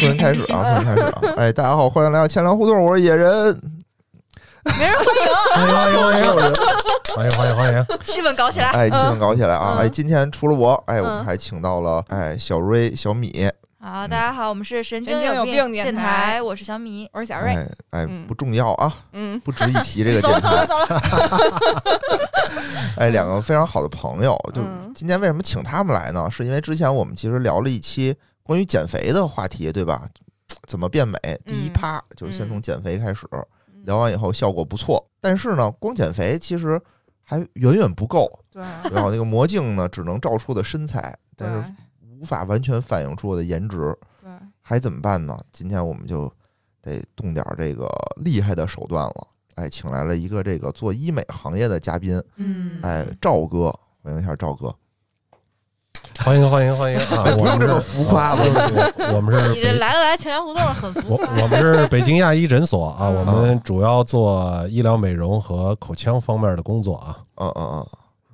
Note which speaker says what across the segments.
Speaker 1: 不能开始啊，不能开始啊！哎，大家好，欢迎来到千粮胡同，我是野人。
Speaker 2: 欢迎欢迎欢迎欢迎欢迎欢迎！
Speaker 3: 气氛搞起来。
Speaker 1: 哎，气氛
Speaker 3: 嗯
Speaker 1: 搞起来啊！
Speaker 3: 嗯
Speaker 1: 哎，今天除了我，哎，我们
Speaker 3: 嗯
Speaker 1: 还请到了哎小瑞、小米。
Speaker 3: 好，大家好，我们是神经
Speaker 4: 神经有
Speaker 3: 病
Speaker 4: 病电
Speaker 3: 台，
Speaker 4: 台
Speaker 3: 我是小米。
Speaker 4: 我是小瑞，
Speaker 1: 哎哎，
Speaker 4: 嗯
Speaker 1: 不重要啊，
Speaker 4: 嗯，
Speaker 1: 不值一提这个
Speaker 3: 走
Speaker 1: 电
Speaker 3: 了走了
Speaker 1: 台。
Speaker 3: 走了，
Speaker 1: 哎，两个非常好的朋友，就
Speaker 4: 嗯
Speaker 1: 今天为什么请他们来呢？是因为之前我们其实聊了一期关于减肥的话题，对吧？怎么变美？第一
Speaker 4: 嗯
Speaker 1: 趴就是先从
Speaker 4: 嗯
Speaker 1: 减肥开始，聊完以后效果不错，但是呢，光减肥其实还远远不够。
Speaker 4: 对，
Speaker 1: 然后那个魔镜呢，只能照出我的身材，但是无法完全反映出我的颜值，
Speaker 4: 对，
Speaker 1: 还怎么办呢？今天我们就得动点儿这个厉害的手段了。哎，请来了一个这个做医美行业的嘉宾，
Speaker 4: 嗯
Speaker 1: 哎，赵哥，欢迎一下赵哥。
Speaker 2: 欢迎欢迎欢迎啊！
Speaker 1: 哎，不
Speaker 2: 我
Speaker 1: 用
Speaker 2: 们
Speaker 1: 这么
Speaker 2: 是
Speaker 1: 浮夸，不
Speaker 2: 我
Speaker 1: 用这么
Speaker 2: 我我们是
Speaker 3: 你这
Speaker 2: 北
Speaker 3: 来了来，前粮胡同很啊浮
Speaker 2: 我
Speaker 3: 夸。
Speaker 2: 我们是北京亚医诊所啊，
Speaker 3: 嗯
Speaker 2: 我们主要做医疗美容和口腔方面的工作啊。
Speaker 1: 嗯嗯嗯，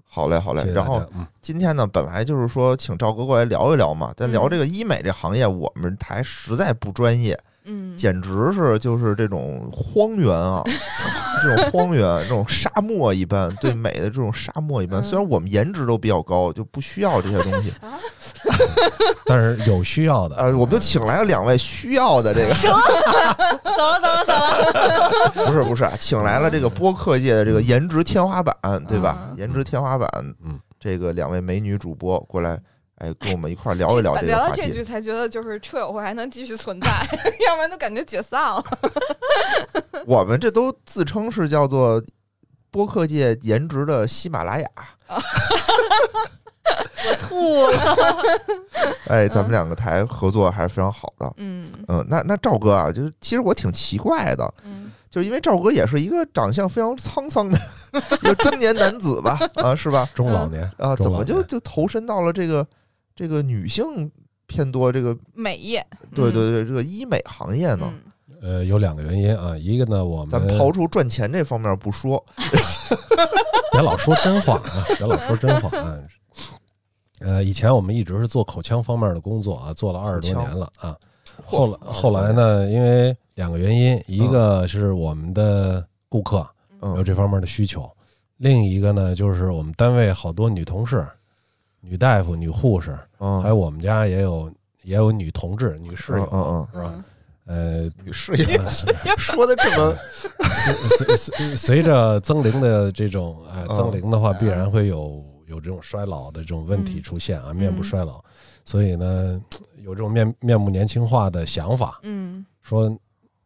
Speaker 1: 好嘞好嘞
Speaker 2: 谢。谢大
Speaker 1: 然
Speaker 2: 家
Speaker 1: 后
Speaker 2: 嗯
Speaker 1: 今天呢，本来就是说请赵哥过来聊一聊嘛，但聊这个医美这行业，我们台实在不专业，
Speaker 4: 嗯，
Speaker 1: 简直是就是这种荒原啊， 这种荒原，这种沙漠一般，对美的这种沙漠一般。
Speaker 4: 嗯
Speaker 1: 虽然我们颜值都比较高，就不需要这些东西。
Speaker 2: 但是有需要的，
Speaker 1: 呃，我们就请来了两位需要的这个，
Speaker 3: 走了走了走了，
Speaker 1: 不是不是啊，请来了这个播客界的这个颜值天花板，对吧？
Speaker 4: 嗯
Speaker 1: 颜值天花板，
Speaker 2: 嗯，
Speaker 1: 这个两位美女主播过来，哎，跟我们一块儿聊一聊
Speaker 4: 这
Speaker 1: 这个
Speaker 4: 聊
Speaker 1: 话
Speaker 4: 到这
Speaker 1: 题。
Speaker 4: 句才觉得就是车友会还能继续存在，要不然都感觉解散了。
Speaker 1: 我们这都自称是叫做播客界颜值的喜马拉雅。
Speaker 3: 吐了。
Speaker 1: 哎，咱们两个台合作还是非常好的。
Speaker 4: 嗯
Speaker 1: 嗯，那那赵哥啊，就是其实我挺奇怪的，
Speaker 4: 嗯，
Speaker 1: 就是因为赵哥也是一个长相非常沧桑的一个中年男子吧，啊，是吧？
Speaker 2: 中老年
Speaker 1: 啊，怎么
Speaker 2: 中老
Speaker 1: 就
Speaker 2: 年
Speaker 1: 就投身到了这个这个女性偏多这个
Speaker 4: 美业，
Speaker 1: 对对对这个医美行业呢？
Speaker 4: 嗯，
Speaker 2: 呃有两个原因啊，一个呢我
Speaker 1: 咱
Speaker 2: 们
Speaker 1: 们刨除赚钱这方面不说，
Speaker 2: 别老说真话啊，别老说真话啊。呃，以前我们一直是做口腔方面的工作啊，做了二十多
Speaker 1: 口腔
Speaker 2: 年了啊。
Speaker 1: 嚯
Speaker 2: 后来后来？呢，因为两个原因，一个是我们的顾客有
Speaker 1: 嗯，
Speaker 2: 这方面的需求，另一个呢就是我们单位好多女同事、女大夫、女护士，还
Speaker 1: 嗯
Speaker 2: 有我们家也有也有女同志、女室
Speaker 1: 嗯
Speaker 2: 友，
Speaker 1: 嗯
Speaker 2: 是吧？呃，
Speaker 1: 嗯， 女士也
Speaker 2: 呃
Speaker 1: 说的这么
Speaker 2: 随随随着增龄的这种呃
Speaker 1: 嗯
Speaker 2: 增龄的话，必然会有有这种衰老的这种问题出现啊，面部衰老。所以呢，有这种面面目年轻化的想法，
Speaker 4: 嗯
Speaker 2: 说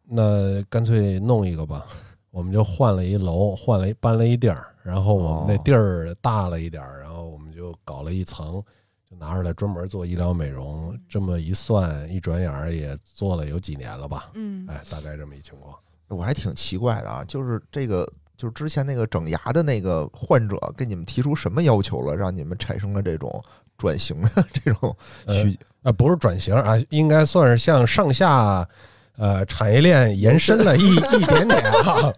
Speaker 2: 那干脆弄一个吧。我们就换了一楼，换了一搬了一地儿，然后我们那
Speaker 1: 哦
Speaker 2: 地儿大了一点儿，然后我们就搞了一层，就拿出来专门做医疗美容。这么一算，一转眼儿也做了有几年了吧？
Speaker 4: 嗯
Speaker 2: 哎，大概这么一情况。
Speaker 1: 我还挺奇怪的啊，就是这个，就是之前那个整牙的那个患者，给你们提出什么要求了，让你们产生了这种转型的这种
Speaker 2: 呃
Speaker 1: 需？
Speaker 2: 啊，不是转型啊，应该算是向上下呃产业链延伸了 一一点点啊。
Speaker 4: 嗯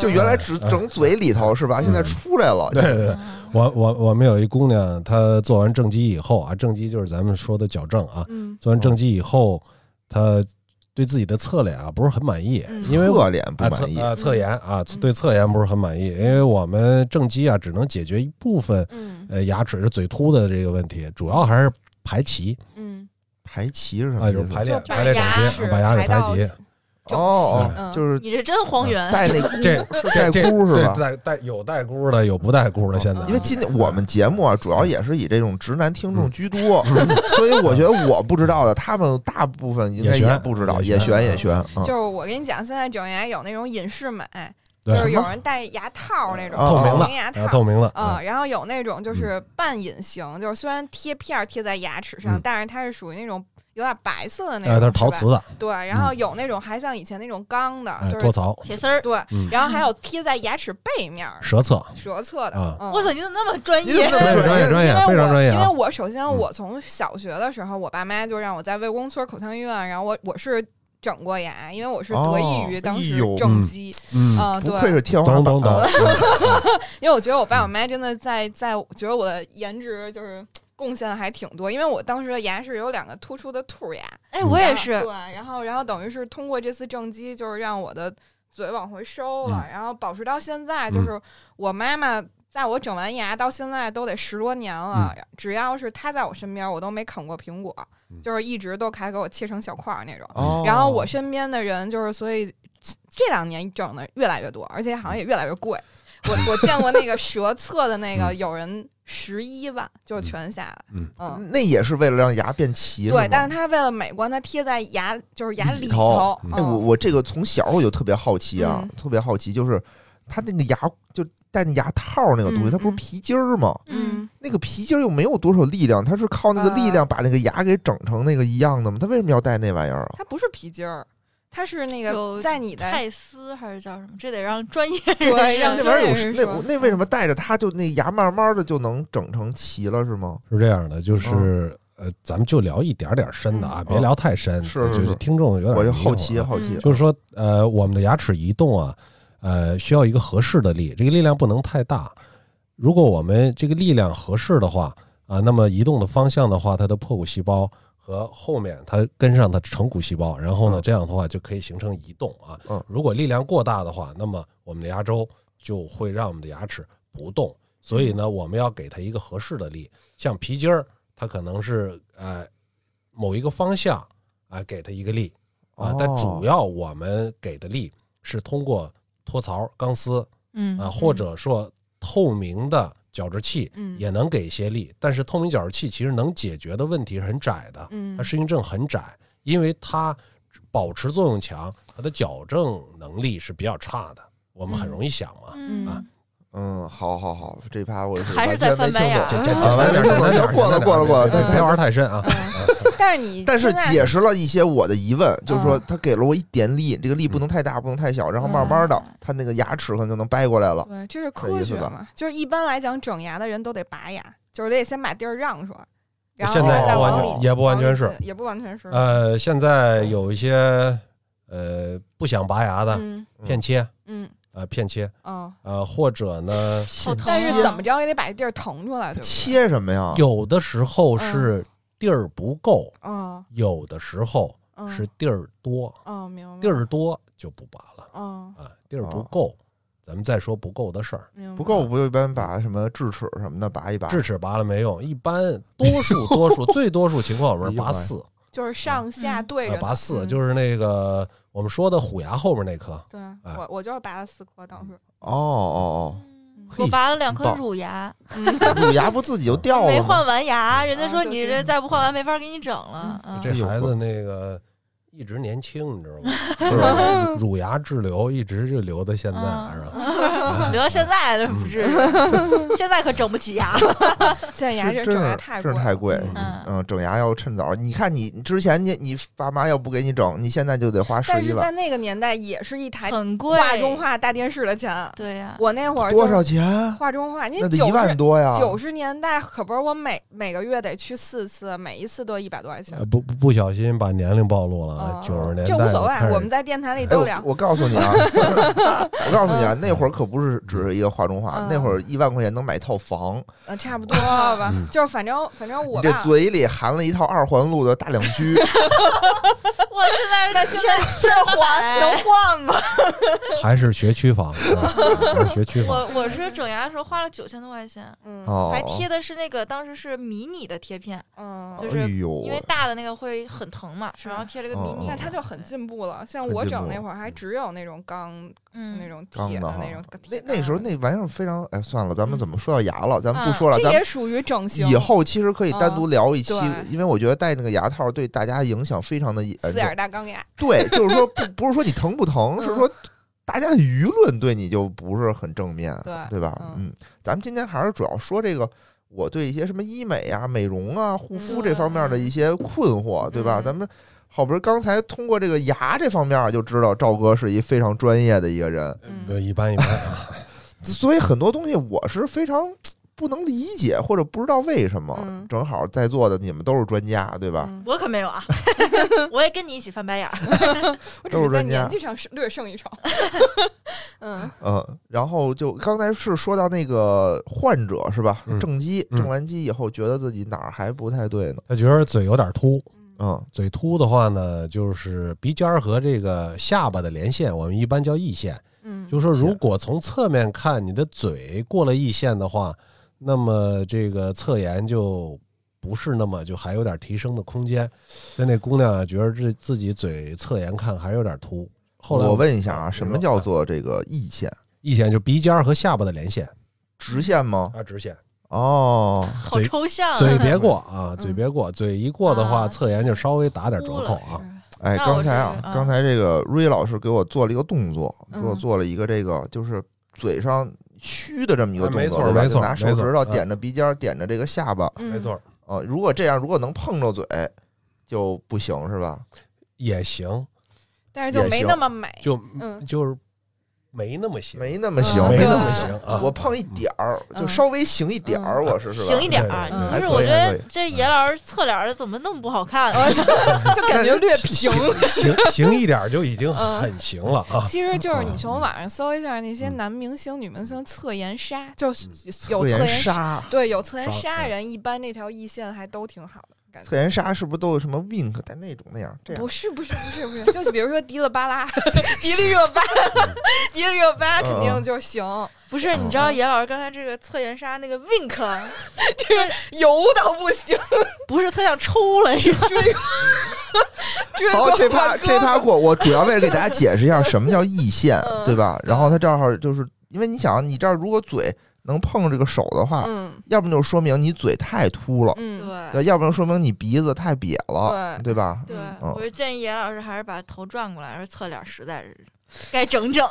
Speaker 1: 就原来只整嘴里头是吧？现在出来了，
Speaker 2: 嗯对对，对我我我们有一姑娘，她做完正畸以后啊，正畸就是咱们说的矫正啊，
Speaker 4: 嗯
Speaker 2: 做完正畸以后，她对自己的侧脸啊不是很满意，因为我
Speaker 1: 侧脸不
Speaker 2: 啊侧
Speaker 1: 满意，
Speaker 2: 啊侧颜啊对侧颜不是很满意，因为我们正畸啊只能解决一部分
Speaker 4: 嗯
Speaker 2: 呃牙齿嘴凸的这个问题，主要还是排齐
Speaker 4: 嗯，
Speaker 1: 排齐是什么
Speaker 2: 啊，
Speaker 1: 意
Speaker 2: 就
Speaker 1: 思？
Speaker 2: 是排列
Speaker 4: 就
Speaker 2: 排列整
Speaker 4: 把牙
Speaker 2: 齐
Speaker 4: 齿
Speaker 2: 啊，把牙给
Speaker 4: 排
Speaker 2: 排
Speaker 4: 到
Speaker 2: 齐。
Speaker 4: 整
Speaker 1: 哦，
Speaker 4: 齐
Speaker 1: 哦
Speaker 4: 嗯
Speaker 1: 就是
Speaker 3: 你这真荒原。
Speaker 1: 带 那箍
Speaker 2: 这
Speaker 1: 是带箍是吧？哦
Speaker 2: 对带带有带箍的，有不带箍的。现在啊
Speaker 1: 因为今天我们节目啊，主要也是以这种直男听
Speaker 2: 嗯
Speaker 1: 众居多， 所以我觉得我不知道的，他们大部分应该
Speaker 2: 也悬
Speaker 1: 也不知道，也
Speaker 2: 也
Speaker 1: 悬
Speaker 2: 悬
Speaker 1: 也悬啊。
Speaker 4: 就是我跟你讲，现在整牙有那种隐适美，就
Speaker 2: 对
Speaker 4: 是有人戴牙套那种
Speaker 1: 啊
Speaker 2: 透明的
Speaker 4: 透明牙
Speaker 2: 啊
Speaker 4: 套，
Speaker 2: 透明的
Speaker 4: 啊、
Speaker 2: 啊，
Speaker 4: 然后有那种就是半隐形，就是虽然贴片儿贴在牙齿上，
Speaker 2: 嗯
Speaker 4: 但是它是属于那种有点白色的那种，
Speaker 2: 哎它是
Speaker 4: 吧
Speaker 2: 陶瓷的，
Speaker 4: 对，然后有那种还像以前那种钢的，
Speaker 2: 哎，
Speaker 4: 就
Speaker 2: 托
Speaker 4: 是
Speaker 2: 槽
Speaker 3: 铁丝儿，
Speaker 4: 对，
Speaker 2: 嗯
Speaker 4: 然后还有贴在牙齿背面儿
Speaker 2: 舌侧，
Speaker 4: 舌侧的。
Speaker 2: 啊
Speaker 4: 嗯
Speaker 3: 我操，你怎么那么专
Speaker 1: 你怎么
Speaker 3: 业？
Speaker 1: 那
Speaker 2: 专
Speaker 1: 么
Speaker 2: 业专
Speaker 1: 专
Speaker 2: 业专业
Speaker 4: 因为，我
Speaker 2: 非常专业
Speaker 4: 因为
Speaker 2: 啊。
Speaker 4: 我首先
Speaker 2: 嗯
Speaker 4: 我从小学的时候，我爸妈就让我在魏公村口腔医院，然后我我是整过牙，因为我是
Speaker 1: 哦
Speaker 4: 得益于当
Speaker 1: 哎
Speaker 4: 时
Speaker 1: 呦
Speaker 4: 正畸，
Speaker 2: 嗯，
Speaker 4: 啊，
Speaker 1: 不
Speaker 4: 对，
Speaker 1: 愧是天花
Speaker 2: 懂
Speaker 1: 板
Speaker 2: 懂懂，
Speaker 1: 啊，
Speaker 4: 因为我觉得我爸我妈真的在在觉得我的颜值就是贡献的还挺多，因为我当时的牙是有两个突出的兔牙，
Speaker 3: 哎，我也是
Speaker 4: 然后，对，然后然后等于是通过这次正畸，就是让我的嘴往回收了，然后保持到现在，就是我妈妈。在我整完牙到现在都得十多年了，只要是她在我身边，我都没啃过苹果，
Speaker 2: 嗯
Speaker 4: 就是一直都还给我切成小块儿那种。
Speaker 1: 哦
Speaker 4: 然后我身边的人就是，所以这两年整的越来越多，而且好像也越来越贵。 我我见过那个舌侧的那个
Speaker 2: 嗯
Speaker 4: 有人十一万，就是全下来。
Speaker 2: 嗯
Speaker 4: 嗯，
Speaker 1: 那也是为了让牙变齐，
Speaker 4: 对
Speaker 1: 吗，
Speaker 4: 但是他为了美观，他贴在牙就是牙
Speaker 1: 里
Speaker 4: 里
Speaker 1: 头
Speaker 2: 嗯
Speaker 1: 哎，我
Speaker 4: 嗯
Speaker 1: 我这个从小我就特别好奇啊，
Speaker 4: 嗯
Speaker 1: 特别好奇，就是它那个牙就戴那牙套那个东西，
Speaker 4: 嗯
Speaker 1: 它不是
Speaker 4: 嗯
Speaker 1: 皮筋儿吗？
Speaker 3: 嗯，
Speaker 1: 那个皮筋儿又没有多少力量，它是靠那个力量把那个牙给整成那个一样的吗？它为什么要戴那玩意儿啊？
Speaker 4: 它不是皮筋儿，它是那
Speaker 3: 有
Speaker 4: 个在你的
Speaker 3: 泰斯还是叫什么？这得让专业人
Speaker 4: 对
Speaker 3: 士
Speaker 4: 让
Speaker 1: 那
Speaker 3: 证
Speaker 1: 玩意儿有
Speaker 4: 专业人
Speaker 1: 那
Speaker 4: 说嗯
Speaker 1: 我那为什么戴着它就那牙慢慢的就能整成齐了是吗？
Speaker 2: 嗯是这样的，就是呃，咱们就聊一点点深的啊，别聊太深，
Speaker 1: 嗯是是
Speaker 2: 就是听众有点
Speaker 1: 我就
Speaker 2: 迷糊
Speaker 1: 好奇
Speaker 2: 啊
Speaker 1: 好奇，
Speaker 4: 嗯
Speaker 2: 就是说，呃，我们的牙齿移动啊，呃，需要一个合适的力，这个力量不能太大。如果我们这个力量合适的话啊，那么移动的方向的话，它的破骨细胞和后面它跟上它成骨细胞，然后呢，
Speaker 1: 嗯
Speaker 2: 这样的话就可以形成移动啊
Speaker 1: 嗯。
Speaker 2: 如果力量过大的话，那么我们的牙周就会让我们的牙齿不动。所以呢，我们要给它一个合适的力，像皮筋儿，它可能是呃某一个方向啊、给它一个力，啊，但
Speaker 4: 哦
Speaker 2: 主
Speaker 1: 要
Speaker 2: 要我们给的力是通过托槽、钢丝
Speaker 3: 嗯
Speaker 2: 啊，或者说透明的矫治器
Speaker 4: 嗯
Speaker 2: 也能给一些力，但是透明矫治器其实能解决的问题是很窄的，
Speaker 4: 嗯
Speaker 2: 它适应症很窄，因为它保持作用强，它的矫正能力是比较差的，我们很容易想嘛。
Speaker 3: 嗯
Speaker 2: 啊
Speaker 1: 嗯，好好好，这趴我
Speaker 3: 还是在
Speaker 1: 完全没
Speaker 3: 翻白
Speaker 1: 听
Speaker 3: 眼
Speaker 4: 嗯
Speaker 1: 懂
Speaker 2: 简
Speaker 3: 儿
Speaker 2: 简
Speaker 1: 啊
Speaker 2: 简单点，
Speaker 1: 没听懂
Speaker 2: 简单点，
Speaker 1: 过了过了过了，
Speaker 2: 简单点别
Speaker 1: 太
Speaker 2: 玩太深啊。
Speaker 4: 嗯但是你
Speaker 1: 但是
Speaker 4: 现在
Speaker 1: 解释了一些我的疑问，就是说
Speaker 4: 嗯
Speaker 1: 他给了我一点
Speaker 2: 嗯
Speaker 1: 力，这个力不能太大，不能太小，然后慢慢的，
Speaker 4: 嗯
Speaker 1: 他那个牙齿可能就能掰过来了。
Speaker 4: 对，这是
Speaker 1: 这
Speaker 4: 科
Speaker 1: 意思
Speaker 4: 学
Speaker 1: 吧
Speaker 4: 嘛？就是一般来讲，整牙的人都得拔牙，就是得先把地儿让出来，然后
Speaker 2: 现在
Speaker 4: 再
Speaker 1: 不完
Speaker 4: 往
Speaker 1: 全
Speaker 4: 里
Speaker 2: 也不完全是
Speaker 4: 往里进也不完全是。
Speaker 2: 呃，现在有一些呃不想拔牙的
Speaker 4: 嗯
Speaker 2: 片切，
Speaker 4: 嗯
Speaker 2: 呃片切，
Speaker 4: 嗯，
Speaker 2: 呃，或者呢，
Speaker 3: 好疼
Speaker 4: 但是
Speaker 3: 啊
Speaker 4: 怎么着也得把这地儿腾出来，对不对？
Speaker 1: 切什么呀？
Speaker 2: 有的时候是地儿不够，
Speaker 4: 嗯
Speaker 2: 有的时候
Speaker 4: 嗯
Speaker 2: 是地儿多，
Speaker 4: 嗯，明白
Speaker 2: 地儿多就不拔了
Speaker 4: 嗯
Speaker 2: 啊，地儿不
Speaker 1: 哦
Speaker 2: 够，咱们再说不够的事儿。
Speaker 4: 明白
Speaker 1: 不够，不就一般把什么智齿什么的拔一拔？
Speaker 2: 智齿拔了没用，一般多数多 数最多数情况我们是拔四，
Speaker 4: 就是上下
Speaker 3: 嗯
Speaker 4: 对
Speaker 2: 呃
Speaker 4: 着
Speaker 2: 拔四
Speaker 4: 是
Speaker 2: 就是那个我们说的虎牙后边那颗，
Speaker 4: 对
Speaker 2: 哎
Speaker 4: 我我就是拔了四颗当时。
Speaker 1: 哦哦嘿
Speaker 3: 嗯我拔了两
Speaker 1: 你
Speaker 3: 颗
Speaker 1: 棒
Speaker 3: 乳牙，
Speaker 4: 嗯
Speaker 1: 哦，乳牙不自己就掉
Speaker 3: 没
Speaker 1: 了吗？
Speaker 3: 换完牙，人家
Speaker 4: 啊
Speaker 3: 说
Speaker 4: 就
Speaker 3: 你
Speaker 4: 是
Speaker 3: 这再不换完没法给你整了。啊
Speaker 2: 这
Speaker 1: 哎呦
Speaker 2: 孩
Speaker 1: 呵
Speaker 2: 子那个一直年轻，你知道 吗？
Speaker 1: 是吧
Speaker 2: 乳牙滞留一直就留到现在，是吧？
Speaker 3: 留到现在这不至于，现在可整不起牙了。
Speaker 4: 现在牙
Speaker 1: 是
Speaker 4: 这
Speaker 1: 真
Speaker 4: 整牙
Speaker 1: 是真
Speaker 4: 太贵
Speaker 1: 是
Speaker 4: 了，
Speaker 1: 太贵。
Speaker 2: 嗯
Speaker 1: 嗯，整牙要趁早。你看你之前你你爸妈要不给你整，你现在就得花十
Speaker 4: 但
Speaker 1: 一
Speaker 4: 是在
Speaker 1: 万，
Speaker 4: 那个年代也是一台
Speaker 3: 很贵，
Speaker 4: 画中画大电视的钱。
Speaker 3: 对呀，
Speaker 4: 我那会儿
Speaker 1: 多
Speaker 4: 就是
Speaker 1: 少钱？啊
Speaker 4: 画中画？那
Speaker 1: 那得一
Speaker 4: 九
Speaker 1: 万
Speaker 4: 十
Speaker 1: 多呀！
Speaker 4: 九十年代可不是我每每个月得去四次，每一次都一百多块钱
Speaker 2: 呃。不不不小心把年龄暴
Speaker 1: 呃
Speaker 2: 露了啊，
Speaker 4: 嗯
Speaker 2: 九十年代
Speaker 4: 这无所谓
Speaker 2: 开始，
Speaker 4: 我们在电台里
Speaker 1: 哎，
Speaker 4: 都聊
Speaker 1: 我。我告诉你 啊，我告诉你啊，那会儿可不是只是一个化妆化，
Speaker 4: 嗯
Speaker 1: 那会儿一万块钱能买套房，
Speaker 4: 嗯，差不多吧
Speaker 2: 嗯，
Speaker 4: 就是反正反正
Speaker 1: 你
Speaker 4: 我
Speaker 1: 这
Speaker 4: 吧，
Speaker 1: 嘴里含了一套二环路的大两 居，
Speaker 3: 我 现在
Speaker 4: 那现在这
Speaker 3: 哎
Speaker 4: 还能换吗？
Speaker 2: 还是学区房，是吧还是学区房。
Speaker 3: 我我是整牙的时候花了九千多块钱，
Speaker 4: 嗯
Speaker 1: 哦
Speaker 3: 还，贴的是那个当时是迷你的贴片，
Speaker 4: 嗯，
Speaker 3: 就是
Speaker 1: 哎呦
Speaker 3: 因为大的那个会很疼嘛，
Speaker 4: 是
Speaker 3: 然后贴了个迷
Speaker 1: 嗯
Speaker 3: 你。
Speaker 4: 那它就很进步了。像
Speaker 1: 很
Speaker 4: 我
Speaker 1: 进
Speaker 4: 整
Speaker 1: 步嗯
Speaker 4: 那会儿还只有那种钢，就
Speaker 3: 嗯
Speaker 4: 那种
Speaker 1: 钢
Speaker 4: 铁
Speaker 1: 的哈
Speaker 4: 那种
Speaker 1: 那
Speaker 4: 铁
Speaker 1: 那时候
Speaker 4: 钢
Speaker 1: 那玩意儿非常哎，算了，咱们
Speaker 3: 嗯
Speaker 1: 怎么说到牙了？咱们不
Speaker 3: 啊
Speaker 1: 说了，
Speaker 4: 这
Speaker 1: 咱
Speaker 4: 也
Speaker 1: 们
Speaker 4: 属于整形。
Speaker 1: 以后其实可以单独聊一期
Speaker 4: 嗯，对
Speaker 1: 因为我觉得戴那个牙套对大家影响非常的
Speaker 4: 四
Speaker 1: 严重
Speaker 4: 眼。大钢牙，
Speaker 1: 对，就是说 不不是说你疼不疼，
Speaker 4: 嗯
Speaker 1: 是说大家的舆论对你就不是很正面，
Speaker 4: 对
Speaker 1: 对吧？
Speaker 4: 嗯
Speaker 1: 嗯，咱们今天还是主要说这个我对一些什么医美啊、美容啊、护肤这方面的一些困惑，对吧？
Speaker 4: 嗯
Speaker 1: 咱们好不容易刚才通过这个牙这方面就知道赵哥是一非常专业的一个人，
Speaker 4: 嗯
Speaker 2: 呃一般一般啊，
Speaker 1: 所以很多东西我是非常不能理解或者不知道为什么。
Speaker 4: 嗯
Speaker 1: 正好在座的你们都是专家，对吧？
Speaker 4: 嗯
Speaker 3: 我可没有 啊，我也跟你一起翻白眼儿。
Speaker 4: 我只
Speaker 1: 都是
Speaker 4: 是在
Speaker 1: 专家
Speaker 4: 年纪上是 略 胜一筹。嗯
Speaker 1: 嗯，然后就刚才是说到那个患者是吧
Speaker 2: 嗯？
Speaker 1: 正畸
Speaker 2: 嗯
Speaker 1: 正完畸以后，觉得自己哪儿还不太对呢？
Speaker 2: 他觉得嘴有点秃，
Speaker 1: 嗯
Speaker 2: 嘴秃的话呢，就是鼻尖儿和这个下巴的连线，我们一般叫翼线。
Speaker 4: 嗯，
Speaker 2: 就是说，如果从侧面看你的嘴过了翼线的话，那么这个侧颜就不是那么就还有点提升的空间。但那姑娘啊，觉得这自己嘴侧颜看还是有点凸。后来
Speaker 1: 我问一下啊，
Speaker 2: 我
Speaker 1: 什么叫做这个溢线？
Speaker 2: 翼线就鼻尖儿和下巴的连线
Speaker 1: 直线吗？
Speaker 2: 啊，直线，
Speaker 1: 哦，
Speaker 3: 好
Speaker 2: 嘴
Speaker 3: 抽象 啊，
Speaker 2: 嘴别过啊，嘴别过，嘴一过的话，
Speaker 3: 啊
Speaker 2: 侧颜就稍微打点折
Speaker 3: 哭了
Speaker 2: 扣啊。
Speaker 1: 哎，
Speaker 3: 那我
Speaker 1: 刚才
Speaker 3: 知道
Speaker 1: 啊，
Speaker 3: 嗯
Speaker 1: 刚才这个瑞老师给我做了一个动作，给
Speaker 4: 嗯
Speaker 1: 我做了一个这个就是嘴上虚的这么一个
Speaker 2: 啊
Speaker 1: 动
Speaker 2: 没
Speaker 1: 作，
Speaker 2: 错
Speaker 1: 对吧？
Speaker 2: 没
Speaker 1: 就
Speaker 2: 错
Speaker 1: 拿手
Speaker 2: 没错
Speaker 1: 指头
Speaker 2: 嗯
Speaker 1: 点着鼻尖儿，点着这个下巴。
Speaker 4: 嗯，
Speaker 2: 错，
Speaker 1: 呃，如果这样，如果能碰着嘴就不行是吧？
Speaker 2: 也行，
Speaker 4: 但是就
Speaker 1: 也
Speaker 4: 没
Speaker 1: 行
Speaker 4: 那么美。
Speaker 2: 就
Speaker 4: 嗯
Speaker 2: 就是没那么行，
Speaker 1: 没那么
Speaker 4: 嗯
Speaker 1: 行，
Speaker 2: 没那么
Speaker 4: 对
Speaker 2: 行啊。
Speaker 1: 我碰一点儿，
Speaker 4: 嗯
Speaker 1: 就稍微行一点儿，
Speaker 4: 嗯
Speaker 1: 我是是吧？
Speaker 3: 行一点儿啊
Speaker 2: 对对
Speaker 4: 对。
Speaker 3: 嗯不是，
Speaker 1: 还
Speaker 3: 我
Speaker 1: 可以
Speaker 3: 觉
Speaker 1: 还
Speaker 3: 得
Speaker 1: 可以嗯
Speaker 3: 这严老师侧脸儿怎么那么不好看啊？
Speaker 4: 呃就 就感觉略平。
Speaker 2: 行行一点儿就已经
Speaker 4: 嗯
Speaker 2: 很行了啊。
Speaker 4: 其实就是
Speaker 2: 嗯
Speaker 4: 你从网上搜一下那些
Speaker 2: 嗯
Speaker 4: 男明星、女明星侧颜杀，就是有
Speaker 1: 侧
Speaker 4: 侧
Speaker 1: 颜
Speaker 4: 颜杀，
Speaker 1: 杀，
Speaker 4: 对，有侧颜
Speaker 2: 杀
Speaker 4: 杀
Speaker 2: 嗯
Speaker 4: 人，一般那条一线还都挺好的感觉。
Speaker 1: 侧颜杀是不是都有什么 wink 但那种那样？这样
Speaker 4: 不是不是不是不是，就是比如说迪丽巴拉、迪丽热巴、迪丽热巴肯定就行，
Speaker 3: 不是，你知
Speaker 4: 嗯
Speaker 3: 道严老师刚才这个侧颜杀那个 wink，啊
Speaker 4: 油到不行，
Speaker 3: 不是他想抽了，是吧？
Speaker 4: 追
Speaker 1: 好，这趴
Speaker 4: 趴
Speaker 1: 这趴过，我主要为了给大家解释一下什么叫溢线，
Speaker 4: 嗯
Speaker 1: 对吧？然后他这儿就是因为你想，啊你这儿如果嘴能碰这个手的话，
Speaker 4: 嗯
Speaker 1: 要不就说明你嘴太凸了，
Speaker 4: 嗯，
Speaker 3: 对
Speaker 1: 对，要不然说明你鼻子太瘪了，对吧？
Speaker 3: 对
Speaker 4: 嗯，
Speaker 1: 嗯
Speaker 3: 我是建议严老师还是把头转过来，说侧脸实在是该整整。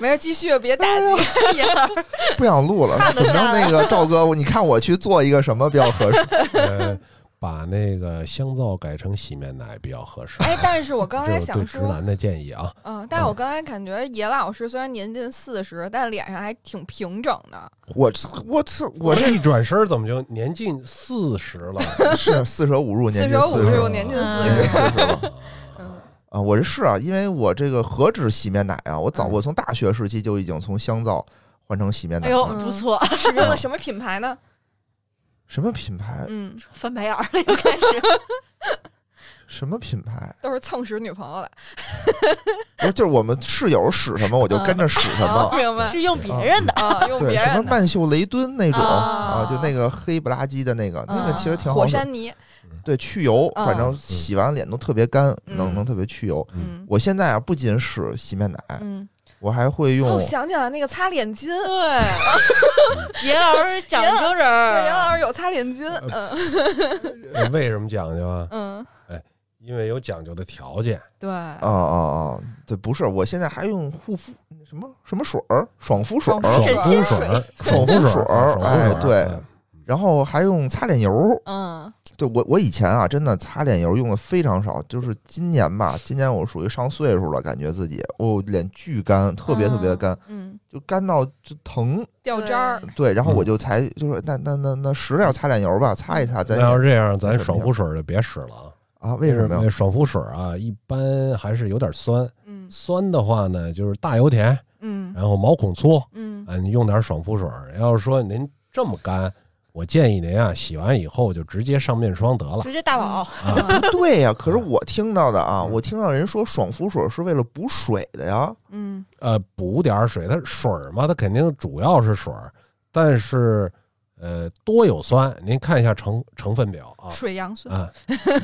Speaker 4: 没事，继续别
Speaker 3: 哎
Speaker 4: 打击，
Speaker 3: 严老师
Speaker 1: 不想录了，
Speaker 3: 看
Speaker 1: 怎
Speaker 3: 得
Speaker 1: 么着？
Speaker 3: 下来
Speaker 1: 那个赵哥，我你看我去做一个什么比较合适？
Speaker 2: 呃，把那个香皂改成洗面奶比较合适。
Speaker 4: 哎，但是我刚
Speaker 2: 这
Speaker 4: 才
Speaker 2: 是我对直
Speaker 4: 想说，
Speaker 2: 男的建议啊，
Speaker 4: 嗯，但是我刚才感觉野老师虽然年近四十，但脸上还挺平整的，
Speaker 1: 我我操，我
Speaker 2: 这一转身儿怎么就年近四十了？
Speaker 1: 这是四舍五入年近
Speaker 4: 四舍五
Speaker 1: 四十
Speaker 4: 入
Speaker 1: 了，
Speaker 4: 年近
Speaker 3: 嗯
Speaker 4: 四
Speaker 1: 年近
Speaker 4: 十，
Speaker 1: 四十了。
Speaker 4: 嗯
Speaker 1: 啊，我这是啊，因为我这个何止洗面奶啊，我早
Speaker 4: 嗯
Speaker 1: 我从大学时期就已经从香皂换成洗面奶
Speaker 3: 哎呦
Speaker 1: 了。
Speaker 4: 嗯
Speaker 3: 不错，
Speaker 4: 使用了什么品 牌呢？
Speaker 1: 什么品牌？
Speaker 4: 嗯，
Speaker 3: 翻白眼儿了又开始。
Speaker 1: 什么品牌？
Speaker 4: 都是蹭使女朋友的，
Speaker 1: 不是就是我们室友使什么我就跟着使什
Speaker 4: 哦
Speaker 1: 么，
Speaker 4: 明白？
Speaker 3: 是用别人的，
Speaker 4: 啊， 用
Speaker 1: 对，
Speaker 4: 别
Speaker 1: 什么
Speaker 4: 人的
Speaker 1: 曼秀雷敦那种
Speaker 3: 啊
Speaker 1: 啊，就那个黑不拉几的那个，那个其实挺好
Speaker 4: 嗯火
Speaker 1: 使，
Speaker 4: 山泥，
Speaker 1: 对，去油，
Speaker 4: 嗯
Speaker 1: 反正洗完脸都特别干，
Speaker 4: 嗯
Speaker 1: 能能特别去油。
Speaker 4: 嗯
Speaker 1: 我现在啊，不仅使洗面奶，
Speaker 4: 嗯，
Speaker 1: 我还会
Speaker 4: 哦
Speaker 1: 用
Speaker 4: 我，想起来那个擦脸巾，
Speaker 3: 对，严老师讲究人
Speaker 4: 对，
Speaker 3: 儿，
Speaker 4: 杨老师有擦脸巾，嗯
Speaker 2: 呃为什么讲究啊？
Speaker 4: 嗯，
Speaker 2: 因为有讲究的条件。
Speaker 4: 对，
Speaker 1: 啊啊啊，对，不是，我现在还用护肤什么什么水儿，爽肤水
Speaker 4: 爽肤
Speaker 1: 儿
Speaker 2: 爽，
Speaker 3: 水
Speaker 2: 肤水儿，
Speaker 1: 爽
Speaker 2: 爽肤水儿，
Speaker 1: 肤水儿哎
Speaker 2: 爽肤水儿
Speaker 1: 对然后还用擦脸油。
Speaker 4: 嗯
Speaker 1: 对我，我以前啊，真的擦脸油用的非常少，就是今年吧，今年我属于上岁数了，感觉自己哦脸巨干，特别特别的干，
Speaker 4: 嗯，
Speaker 1: 就干到就疼。
Speaker 4: 掉渣儿，
Speaker 1: 对，然后
Speaker 2: 嗯
Speaker 1: 我就才就说那那那那使点擦脸油吧，擦一擦咱
Speaker 2: 嗯那要是这样，咱
Speaker 1: 为什么
Speaker 2: 爽肤水儿就别使了啊。
Speaker 1: 啊，为什么呀？
Speaker 2: 爽肤水儿啊，一般还是有点酸，
Speaker 4: 嗯
Speaker 2: 酸的话呢，就是大油田，
Speaker 4: 嗯
Speaker 2: 然后毛孔粗，
Speaker 4: 嗯
Speaker 2: 啊，你用点爽肤水儿。要是说您这么干，我建议您啊，洗完以后就直接上面霜得了
Speaker 3: 直接大宝，
Speaker 2: 啊。
Speaker 4: 嗯
Speaker 1: 不对呀、可是我听到的啊，
Speaker 2: 嗯
Speaker 1: 我听到人说爽肤水是为了补水的呀。
Speaker 4: 嗯
Speaker 2: 呃，补点儿水，它水儿嘛，它肯定主要是水儿，但是呃多有酸，您看一下成成分表啊
Speaker 4: 嗯，水杨酸，
Speaker 2: 啊，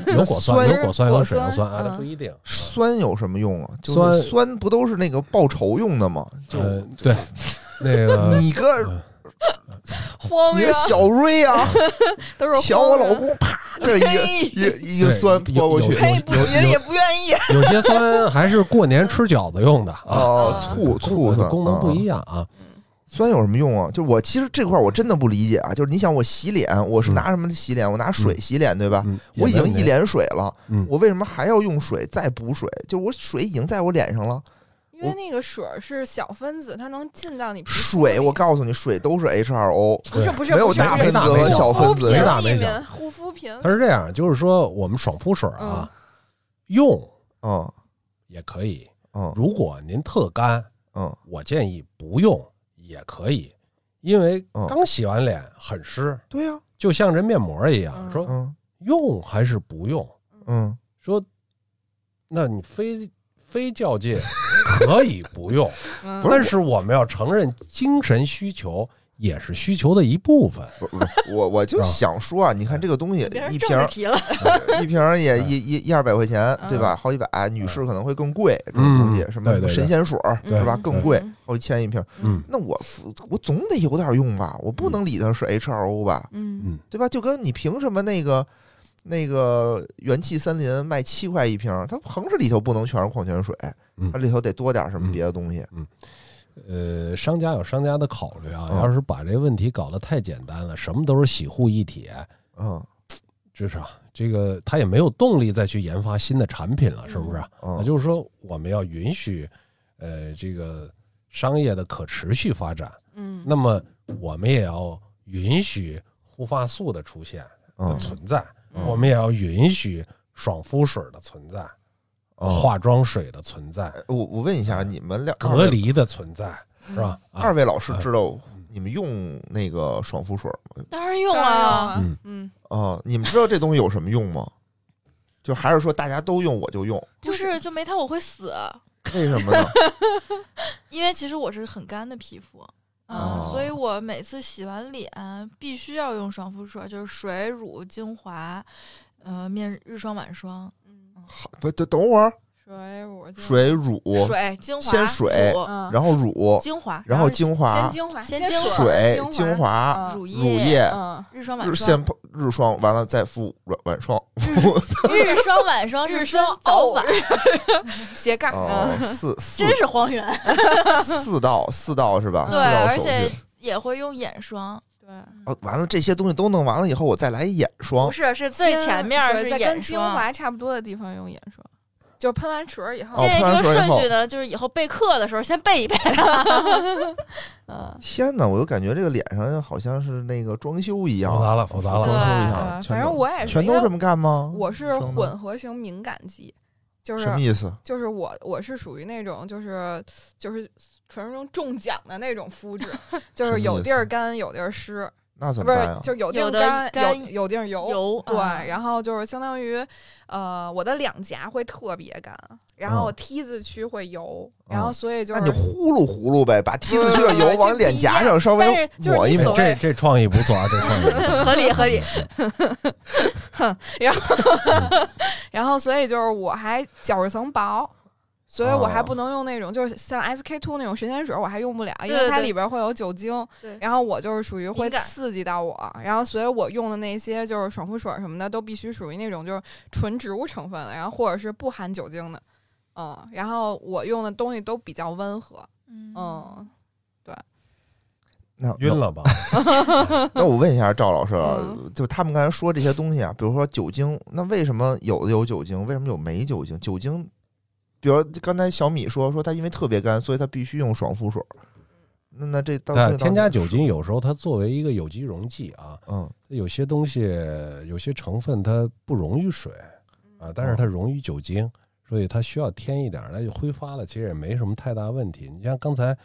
Speaker 2: 有果酸，
Speaker 1: 酸
Speaker 2: 有果酸和
Speaker 4: 果
Speaker 2: 水杨
Speaker 4: 酸
Speaker 2: 酸啊，它
Speaker 4: 嗯
Speaker 2: 不一定。啊
Speaker 1: 酸有什么用啊？就是
Speaker 2: 酸
Speaker 1: 酸不都是那个报仇用的吗？就、
Speaker 2: 呃，对，那 个
Speaker 1: 你个
Speaker 2: 嗯
Speaker 4: 慌
Speaker 1: 你
Speaker 4: 呀
Speaker 1: 个，小瑞 啊，
Speaker 4: 都是
Speaker 1: 瞧我
Speaker 4: 慌
Speaker 1: 老
Speaker 4: 人，
Speaker 1: 公，啪， 这一个
Speaker 4: 呸
Speaker 1: 一个一个
Speaker 2: 对
Speaker 1: 酸
Speaker 2: 有
Speaker 1: 泼过
Speaker 2: 有
Speaker 1: 去，
Speaker 4: 呸，哎不
Speaker 2: 有
Speaker 4: 行
Speaker 2: 有
Speaker 4: 也不愿意，
Speaker 2: 有些酸还是过年吃饺子用的啊，
Speaker 1: 哦，
Speaker 4: 啊
Speaker 1: 醋嗯醋
Speaker 2: 的
Speaker 1: 酸
Speaker 2: 功能不一
Speaker 1: 样，
Speaker 2: 样啊。
Speaker 1: 酸有什么用啊？就我其实这块儿我真的不理解啊，就是你想我洗脸，我是
Speaker 2: 嗯
Speaker 1: 拿什么洗脸？我拿水
Speaker 2: 嗯
Speaker 1: 洗脸，对吧？
Speaker 2: 嗯
Speaker 1: 我已
Speaker 2: 也
Speaker 1: 经
Speaker 2: 没
Speaker 1: 一脸水了，
Speaker 2: 嗯
Speaker 1: 我为什么还要用水再补水？就我水已经在我脸上了，
Speaker 4: 因为那个水儿是小分子，它能进到你皮肤
Speaker 1: 水，
Speaker 4: 里
Speaker 1: 我告诉你，水都是 H2O，
Speaker 4: 不是不是
Speaker 1: 没有
Speaker 4: 不是
Speaker 1: 大
Speaker 4: 不是
Speaker 1: 分子和
Speaker 4: 护
Speaker 1: 小
Speaker 4: 肤
Speaker 1: 分子
Speaker 4: 品
Speaker 2: 没大没
Speaker 4: 里
Speaker 2: 小
Speaker 4: 面护肤品
Speaker 2: 它是这样，就是说我们爽肤水啊，用
Speaker 1: 嗯
Speaker 2: 也可以。
Speaker 1: 嗯
Speaker 2: 如果您特干，
Speaker 1: 嗯
Speaker 2: 我建议不用也可以，因为
Speaker 1: 嗯
Speaker 2: 刚洗完脸很湿，
Speaker 1: 对呀，
Speaker 2: 就像这面膜一样。
Speaker 4: 嗯
Speaker 2: 说
Speaker 1: 嗯
Speaker 2: 用还是不用？
Speaker 1: 嗯，
Speaker 2: 说，那你非非较劲可以 不用，
Speaker 4: 嗯
Speaker 2: 但是我们要承认精神需求也是需求的一部分。
Speaker 1: 不不我我就是
Speaker 2: 吧
Speaker 1: 想说啊，你看这个东西
Speaker 3: 别人
Speaker 1: 一
Speaker 3: 正
Speaker 1: 瓶
Speaker 3: 着
Speaker 1: 儿
Speaker 3: 提了，
Speaker 1: 一瓶儿也
Speaker 2: 嗯
Speaker 1: 一一一二百块钱，
Speaker 4: 嗯
Speaker 1: 对吧？好几百，女士可能会更贵，这种东西
Speaker 2: 嗯
Speaker 1: 什么
Speaker 2: 对对对
Speaker 1: 神仙水儿
Speaker 4: 对
Speaker 1: 是吧？
Speaker 4: 嗯
Speaker 1: 更贵
Speaker 4: 嗯，
Speaker 1: 好几千一瓶儿。
Speaker 2: 嗯
Speaker 1: 那我服我总得有点用吧，我不能理它是 H 2 O 吧，
Speaker 4: 嗯
Speaker 2: 嗯
Speaker 1: 对吧？就跟你凭什么那个那个元气森林卖七块一瓶儿，它横是里头不能全是矿泉水
Speaker 2: 嗯，
Speaker 1: 它里头得多点什么别的东西。
Speaker 2: 呃，商家有商家的考虑啊，
Speaker 1: 嗯
Speaker 2: 要是把这问题搞得太简单了，什么都是洗护一体，
Speaker 1: 嗯
Speaker 2: 就是啊，这个他也没有动力再去研发新的产品了，是不是？啊那
Speaker 1: 嗯，
Speaker 2: 就是说，我们要允许，呃，这个商业的可持续发展。
Speaker 4: 嗯，
Speaker 2: 那么，我们也要允许护发素的出现的
Speaker 1: 嗯
Speaker 2: 存在，
Speaker 4: 嗯
Speaker 2: 我们也要允许爽肤水的存在，化妆水的存在，
Speaker 1: 我我问一下，你们两
Speaker 2: 隔离的存在，
Speaker 3: 嗯
Speaker 2: 是吧？啊
Speaker 1: 二位老师知道你们用那个爽肤水吗？
Speaker 3: 当然用啊
Speaker 4: 当然
Speaker 3: 了。
Speaker 4: 了
Speaker 2: 嗯，
Speaker 4: 嗯，
Speaker 1: 啊，你们知道这东西有什么用吗？就还是说大家都用我就用，
Speaker 3: 不是，就没它我会死，
Speaker 1: 为什么呢？
Speaker 3: 因为其实我是很干的皮肤，嗯，
Speaker 1: 哦
Speaker 3: 所以我每次洗完脸必须要用爽肤水，就是水乳精华，呃，面日霜晚霜，
Speaker 4: 嗯
Speaker 1: 好不，等等会儿，
Speaker 4: 水乳精
Speaker 1: 水乳，
Speaker 3: 嗯水精华，
Speaker 1: 先水
Speaker 3: 乳
Speaker 4: 嗯，
Speaker 1: 然后乳，
Speaker 3: 精华，
Speaker 1: 然后精华
Speaker 4: 先、精华，
Speaker 3: 先
Speaker 4: 精
Speaker 3: 精华
Speaker 1: 水、精
Speaker 4: 精，
Speaker 1: 华、
Speaker 4: 嗯
Speaker 3: 乳
Speaker 1: 乳液、
Speaker 4: 嗯，
Speaker 3: 日霜
Speaker 1: 日
Speaker 3: 晚霜
Speaker 1: 先，泡日霜，完了再敷晚晚霜。
Speaker 3: 日霜晚霜
Speaker 4: 日
Speaker 3: 是分
Speaker 4: 霜
Speaker 3: 早
Speaker 4: 哦
Speaker 3: 晚，
Speaker 4: 斜杠，
Speaker 1: 哦，
Speaker 4: 嗯
Speaker 1: 四四
Speaker 3: 真是荒原。
Speaker 1: 四道四道是吧？四
Speaker 3: 对，
Speaker 1: 道
Speaker 3: 而
Speaker 1: 手
Speaker 3: 且
Speaker 1: 续。
Speaker 3: 也会用眼霜，
Speaker 4: 对。
Speaker 1: 哦，完了这些东西都弄完了以后，我再来一眼霜
Speaker 3: 不。是，是最
Speaker 4: 先
Speaker 3: 前面
Speaker 4: 对
Speaker 3: 是
Speaker 4: 在跟
Speaker 3: 眼
Speaker 4: 精
Speaker 3: 霜。
Speaker 4: 华差不多的地方用眼霜，就喷完水儿以后，
Speaker 1: 哦
Speaker 3: 建
Speaker 1: 喷
Speaker 3: 议这
Speaker 1: 完
Speaker 3: 个
Speaker 1: 水以
Speaker 3: 顺
Speaker 1: 后
Speaker 3: 序呢，就是以后备课的时候先背一背。
Speaker 4: 嗯，
Speaker 1: 天哪，我就感觉这个脸上好像是那个装修一样，
Speaker 2: 复杂了复杂了
Speaker 1: 装修一
Speaker 4: 呃
Speaker 1: 样，
Speaker 4: 反
Speaker 1: 全
Speaker 4: 正
Speaker 1: 都
Speaker 4: 我也是，
Speaker 1: 全
Speaker 4: 因
Speaker 1: 都
Speaker 4: 为
Speaker 1: 这么干吗？
Speaker 4: 我是
Speaker 1: 女生呢
Speaker 4: 混合型敏感肌，就
Speaker 1: 什
Speaker 4: 是
Speaker 1: 么意思？
Speaker 4: 就是我我是属于那种就是就是传说中中奖的那种肤质，就
Speaker 1: 什么
Speaker 4: 是有
Speaker 1: 意
Speaker 4: 地儿
Speaker 1: 思
Speaker 4: 干有地儿湿，
Speaker 1: 那怎
Speaker 4: 不
Speaker 1: 么
Speaker 4: 是
Speaker 1: 办啊呀？
Speaker 4: 就有地儿
Speaker 3: 有的
Speaker 4: 干有
Speaker 3: 干
Speaker 4: 有地儿油。
Speaker 3: 油
Speaker 4: 对，
Speaker 3: 啊
Speaker 4: 然后就是相当于，呃，我的两颊会特别干，然
Speaker 1: 嗯
Speaker 4: 后我 T 字区会油，然后
Speaker 1: 嗯
Speaker 4: 所以就
Speaker 1: 那
Speaker 4: 是嗯
Speaker 1: 你呼噜呼噜呗，把梯子去的
Speaker 4: 不是
Speaker 1: 油往
Speaker 4: 这
Speaker 1: 脸
Speaker 4: 不一
Speaker 1: 颊上
Speaker 4: 样
Speaker 1: 稍
Speaker 4: 但
Speaker 1: 微
Speaker 4: 是就是
Speaker 1: 抹
Speaker 4: 你
Speaker 1: 一抹
Speaker 4: 所。
Speaker 2: 这
Speaker 4: 谓
Speaker 2: 这创意不错啊，这创意不错，
Speaker 3: 合理合理，
Speaker 4: 然后所以就是我还角质层薄，所以我还
Speaker 1: 哦
Speaker 4: 不能用那种、就是像 SK two 那种神仙水，我还用不了，因
Speaker 3: 对
Speaker 4: 为
Speaker 3: 对
Speaker 4: 它
Speaker 3: 对
Speaker 4: 里边会有酒精
Speaker 3: 对。
Speaker 4: 然后我就是属于会
Speaker 3: 敏感
Speaker 4: 刺激到我，然后所以我用的那些就是爽肤水什么的，都必须属于那种就是纯植物成分的，然后或者是不含酒精的。嗯，然后我用的东西都比较温和，嗯，
Speaker 1: 那
Speaker 2: 晕了吧？
Speaker 1: 那我问一下赵老师啊，
Speaker 4: 嗯
Speaker 1: 就他们刚才说这些东西啊，比如说酒精，那为什么有的有酒精，为什么有没酒精？酒精，比如刚才小米说说它因为特别干，所以它必须用爽肤水。那那这到
Speaker 2: 那
Speaker 1: 这到
Speaker 2: 添加
Speaker 1: 底
Speaker 2: 酒精有时候它作为一个有机溶剂啊，
Speaker 1: 嗯
Speaker 2: 有些东西有些成分它不溶于水啊，但是它溶于酒精，所以它需要添一点儿，它就挥发了，其实也没什么太大问题。你像刚才，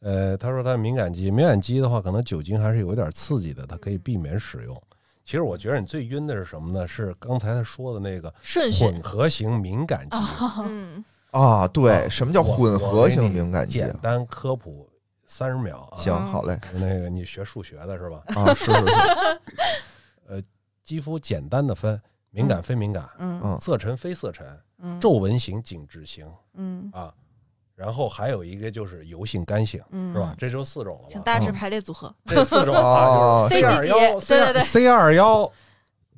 Speaker 2: 呃，他说他敏感肌，敏感肌的话，可能酒精还是有一点刺激的，它可以避免使用。其实我觉得你最晕的是什么呢？是刚才他说的那个
Speaker 3: 顺序
Speaker 2: 混合型敏感
Speaker 3: 哦
Speaker 2: 肌。
Speaker 4: 嗯，
Speaker 1: 啊，对，什么叫
Speaker 2: 我
Speaker 1: 混合
Speaker 2: 我
Speaker 1: 性
Speaker 2: 给你
Speaker 1: 敏感肌啊？
Speaker 2: 简单科普三十秒啊。
Speaker 1: 行，好 嘞
Speaker 2: 那个你学数学的是吧？
Speaker 1: 啊，是是是，
Speaker 2: 呃肌肤简单的分敏感非敏感，
Speaker 4: 嗯
Speaker 2: 色沉非色沉，哦
Speaker 4: 嗯
Speaker 2: 皱纹型、紧致型
Speaker 4: 嗯
Speaker 2: 啊，然后还有一个就是油性、干性，
Speaker 4: 嗯
Speaker 2: 是吧？？这就四种了
Speaker 3: 请
Speaker 2: 吧？
Speaker 3: 大致
Speaker 1: 嗯
Speaker 3: 排列组合。
Speaker 2: 这四种啊，
Speaker 1: 哦
Speaker 2: 就是 C 二
Speaker 3: C
Speaker 2: 幺、
Speaker 3: 几几对对对
Speaker 2: C 二幺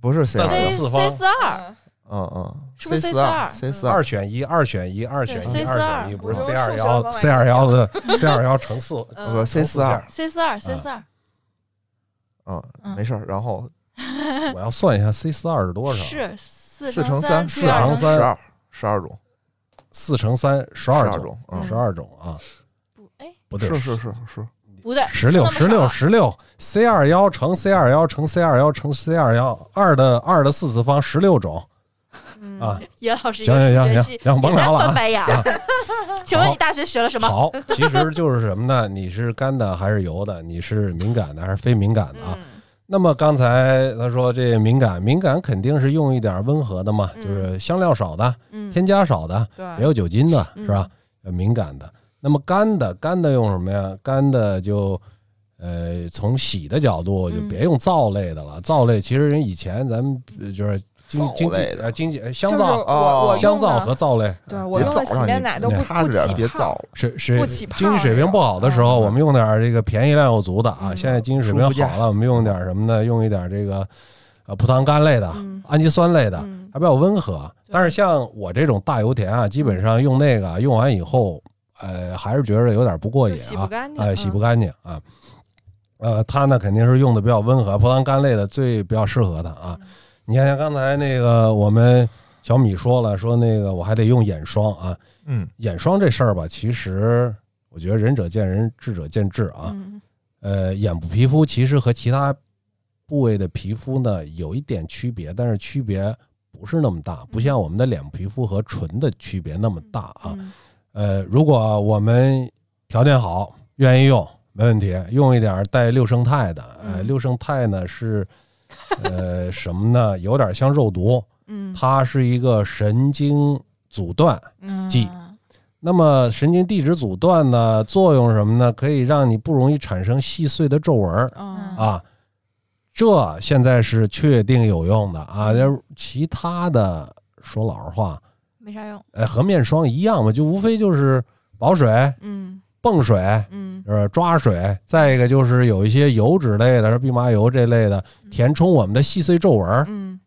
Speaker 1: 不 是 C
Speaker 2: 啊
Speaker 3: C
Speaker 1: 二，
Speaker 2: 四
Speaker 3: C
Speaker 2: 方
Speaker 3: 四二，
Speaker 4: 嗯
Speaker 1: 嗯嗯
Speaker 3: 是不是
Speaker 1: C 四
Speaker 3: C42
Speaker 1: C 四
Speaker 2: 二选一，二选一，二选一，
Speaker 3: 对
Speaker 2: 二选一，
Speaker 3: C42
Speaker 2: 不是
Speaker 4: 我
Speaker 2: C
Speaker 4: 就
Speaker 2: 二
Speaker 4: 是数学方
Speaker 2: 幺
Speaker 4: 面
Speaker 2: ，C 二幺的 C 二幺乘四，
Speaker 1: 不
Speaker 4: 嗯
Speaker 1: C 四二，
Speaker 3: C 四二 C
Speaker 2: 嗯
Speaker 3: 四二，
Speaker 1: 嗯，
Speaker 3: 嗯
Speaker 1: 没事儿，然后
Speaker 2: 我要算一下 C 四二是多少？啊
Speaker 3: 是四
Speaker 1: 四乘三，
Speaker 3: 三除
Speaker 2: 四
Speaker 3: 以二
Speaker 2: 乘
Speaker 1: 乘
Speaker 2: 三
Speaker 1: 十二，十二种，
Speaker 2: 四乘三十二
Speaker 1: 12
Speaker 2: 种，
Speaker 1: 种，嗯，
Speaker 2: 十二种啊，
Speaker 3: 不，哎，
Speaker 2: 不对，
Speaker 1: 是是是是，
Speaker 3: 不对，
Speaker 2: 十六
Speaker 3: 那么
Speaker 2: 十
Speaker 3: 少
Speaker 2: 六十六 C 二幺乘 C 二幺乘 C 二幺乘 C 二幺二的二的四次方十六种
Speaker 4: 嗯
Speaker 2: 啊，
Speaker 3: 叶老师一
Speaker 2: 行
Speaker 3: 个
Speaker 2: 行
Speaker 3: 数
Speaker 2: 行
Speaker 3: 学
Speaker 2: 行
Speaker 3: 系，
Speaker 2: 行甭
Speaker 3: 也在
Speaker 2: 聊了啊
Speaker 3: 翻 白眼儿。请问
Speaker 2: 好
Speaker 3: 你大学学了什么？
Speaker 2: 好，其实就是什么呢？你是干的还是油的？你是敏感的还是非敏感的啊？
Speaker 4: 嗯
Speaker 2: 那么刚才他说这敏感，敏感肯定是用一点温和的嘛，
Speaker 4: 嗯
Speaker 2: 就是香料少的、
Speaker 4: 嗯，
Speaker 2: 添加少的、没
Speaker 4: 对，
Speaker 2: 有酒精的，
Speaker 4: 嗯
Speaker 2: 是吧？呃敏感的。那么干的，干的用什么呀？干的就，呃，从洗的角度就
Speaker 4: 嗯
Speaker 2: 别用皂类的了。皂类其实人以前咱们呃就是经
Speaker 1: 皂
Speaker 2: 经济
Speaker 1: 类的
Speaker 2: 呃经济呃香
Speaker 4: 就是
Speaker 2: 皂、
Speaker 4: 我我
Speaker 1: 哦
Speaker 2: 香
Speaker 4: 用
Speaker 2: 皂
Speaker 4: 的
Speaker 2: 和皂类，
Speaker 4: 对
Speaker 2: 呃
Speaker 4: 我
Speaker 1: 啊别
Speaker 4: 用的
Speaker 1: 早
Speaker 4: 洗
Speaker 1: 上
Speaker 4: 面
Speaker 1: 你
Speaker 4: 奶都
Speaker 2: 对
Speaker 4: 不
Speaker 1: 踏实
Speaker 4: 不
Speaker 1: 点儿
Speaker 4: 起
Speaker 1: 别
Speaker 4: 泡
Speaker 1: 造了，
Speaker 2: 水水
Speaker 4: 不起泡
Speaker 2: 经济水平不好的时
Speaker 4: 那
Speaker 2: 候，
Speaker 4: 种
Speaker 2: 我们用点儿这个便宜量又足的啊。
Speaker 4: 嗯
Speaker 2: 现在经济水
Speaker 1: 舒肤
Speaker 2: 平
Speaker 1: 佳
Speaker 2: 好了，我们用点儿什么呢？用一点儿这个呃葡萄苷类的、
Speaker 4: 嗯
Speaker 2: 氨基酸类的，
Speaker 4: 嗯
Speaker 1: 啊
Speaker 2: 还比较温和。啊
Speaker 4: 对嗯
Speaker 2: 但是像我这种大油田啊，基本上用那个啊用完以后，呃，还是觉得有点不过
Speaker 4: 就
Speaker 2: 瘾
Speaker 4: 洗不
Speaker 2: 啊，
Speaker 4: 干净，嗯
Speaker 2: 哎，洗不干净啊。呃，它呢肯定是用的比较温和，葡萄苷类的最比较适合它啊。
Speaker 4: 嗯
Speaker 2: 你看，像刚才那个我们小米说了，说那个我还得用眼霜啊。
Speaker 1: 嗯，
Speaker 2: 眼霜这事儿吧，其实我觉得仁者见仁，智者见智啊。
Speaker 4: 嗯
Speaker 2: 呃，眼部皮肤其实和其他部位的皮肤呢有一点区别，但是区别不是那么大，不像我们的脸部皮肤和唇的区别那么大啊。
Speaker 4: 嗯
Speaker 2: 呃，如果我们条件好，愿意用，没问题，用一点儿带六胜肽的。呃，
Speaker 4: 嗯
Speaker 2: 六胜肽呢是呃什么呢？有点像肉毒，
Speaker 4: 嗯
Speaker 2: 它是一个神经阻断。
Speaker 4: 嗯
Speaker 2: 记那么神经递质阻断呢，作用是什么呢？可以让你不容易产生细碎的皱纹儿
Speaker 4: 嗯
Speaker 2: 啊。这现在是确定有用的啊，要是其他的说老实话，
Speaker 3: 没啥用。
Speaker 2: 呃，和面霜一样嘛，就无非就是保水、
Speaker 4: 嗯
Speaker 2: 泵水，
Speaker 4: 嗯
Speaker 2: 呃，抓水。再一个就是有一些油脂类的，是蓖麻油这类的，填充我们的细碎皱纹儿。
Speaker 4: 嗯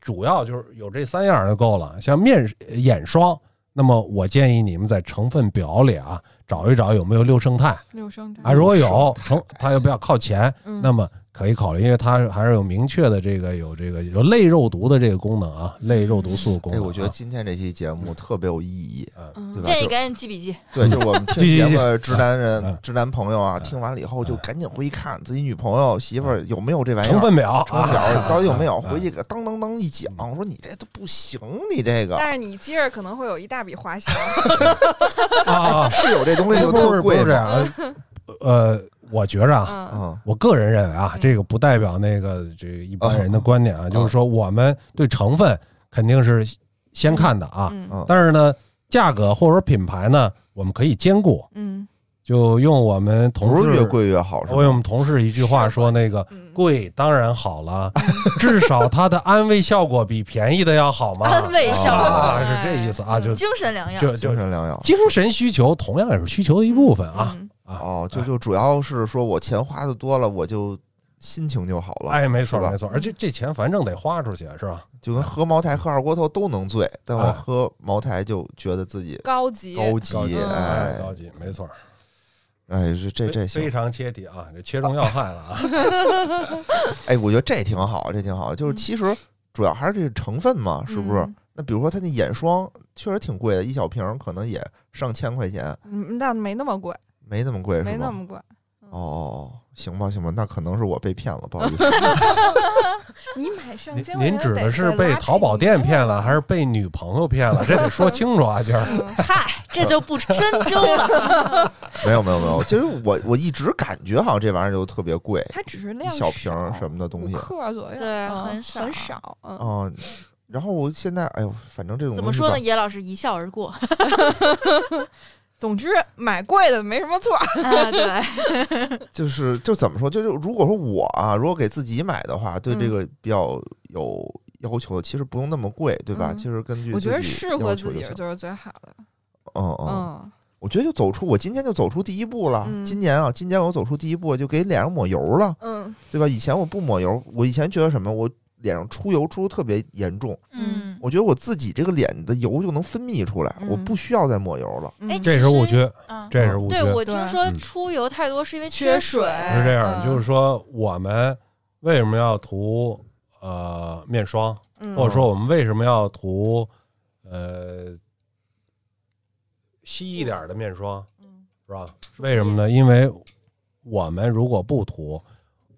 Speaker 2: 主要就是有这三样就够了。像面呃眼霜，那么我建议你们在成分表里啊找一找有没有六胜肽
Speaker 4: 六升
Speaker 2: 啊，
Speaker 1: 哎
Speaker 2: 如果有
Speaker 1: 六
Speaker 2: 成，它又比较靠前，
Speaker 4: 嗯
Speaker 2: 那么可以考虑，因为它还是有明确的这个有这个有类肉毒的这个功能啊，
Speaker 4: 嗯
Speaker 2: 类肉毒素功
Speaker 1: 哎，
Speaker 2: 能、啊。
Speaker 1: 我觉得今天这期节目特别有意义，
Speaker 4: 嗯
Speaker 1: 对吧？
Speaker 3: 建议
Speaker 1: 就
Speaker 3: 赶紧记笔记。
Speaker 1: 对，就是我们听
Speaker 2: 继
Speaker 1: 节
Speaker 2: 续继
Speaker 1: 目
Speaker 2: 续
Speaker 1: 的直男
Speaker 2: 嗯
Speaker 1: 人、直男朋友啊，
Speaker 2: 嗯
Speaker 1: 听完了以后就赶紧回去看自己女朋友、媳妇儿有没有这玩意儿，
Speaker 2: 成分表，
Speaker 1: 成分表
Speaker 2: 啊
Speaker 1: 到底有没有？
Speaker 2: 啊
Speaker 1: 回去给当当当一讲，
Speaker 2: 嗯
Speaker 1: 我说你这都不行，你这个
Speaker 4: 但是你接着可能会有一大笔花销，
Speaker 2: 啊 啊？
Speaker 1: 是有这东西就
Speaker 2: 不是
Speaker 1: 特
Speaker 2: 不
Speaker 1: 贵
Speaker 2: 是这
Speaker 1: 吗？
Speaker 2: 样，呃呃，我觉着啊，
Speaker 4: 嗯
Speaker 1: 嗯
Speaker 2: 我个人认为啊
Speaker 4: 嗯，
Speaker 2: 这个不代表那个这个一般人的观点啊，
Speaker 1: 嗯
Speaker 2: 就是说我们对成分肯定是先看的啊，
Speaker 4: 嗯
Speaker 1: 嗯，
Speaker 2: 但是呢，价格或者说品牌呢，我们可以兼顾。
Speaker 4: 嗯
Speaker 2: 就用我们同
Speaker 1: 不
Speaker 2: 事
Speaker 1: 是越，贵越好，是
Speaker 2: 我用我
Speaker 1: 吧？
Speaker 2: 们同事一句话说，那个
Speaker 4: 嗯
Speaker 2: 贵当然好了， 至少它的安慰效果比便宜的要好嘛。
Speaker 3: 安慰效果
Speaker 2: 啊，是这意思啊，
Speaker 4: 嗯
Speaker 2: 就
Speaker 3: 精神良药，
Speaker 2: 就
Speaker 1: 精
Speaker 2: 就
Speaker 1: 神良药。
Speaker 2: 精神需求同样也是需求的一部分啊。，
Speaker 4: 嗯
Speaker 1: 哦，就就主要是说我钱花的多了，我就心情就好了。
Speaker 2: 哎，没错
Speaker 1: 嗯是吧
Speaker 2: 没错，而且这钱反正得花出去，是吧？
Speaker 1: 就跟喝茅台、喝二锅头都能醉，但
Speaker 2: 哎
Speaker 1: 我喝茅台就觉得自己
Speaker 4: 高级
Speaker 1: 高级
Speaker 2: 高级，
Speaker 4: 嗯
Speaker 2: 哎，
Speaker 1: 哎
Speaker 2: 高级，没错。
Speaker 1: 哎，是这这
Speaker 2: 非
Speaker 1: 行，
Speaker 2: 常切题啊，这切中要害了 啊。
Speaker 1: 哎，我觉得这挺好，这挺好。就是
Speaker 4: 嗯
Speaker 1: 其实主要还是这个成分嘛，是不是？
Speaker 4: 嗯
Speaker 1: 那比如说它那眼霜确实挺贵的，一小瓶儿可能也上千块钱，
Speaker 4: 嗯，但没那么贵，
Speaker 1: 没那么贵
Speaker 4: 没
Speaker 1: 是
Speaker 4: 那
Speaker 1: 吗？
Speaker 4: 么贵。
Speaker 1: 哦哦，哦，行吧行吧，那可能是我被骗了，不好意 思。
Speaker 4: 你买上
Speaker 2: 您
Speaker 4: 千块钱
Speaker 2: 您指
Speaker 4: 得
Speaker 2: 的是被淘宝店骗了，还是被女朋友骗了？这得说清楚啊，今 儿。
Speaker 3: 嗨，这就不深究了。
Speaker 1: 没有没有没有，就是我我一直感觉好像这玩意儿就特别贵，
Speaker 4: 它只是
Speaker 1: 一
Speaker 4: 量
Speaker 1: 小瓶儿什
Speaker 4: 么
Speaker 1: 么的东西
Speaker 4: 五。克左右，
Speaker 3: 对很
Speaker 4: 嗯很
Speaker 3: 少
Speaker 4: 少，嗯，
Speaker 1: 哦、然后我现在哎呦，反正这种
Speaker 3: 怎
Speaker 1: 东西
Speaker 3: 么说
Speaker 1: 吧
Speaker 3: 呢？野老师一笑 而过。
Speaker 4: 总之买贵的没什么错，
Speaker 3: 啊，对，
Speaker 1: 就是就怎么说，就是如果说我啊，如果给自己买的话，对
Speaker 4: 嗯
Speaker 1: 这个比较有要求的，其实不用那么贵，对吧？
Speaker 4: 嗯
Speaker 1: 其实根据
Speaker 4: 我觉得
Speaker 1: 自己
Speaker 4: 适合
Speaker 1: 要求
Speaker 4: 自己
Speaker 1: 就行
Speaker 4: 就是最好的。
Speaker 1: 嗯嗯，
Speaker 4: 嗯
Speaker 1: 我觉得就走出，我今天就走出第一步了。
Speaker 4: 嗯
Speaker 1: 今年啊，今年我走出第一步，就给脸上抹油了，
Speaker 4: 嗯
Speaker 1: 对吧？以前我不抹油，我以前觉得什么，我脸上出油出得特别严重，
Speaker 3: 嗯，
Speaker 1: 我觉得我自己这个脸的油就能分泌出来，
Speaker 4: 嗯
Speaker 1: 我不需要再抹油了。
Speaker 4: 嗯
Speaker 3: 哎
Speaker 2: 这是误区，
Speaker 3: 啊，
Speaker 2: 这是误区。
Speaker 3: 对我
Speaker 4: 对
Speaker 3: 听说
Speaker 2: 嗯
Speaker 3: 出油太多是因为
Speaker 4: 缺
Speaker 3: 水
Speaker 4: 水，
Speaker 2: 是这样，
Speaker 4: 嗯
Speaker 2: 就是说我们为什么要涂呃面霜，
Speaker 4: 嗯
Speaker 2: 或者说我们为什么要涂呃稀一点的面霜，
Speaker 4: 嗯
Speaker 2: 是吧？为什么呢？因为我们如果不涂，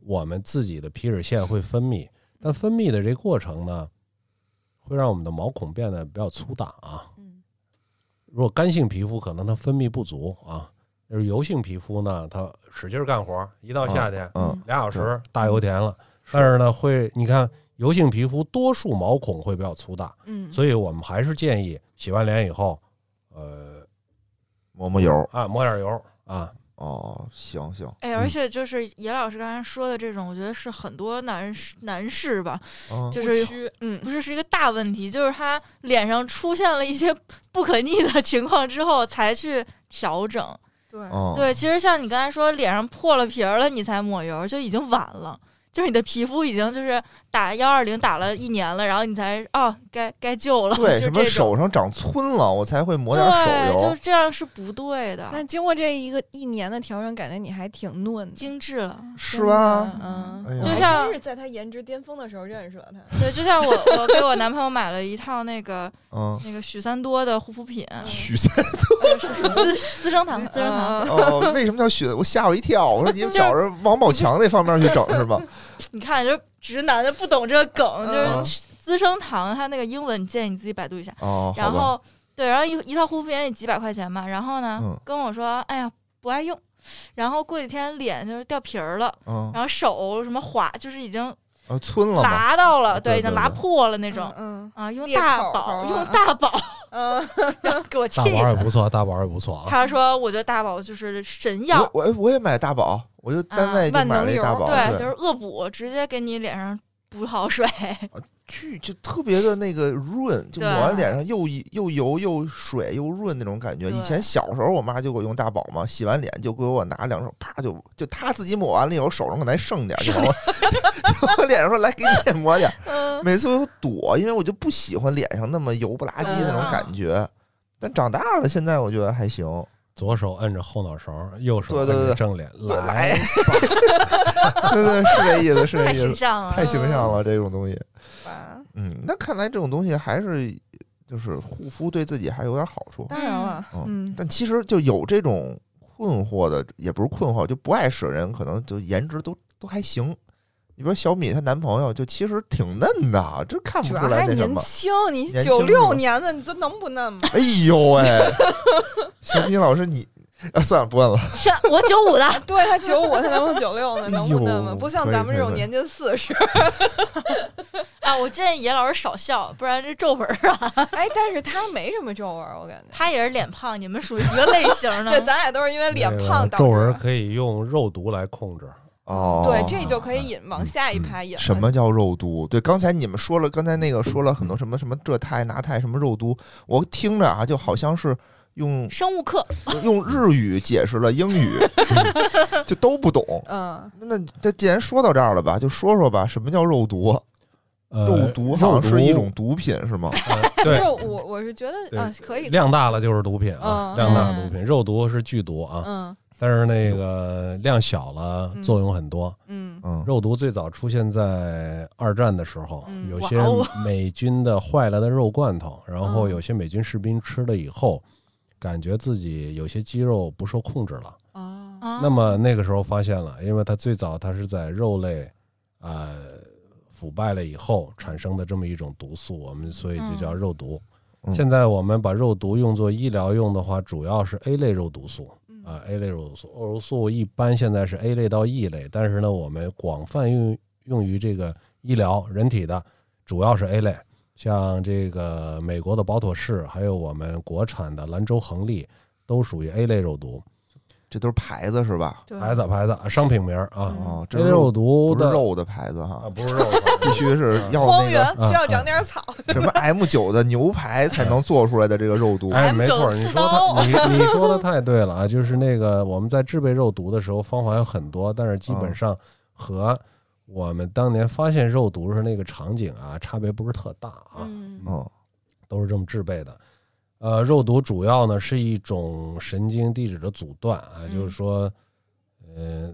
Speaker 2: 我们自己的皮脂腺会分泌，但分泌的这过程呢，会让我们的毛孔变得比较粗大啊。
Speaker 4: 嗯
Speaker 2: 如果干性皮肤可能它分泌不足啊，就是油性皮肤呢，它使劲儿干活，一到夏天、
Speaker 1: 嗯，
Speaker 2: 俩小时大油田了，但是呢，会你看油性皮肤多数毛孔会比较粗大，
Speaker 4: 嗯，
Speaker 2: 所以我们还是建议洗完脸以后，呃，
Speaker 1: 抹抹油
Speaker 2: 啊抹点油啊，
Speaker 1: 哦，行行，
Speaker 3: 哎，
Speaker 2: 嗯
Speaker 3: 而且就是野老师刚才说的这种，我觉得是很多男士男士吧，
Speaker 1: 啊，
Speaker 3: 就
Speaker 4: 误
Speaker 3: 是
Speaker 4: 区嗯
Speaker 3: 不是是一个大问题，就是他脸上出现了一些不可逆的情况之后才去调整。
Speaker 4: 对
Speaker 1: 嗯，
Speaker 3: 对，其实像你刚才说，脸上破了皮儿了，你才抹油就已经晚了。就是你的皮肤已经就是打幺二零打了一年了，然后你才哦该该救了，
Speaker 1: 对，
Speaker 3: 就
Speaker 1: 什
Speaker 3: 是
Speaker 1: 么
Speaker 3: 这种
Speaker 1: 手上长皴了，我才会抹点
Speaker 3: 对，
Speaker 1: 手
Speaker 3: 就
Speaker 1: 油。
Speaker 3: 这样是不对的，
Speaker 4: 但经过这一个一年的调整，感觉你还挺嫩的，
Speaker 3: 精致了。
Speaker 1: 是吧？
Speaker 4: 真的嗯，
Speaker 1: 哎呀
Speaker 4: 我
Speaker 3: 就
Speaker 4: 还
Speaker 3: 像
Speaker 4: 真是在他颜值巅峰的时候认识了他。
Speaker 3: 对，就像我我给我男朋友买了一套那个
Speaker 1: 嗯，
Speaker 3: 那个许三多的护肤品，
Speaker 1: 许三
Speaker 3: 资资生堂 资生堂，
Speaker 4: 嗯
Speaker 1: 哦，为什么叫许？我吓我一跳，我说你们找着王宝强那方面去整 是吧？
Speaker 3: 你看就是直男的不懂这个梗，
Speaker 1: 嗯
Speaker 3: 就是资生堂它那个英文建议你自己百度一下。
Speaker 1: 哦，好
Speaker 3: 然
Speaker 1: 吧，
Speaker 3: 后对，然后一一套护肤品也几百块钱嘛，然后呢、
Speaker 1: 嗯
Speaker 3: 跟我说，哎呀不爱用，然后过几天脸就是掉皮儿了，
Speaker 1: 嗯，
Speaker 3: 然后手什么滑，就是已经
Speaker 1: 呃，皴了嘛，
Speaker 3: 拉到了，
Speaker 1: 对
Speaker 3: 已经
Speaker 1: 对
Speaker 3: 拉
Speaker 1: 对
Speaker 3: 破了那种。
Speaker 4: 嗯
Speaker 3: 啊，用
Speaker 4: 裂
Speaker 3: 大
Speaker 4: 口
Speaker 3: 宝，
Speaker 4: 儿啊
Speaker 3: 用大宝
Speaker 4: 嗯，
Speaker 3: 给我气
Speaker 2: 大宝也
Speaker 3: 的。
Speaker 2: 不错，大宝也不错啊。
Speaker 3: 他说，我觉得大宝就是神药
Speaker 1: 我，我我也买大宝，我就单
Speaker 3: 啊
Speaker 1: 位就
Speaker 4: 万
Speaker 1: 买
Speaker 4: 能
Speaker 1: 了一
Speaker 4: 油
Speaker 1: 大宝，对
Speaker 3: 对，就是，恶补，直接给你脸上补好水。
Speaker 1: 巨就特别的那个润，就
Speaker 3: 对
Speaker 1: 抹完脸上又一又油又水又润那种感觉。
Speaker 3: 对
Speaker 1: 以前小时候，我妈就给我用大宝嘛，洗完脸就给我拿两手，啪就就她自己抹完了以后，手上可能还剩点儿，就往我 就往我脸上说来给你也抹点儿。
Speaker 4: 嗯
Speaker 1: 每次我就躲，因为我就不喜欢脸上那么油不拉几那
Speaker 3: 嗯
Speaker 1: 种感觉。但长大了，现在我觉得还行。
Speaker 2: 左手摁着后脑勺，右手
Speaker 1: 对
Speaker 2: 摁
Speaker 1: 对
Speaker 2: 着
Speaker 1: 对
Speaker 2: 正脸，
Speaker 1: 对，哎
Speaker 2: 来
Speaker 1: 来，对对，是这意思， 是这
Speaker 3: 太
Speaker 1: 意
Speaker 3: 形
Speaker 1: 思，
Speaker 3: 象了，
Speaker 1: 太形象了，这种东西。
Speaker 4: 吧，
Speaker 1: 嗯，那看来这种东西还是就是护肤对自己还有点好处。
Speaker 4: 当然了，嗯，
Speaker 1: 哦但其实就有这种困惑的，也不是困惑，就不爱使的人，可能就颜值都都还行。你比如小米她男朋友，就其实挺嫩的，啊这看不
Speaker 4: 主
Speaker 1: 出
Speaker 4: 要
Speaker 1: 来
Speaker 4: 还
Speaker 1: 那
Speaker 4: 是
Speaker 1: 什
Speaker 4: 年
Speaker 1: 么。
Speaker 4: 轻，你
Speaker 1: 年轻
Speaker 4: 九
Speaker 1: 是吧
Speaker 4: 六年的，你这能不嫩吗？
Speaker 1: 哎呦喂、小米老师你，啊算了不问了，
Speaker 3: 是我九五的，
Speaker 4: 对他九五，他男朋友九六呢，
Speaker 1: 哎
Speaker 4: 能不嫩吗？
Speaker 1: 呦
Speaker 4: 不像
Speaker 1: 可以
Speaker 4: 咱们
Speaker 1: 可以
Speaker 4: 这种
Speaker 1: 可以
Speaker 4: 年近四十。
Speaker 3: 啊，我建议野老师少笑，不然这皱纹儿 啊，
Speaker 4: 哎，但是他没什么皱纹儿，我感觉。
Speaker 3: 他也是脸胖，你们属于一个类型的。
Speaker 4: 对，咱俩都是因为脸胖
Speaker 2: 那个
Speaker 4: 导致
Speaker 2: 皱纹可以用肉毒来控制。
Speaker 1: 哦，
Speaker 4: 对，这就可以引往下一趴引了。
Speaker 1: 什么叫肉毒？对，刚才你们说了，刚才那个说了很多什么什么这肽那肽什么肉毒，我听着啊，就好像是用
Speaker 3: 生物课，
Speaker 1: 用日语解释了英语， 就都不懂。
Speaker 4: 嗯？
Speaker 1: 那那既然说到这儿了吧，就说说吧，什么叫肉毒？啊
Speaker 2: 呃，
Speaker 1: 肉毒好像是一种毒品是吗？
Speaker 2: 呃
Speaker 4: 嗯，就
Speaker 2: 对
Speaker 4: 是，我我是觉得
Speaker 2: 对
Speaker 4: 啊，可以，
Speaker 2: 量大了就是毒品啊，
Speaker 4: 嗯
Speaker 2: 量大了毒品，肉毒是剧毒啊，
Speaker 4: 嗯
Speaker 2: 但是那个量小了
Speaker 4: 嗯
Speaker 2: 作用很多。
Speaker 4: 嗯
Speaker 1: 嗯，
Speaker 2: 肉毒最早出现在二战的时候
Speaker 4: 嗯，
Speaker 2: 有
Speaker 3: 哇
Speaker 2: 些
Speaker 3: 哦
Speaker 2: 美军的坏了的肉罐 头，然后
Speaker 4: 嗯
Speaker 2: 有些美军士兵吃了以后，感觉自己有些肌肉不受控制了。
Speaker 4: 哦，
Speaker 1: 嗯
Speaker 3: 那
Speaker 2: 那么那个时候发现了，因为它最早它是在肉类，呃，腐败了以后产生的这么一种毒素，我们所以就叫
Speaker 3: 嗯
Speaker 2: 肉毒。
Speaker 1: 嗯
Speaker 2: 现在我们把肉毒用作医疗用的话，主要是 A 类肉毒素啊、a 类肉毒素，肉毒素一般现在是 A 类到 E 类，但是呢，我们广泛用用于这个医疗人体的，主要是 A 类。像这个美国的宝妥适，还有我们国产的兰州恒力，都属于 A 类肉毒。
Speaker 1: 这都是牌子是吧？
Speaker 4: 对，
Speaker 2: 牌子牌子啊商品名儿啊
Speaker 4: 嗯，
Speaker 1: 哦，这
Speaker 2: 这肉毒
Speaker 1: 不是
Speaker 2: 的嗯
Speaker 1: 肉的牌子
Speaker 2: 啊
Speaker 1: 哈，
Speaker 2: 不是肉，
Speaker 1: 必须是要
Speaker 4: 荒
Speaker 1: 那
Speaker 4: 原
Speaker 1: 个
Speaker 4: 需要长点草。
Speaker 1: 什么 M 九的牛排才能做出来的这个肉毒。
Speaker 2: 哎，没错，
Speaker 3: M9
Speaker 2: 你
Speaker 3: 刺
Speaker 2: 说
Speaker 3: 刀
Speaker 2: 他你你说的太对了啊，就是那个我们在制备肉毒的时候方法有很多，但是基本
Speaker 1: 嗯
Speaker 2: 上和我们当年发现肉毒时那个场景啊差别不是特大啊，
Speaker 4: 嗯
Speaker 1: 嗯
Speaker 2: 都是这么制备的。呃，肉毒主要呢是一种神经递质的阻断啊，就是
Speaker 4: 嗯
Speaker 2: 说，呃，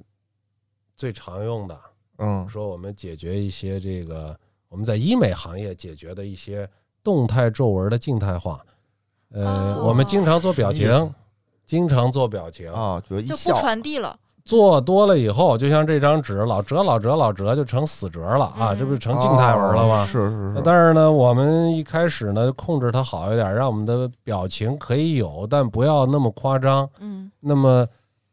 Speaker 2: 最常用的
Speaker 1: 嗯
Speaker 2: 说我们解决一些这个我们在医美行业解决的一些动态皱纹的静态化，呃，
Speaker 3: 哦
Speaker 2: 我们经常做表
Speaker 1: 什么意
Speaker 2: 情，经常做表情，
Speaker 1: 啊，比如一
Speaker 3: 就不
Speaker 1: 笑，
Speaker 3: 传递了，
Speaker 2: 做多了以后，就像这张纸老折老折老折，就成死折了啊，
Speaker 3: 嗯
Speaker 2: 这不是成静态纹了
Speaker 1: 哦
Speaker 2: 吗？
Speaker 1: 是是是，
Speaker 2: 但是呢，我们一开始呢，控制它好一点，让我们的表情可以有，但不要那么夸张。
Speaker 4: 嗯
Speaker 2: 那么，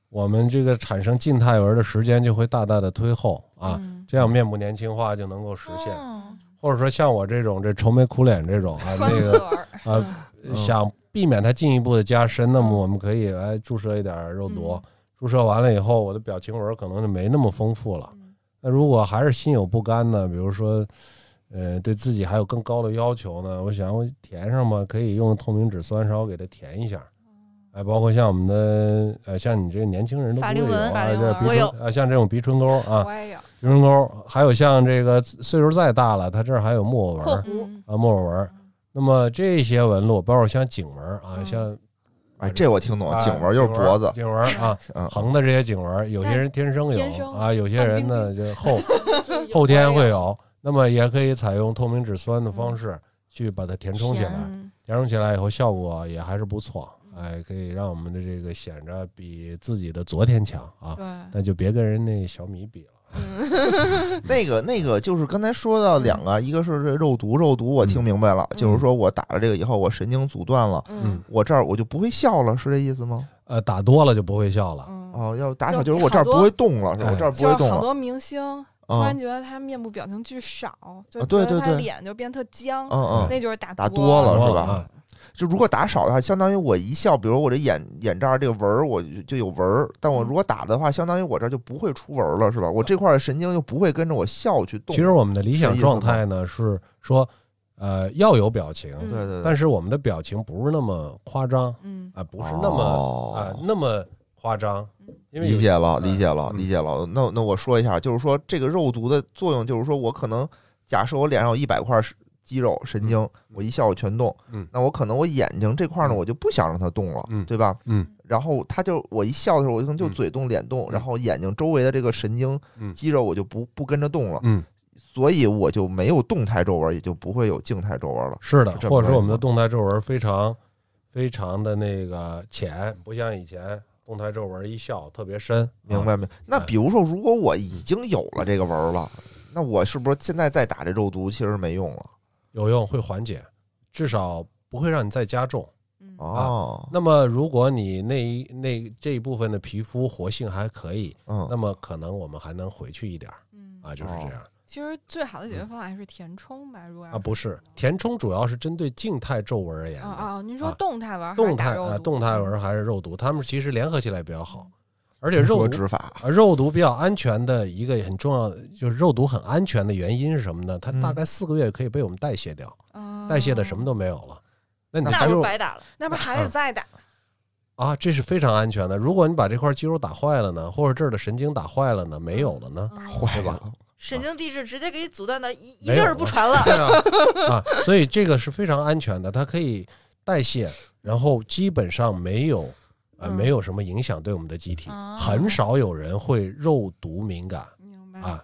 Speaker 2: 我们这个产生静态纹的时间就会大大的推后啊，
Speaker 4: 嗯
Speaker 2: 这样面部年轻化就能够实现。
Speaker 3: 哦
Speaker 2: 或者说像我这种这愁眉苦脸这种啊，
Speaker 4: 双
Speaker 2: 那
Speaker 4: 子
Speaker 2: 个
Speaker 4: 轮儿
Speaker 2: 啊，
Speaker 1: 嗯
Speaker 2: 想避免它进一步的加深，那么我们可以来注射一点肉
Speaker 3: 嗯
Speaker 2: 毒。注射完了以后，我的表情纹可能就没那么丰富了。
Speaker 4: 嗯
Speaker 2: 那如果还是心有不甘呢，比如说，呃，对自己还有更高的要求呢，我想我填上吧，可以用透明质酸稍微给它填一下。
Speaker 3: 哦
Speaker 2: 哎，包括像我们的呃，像你这个年轻人都不
Speaker 3: 法
Speaker 2: 会
Speaker 3: 令
Speaker 2: 有
Speaker 3: 纹
Speaker 2: 啊，
Speaker 4: 法令
Speaker 2: 这
Speaker 4: 纹
Speaker 2: 鼻
Speaker 3: 我有
Speaker 2: 唇啊，像这种鼻唇沟啊，
Speaker 4: 我也有
Speaker 2: 鼻唇沟，还有像这个岁数再大了，他这儿还有木偶纹
Speaker 3: 括
Speaker 2: 儿
Speaker 3: 弧嗯
Speaker 4: 嗯
Speaker 2: 啊，木偶纹儿。那么这些纹路，包括像颈纹儿啊，
Speaker 4: 嗯
Speaker 2: 像
Speaker 1: 哎，这我听懂，
Speaker 2: 啊
Speaker 1: 颈纹就是脖子，
Speaker 2: 颈纹儿啊，
Speaker 1: 嗯，
Speaker 2: 横的这些颈纹儿，有些人天生
Speaker 4: 天生
Speaker 2: 有啊，有些人呢 就后
Speaker 3: 这有
Speaker 2: 后天会有。那么也可以采用透明质酸的方式去把它填充起来，
Speaker 4: 嗯
Speaker 2: 填充起来以后效果也还是不错，哎，可以让我们的这个显着比自己的昨天强啊，
Speaker 4: 对，
Speaker 2: 那就别跟人那小米比了。
Speaker 1: 那个那个就是刚才说到两
Speaker 2: 嗯
Speaker 1: 个，一个是这肉毒，肉毒我听明白了，
Speaker 4: 嗯
Speaker 1: 就是说我打了这个以后，我神经阻断了，
Speaker 4: 嗯
Speaker 1: 我这儿我就不会笑了，是这意思吗？
Speaker 2: 呃，打多了就不会笑了。
Speaker 4: 嗯，
Speaker 1: 哦，要打
Speaker 4: 就
Speaker 1: 少就是
Speaker 4: 好
Speaker 1: 我这儿不
Speaker 4: 多
Speaker 1: 会动了，是吧
Speaker 2: 哎
Speaker 1: 我这儿不
Speaker 4: 就
Speaker 1: 会
Speaker 4: 是
Speaker 1: 动
Speaker 4: 好
Speaker 1: 了
Speaker 4: 多明星突
Speaker 1: 啊
Speaker 4: 然，觉得他面部表情巨少，就
Speaker 1: 啊
Speaker 4: 觉
Speaker 1: 对
Speaker 4: 得
Speaker 1: 对
Speaker 4: 他
Speaker 1: 对
Speaker 4: 脸就变特僵
Speaker 1: 嗯，嗯，
Speaker 4: 那就是打
Speaker 1: 打
Speaker 4: 多
Speaker 1: 多了是
Speaker 2: 多了
Speaker 1: 吧
Speaker 2: 啊？
Speaker 1: 就如果打少的话，相当于我一笑，比如我这眼眼罩这个纹儿，我就就有纹儿。但我如果打的话，相当于我这儿就不会出纹儿了，是吧？我这块儿神经就不会跟着我笑去动。哦
Speaker 2: 其实我们的理
Speaker 1: 这
Speaker 2: 想
Speaker 1: 意思
Speaker 2: 状
Speaker 1: 吗
Speaker 2: 态呢是说，呃，要有表情，
Speaker 4: 嗯
Speaker 1: 对对对，
Speaker 2: 但是我们的表情不是那么夸张
Speaker 4: 嗯
Speaker 2: 啊，不是那么啊、
Speaker 1: 哦
Speaker 2: 那么夸张，因为有
Speaker 1: 理解了，理解了，
Speaker 2: 嗯
Speaker 1: 理解了。那那我说一下，就是说这个肉毒的作用，就是说我可能假设我脸上有一百块肌肉神经，我一笑我全动，
Speaker 2: 嗯
Speaker 1: 那我可能我眼睛这块呢，
Speaker 2: 嗯
Speaker 1: 我就不想让它动了，
Speaker 2: 嗯
Speaker 1: 对吧？
Speaker 2: 嗯，
Speaker 1: 然后它就我一笑的时候，我可能就
Speaker 2: 嗯
Speaker 1: 嘴动、脸动，
Speaker 2: 嗯
Speaker 1: 然后眼睛周围的这个神经
Speaker 2: 嗯
Speaker 1: 肌肉我就不不跟着动了，
Speaker 2: 嗯，
Speaker 1: 所以我就没有动态皱纹，也就不会有静态皱纹了。
Speaker 2: 是的，
Speaker 1: 是这么
Speaker 2: 或
Speaker 1: 回
Speaker 2: 者
Speaker 1: 事
Speaker 2: 说我们的
Speaker 1: 吗
Speaker 2: 动态皱纹非常非常的那个浅，不像以前动态皱纹一笑特别深，
Speaker 1: 明
Speaker 2: 啊？
Speaker 1: 白没？那比如说，如果我已经有了这个纹儿了，那我是不是现在再打这肉毒其实没用了？
Speaker 2: 有用会缓解，至少不会让你再加重。
Speaker 4: 嗯
Speaker 1: 哦，
Speaker 2: 那么如果你那一那这一部分的皮肤活性还可以，
Speaker 1: 嗯哦
Speaker 2: 那，么可能我们还能回去一点儿
Speaker 4: 嗯
Speaker 2: 啊，就是这样。
Speaker 4: 其实最好的解决方案是填充吧，如果
Speaker 2: 啊，不是，填充主要是针对静态皱纹而言的，
Speaker 4: 啊啊，您说
Speaker 2: 啊
Speaker 4: 动态纹还是
Speaker 2: 动
Speaker 4: 打
Speaker 2: 态
Speaker 4: 肉
Speaker 2: 啊，
Speaker 4: 毒
Speaker 2: 动态纹还是肉毒，它们其实联合起来比较好，而且肉
Speaker 1: 说
Speaker 2: 毒
Speaker 1: 执法
Speaker 2: 啊，肉毒比较安全的一个很重要的，就是肉毒很安全的原因是什么呢？它大
Speaker 1: 嗯
Speaker 2: 概四个月可以被我们代谢掉，
Speaker 4: 嗯
Speaker 2: 代谢的什么都没有了，那你的
Speaker 1: 那
Speaker 3: 那
Speaker 2: 肌
Speaker 3: 就
Speaker 2: 肉
Speaker 3: 白打了。
Speaker 4: 那不还得再打？
Speaker 2: 啊，这是非常安全的。如果你把这块肌肉打坏了呢，或者这儿的神经打坏了呢，没有了呢？
Speaker 4: 嗯
Speaker 1: 坏
Speaker 2: 吧
Speaker 1: 了，
Speaker 3: 神经递质直接给你阻断到一一
Speaker 2: 没
Speaker 3: 阵儿
Speaker 2: 有
Speaker 3: 不
Speaker 2: 了
Speaker 4: 嗯
Speaker 3: 传了。
Speaker 2: 对啊，啊，所以这个是非常安全的，它可以代谢，然后基本上没有，呃，
Speaker 4: 嗯
Speaker 2: 没有什么影响对我们的机体，
Speaker 3: 哦
Speaker 2: 很少有人会肉毒敏感
Speaker 4: 明白
Speaker 2: 啊，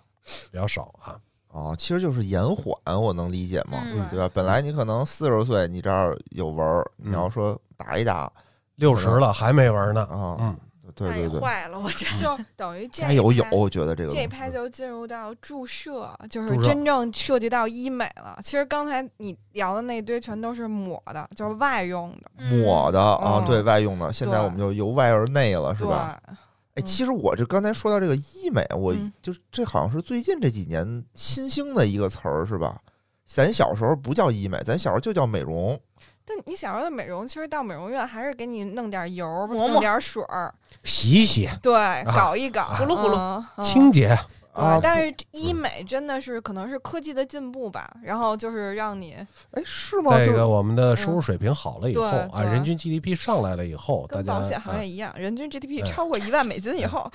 Speaker 2: 比较少啊。
Speaker 1: 哦，其实就是延缓，我能理解吗？
Speaker 3: 嗯
Speaker 1: 对吧？本来你可能四十岁，你这儿有纹儿，
Speaker 2: 嗯
Speaker 1: 你要说打一打
Speaker 2: 六十了还没纹呢，
Speaker 4: 哦
Speaker 1: 啊，
Speaker 2: 嗯，
Speaker 1: 对对
Speaker 3: 太
Speaker 1: 对，
Speaker 3: 哎坏了，我这
Speaker 4: 就等于这
Speaker 1: 加
Speaker 4: 一
Speaker 1: 油有，
Speaker 4: 趴
Speaker 1: 我觉得这个
Speaker 4: 这一
Speaker 1: 东西
Speaker 4: 拍就进入到注射，就是
Speaker 2: 注射
Speaker 4: 真正涉及到医美了。其实刚才你聊的那堆全都是抹的，就是外用的，
Speaker 1: 抹的啊，
Speaker 4: 嗯
Speaker 1: 对外用的，现在
Speaker 4: 对
Speaker 1: 我们就由外而内了，是
Speaker 4: 对，
Speaker 1: 吧？哎，
Speaker 4: 嗯
Speaker 1: 其实我这刚才说到这个医美，我
Speaker 4: 嗯
Speaker 1: 就是这好像是最近这几年新兴的一个词儿，是吧？咱小时候不叫医美，咱小时候就叫美容，
Speaker 4: 但你小时候的美容，其实到美容院还是给你弄点油，
Speaker 3: 抹
Speaker 4: 弄
Speaker 3: 抹
Speaker 4: 点水儿，
Speaker 2: 洗一洗，
Speaker 4: 对，搞一搞，
Speaker 3: 呼噜呼噜
Speaker 4: 噜
Speaker 2: 啊清洁，
Speaker 1: 啊
Speaker 4: 对，但是这医美真的是可能是科技的进步吧，然后就是让你
Speaker 1: 哎，是吗？
Speaker 2: 再一
Speaker 1: 就
Speaker 2: 个我们的收入水平好了以后
Speaker 4: 嗯对
Speaker 2: 啊，
Speaker 4: 对
Speaker 2: 人均 GDP 上来了以后，大
Speaker 4: 跟
Speaker 2: 家
Speaker 4: 保险行
Speaker 2: 啊
Speaker 4: 业一样，人均 GDP
Speaker 2: 哎
Speaker 4: 超过一万美金以后，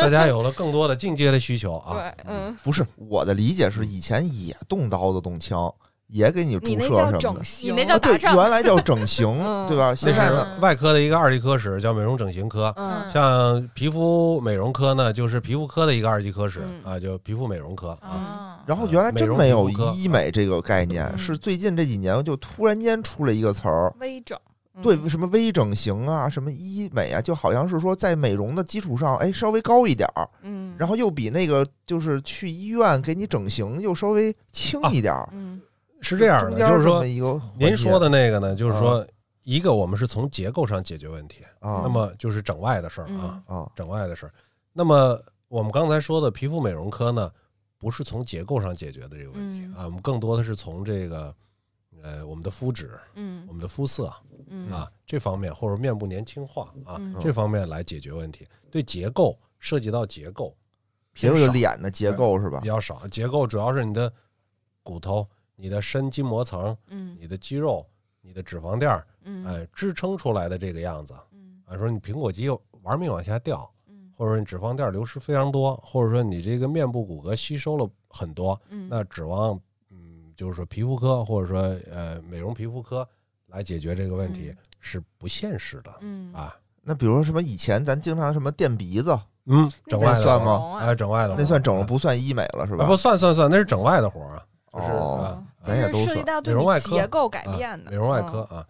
Speaker 2: 大家有了更多的进阶的需求啊，
Speaker 4: 对，嗯，
Speaker 1: 不是我的理解是，以前也动刀子动枪，也给你注
Speaker 4: 你那
Speaker 1: 射
Speaker 4: 叫
Speaker 1: 什么
Speaker 4: 整
Speaker 1: 的。
Speaker 4: 形，
Speaker 3: 你那
Speaker 1: 啊，
Speaker 3: 叫
Speaker 1: 对，
Speaker 3: 打仗
Speaker 1: 原来叫整形
Speaker 4: 嗯，
Speaker 1: 对吧？
Speaker 2: 那
Speaker 1: 现在呢，
Speaker 2: 是外科的一个二级科室，叫美容整形科。
Speaker 4: 嗯
Speaker 3: 嗯
Speaker 2: 像皮肤美容科呢，就是皮肤科的一个二级科室、
Speaker 4: 嗯
Speaker 2: 啊，就皮肤美容科啊。
Speaker 3: 啊，
Speaker 1: 然后原来真没有医美这个概念，
Speaker 4: 嗯
Speaker 1: 是最近这几年就突然间出了一个词儿，
Speaker 4: 微整，嗯
Speaker 1: 对，什么微整形啊，什么医美啊，就好像是说在美容的基础上，哎，稍微高一点儿，
Speaker 4: 嗯，
Speaker 1: 然
Speaker 4: 后
Speaker 1: 后又比那个就是去医院给你整形又稍微轻一点儿。
Speaker 4: 嗯
Speaker 2: 啊是这样
Speaker 1: 中
Speaker 2: 的，
Speaker 1: 间
Speaker 2: 就是
Speaker 1: 这
Speaker 2: 说
Speaker 1: 么一个
Speaker 2: 您说
Speaker 1: 的
Speaker 2: 的那个呢，就是说一个我们是从结构上解决问题，
Speaker 1: 啊
Speaker 2: 那么就是整外的事儿啊
Speaker 4: 嗯，
Speaker 1: 啊
Speaker 2: 整外的事儿。那么我们刚才说的皮肤美容科呢，不是从结构上解决的这个问题
Speaker 4: 嗯
Speaker 2: 啊，我们更多的是从这个呃我们的肤质、
Speaker 4: 嗯
Speaker 2: 我们的肤色
Speaker 4: 嗯
Speaker 2: 啊这方面，或者面部年轻化啊
Speaker 4: 嗯
Speaker 2: 这方面来解决问题。对结构涉及到结构，
Speaker 1: 结构
Speaker 2: 偏
Speaker 1: 就
Speaker 2: 少
Speaker 1: 脸的结构是吧
Speaker 2: 比？较少，结构主要是你的骨头、你的深筋膜层、
Speaker 4: 嗯
Speaker 2: 你的肌肉、你的脂肪垫儿，
Speaker 4: 嗯
Speaker 2: 哎，支撑出来的这个样子。
Speaker 4: 嗯
Speaker 2: 啊，说你苹果肌玩命往下掉，
Speaker 4: 嗯
Speaker 2: 或者说你脂肪垫儿流失非常多，或者说你这个面部骨骼吸收了很多，
Speaker 4: 嗯
Speaker 2: 那指望嗯，就是说皮肤科或者说呃美容皮肤科来解决这个问题
Speaker 4: 嗯
Speaker 2: 是不现实的
Speaker 4: 嗯
Speaker 2: 啊。
Speaker 1: 那比如说什么以前咱经常什么垫鼻子，
Speaker 2: 嗯，整外的
Speaker 1: 算
Speaker 2: 活
Speaker 1: 吗
Speaker 2: 儿哎，整外的
Speaker 1: 那算整
Speaker 2: 了
Speaker 1: 容不算医美了是吧
Speaker 2: 不？算算算，那是整外的活儿啊，就是
Speaker 1: 哦，
Speaker 2: 啊
Speaker 1: 咱也
Speaker 4: 就
Speaker 1: 都
Speaker 4: 是涉嗯及
Speaker 1: 算
Speaker 4: 到对
Speaker 2: 美容
Speaker 4: 你
Speaker 2: 外科
Speaker 4: 结构改
Speaker 2: 啊
Speaker 4: 变的
Speaker 2: 美容外
Speaker 4: 嗯
Speaker 2: 科
Speaker 1: 哦
Speaker 2: 啊，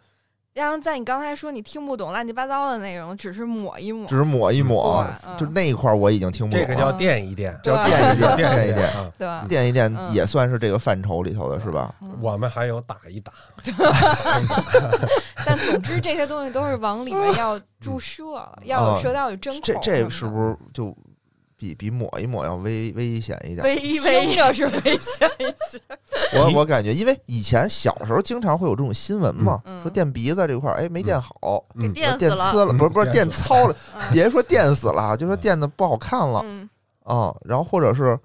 Speaker 4: 然后在你刚才说你听不懂乱七八糟的内容，只是抹一抹，
Speaker 1: 只是抹一抹
Speaker 4: 对，嗯
Speaker 1: 就那一块儿我已经听不
Speaker 2: 这
Speaker 1: 懂
Speaker 2: 个
Speaker 1: 了。
Speaker 2: 叫垫一垫，
Speaker 4: 对
Speaker 1: 叫垫一
Speaker 2: 叫
Speaker 1: 垫，
Speaker 2: 垫
Speaker 1: 垫
Speaker 2: 一
Speaker 1: 一
Speaker 2: 垫
Speaker 1: 垫，
Speaker 2: 啊。
Speaker 4: 对吧？
Speaker 1: 垫一
Speaker 4: 嗯
Speaker 1: 垫也算是这个范畴里头的是吧？
Speaker 4: 嗯
Speaker 2: 我们还有打一打，
Speaker 4: 但总之这些东西都是往里面 要注射了，要有射到有针孔什
Speaker 1: 嗯呃这
Speaker 4: 么的。
Speaker 1: 这是不是就比比抹一抹要危危险一点？
Speaker 3: 微一
Speaker 4: 听
Speaker 3: 微
Speaker 4: 着是嗯危险一些？
Speaker 1: 我我感觉，因为以前小时候经常会有这种新闻嘛，
Speaker 4: 嗯
Speaker 1: 说垫鼻子这块儿，哎，没垫好，
Speaker 3: 给
Speaker 2: 嗯
Speaker 3: 电死
Speaker 1: 垫
Speaker 3: 了，
Speaker 1: 呲了，不是不是
Speaker 2: 垫
Speaker 1: 垫糙了，
Speaker 4: 嗯
Speaker 1: 别说垫死了，啊就说垫的不好看了
Speaker 4: 嗯，
Speaker 1: 啊。然后或者是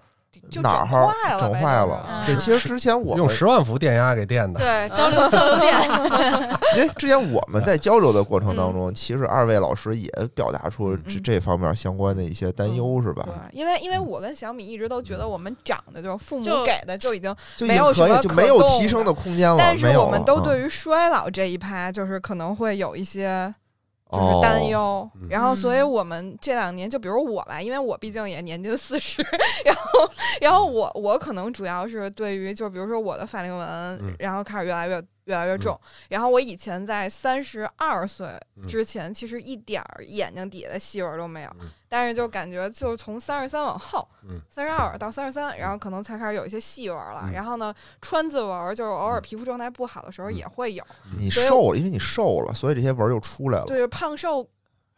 Speaker 4: 就
Speaker 1: 哪
Speaker 4: 整
Speaker 1: 儿
Speaker 4: 坏了
Speaker 1: 整坏
Speaker 4: 呗就是
Speaker 1: 了
Speaker 4: 嗯，
Speaker 1: 对，其实之前我
Speaker 2: 用
Speaker 1: 们
Speaker 2: 十万伏电压给电的，
Speaker 3: 对，交流交流电，
Speaker 1: 因为之前我们在交流的过程当中，其实二位老师也表达出这
Speaker 4: 嗯
Speaker 1: 这方面相关的一些担忧，是吧嗯
Speaker 4: 对？，因为因为我跟小米一直都觉得我们长得就是父母
Speaker 3: 就
Speaker 4: 给的就已经，
Speaker 1: 就已
Speaker 4: 没
Speaker 1: 经
Speaker 4: 有
Speaker 1: 可
Speaker 4: 什么
Speaker 1: 以，就没有
Speaker 4: 可动
Speaker 1: 提升的空间了，
Speaker 4: 但是
Speaker 1: 哦没有
Speaker 4: 我们
Speaker 1: 了
Speaker 4: 都
Speaker 1: 嗯
Speaker 4: 对于衰老这一趴就是可能会有一些就是
Speaker 1: 哦
Speaker 4: 担忧
Speaker 2: 嗯，
Speaker 4: 然后所以
Speaker 3: 嗯
Speaker 4: 我们这两年就比如我吧，因为我毕竟也年近四十，然后然后我我可能主要是对于就比如说我的法令
Speaker 2: 嗯
Speaker 4: 纹，然后开始越来越越来越重，然后我以前在三十二岁之前其实一点儿眼睛底下的细纹都没有
Speaker 2: 嗯，
Speaker 4: 但是就感觉就是从三十三往后
Speaker 2: 嗯，
Speaker 4: 三十二到三十三，然后可能才开始有一些细纹了
Speaker 2: 嗯，
Speaker 4: 然后呢川字纹就是偶尔皮肤状态不好的时候
Speaker 2: 嗯
Speaker 4: 也会有，
Speaker 1: 你
Speaker 4: 所以
Speaker 1: 瘦了，因为你瘦了，所以这些纹儿就出来了。嗯
Speaker 4: 对胖瘦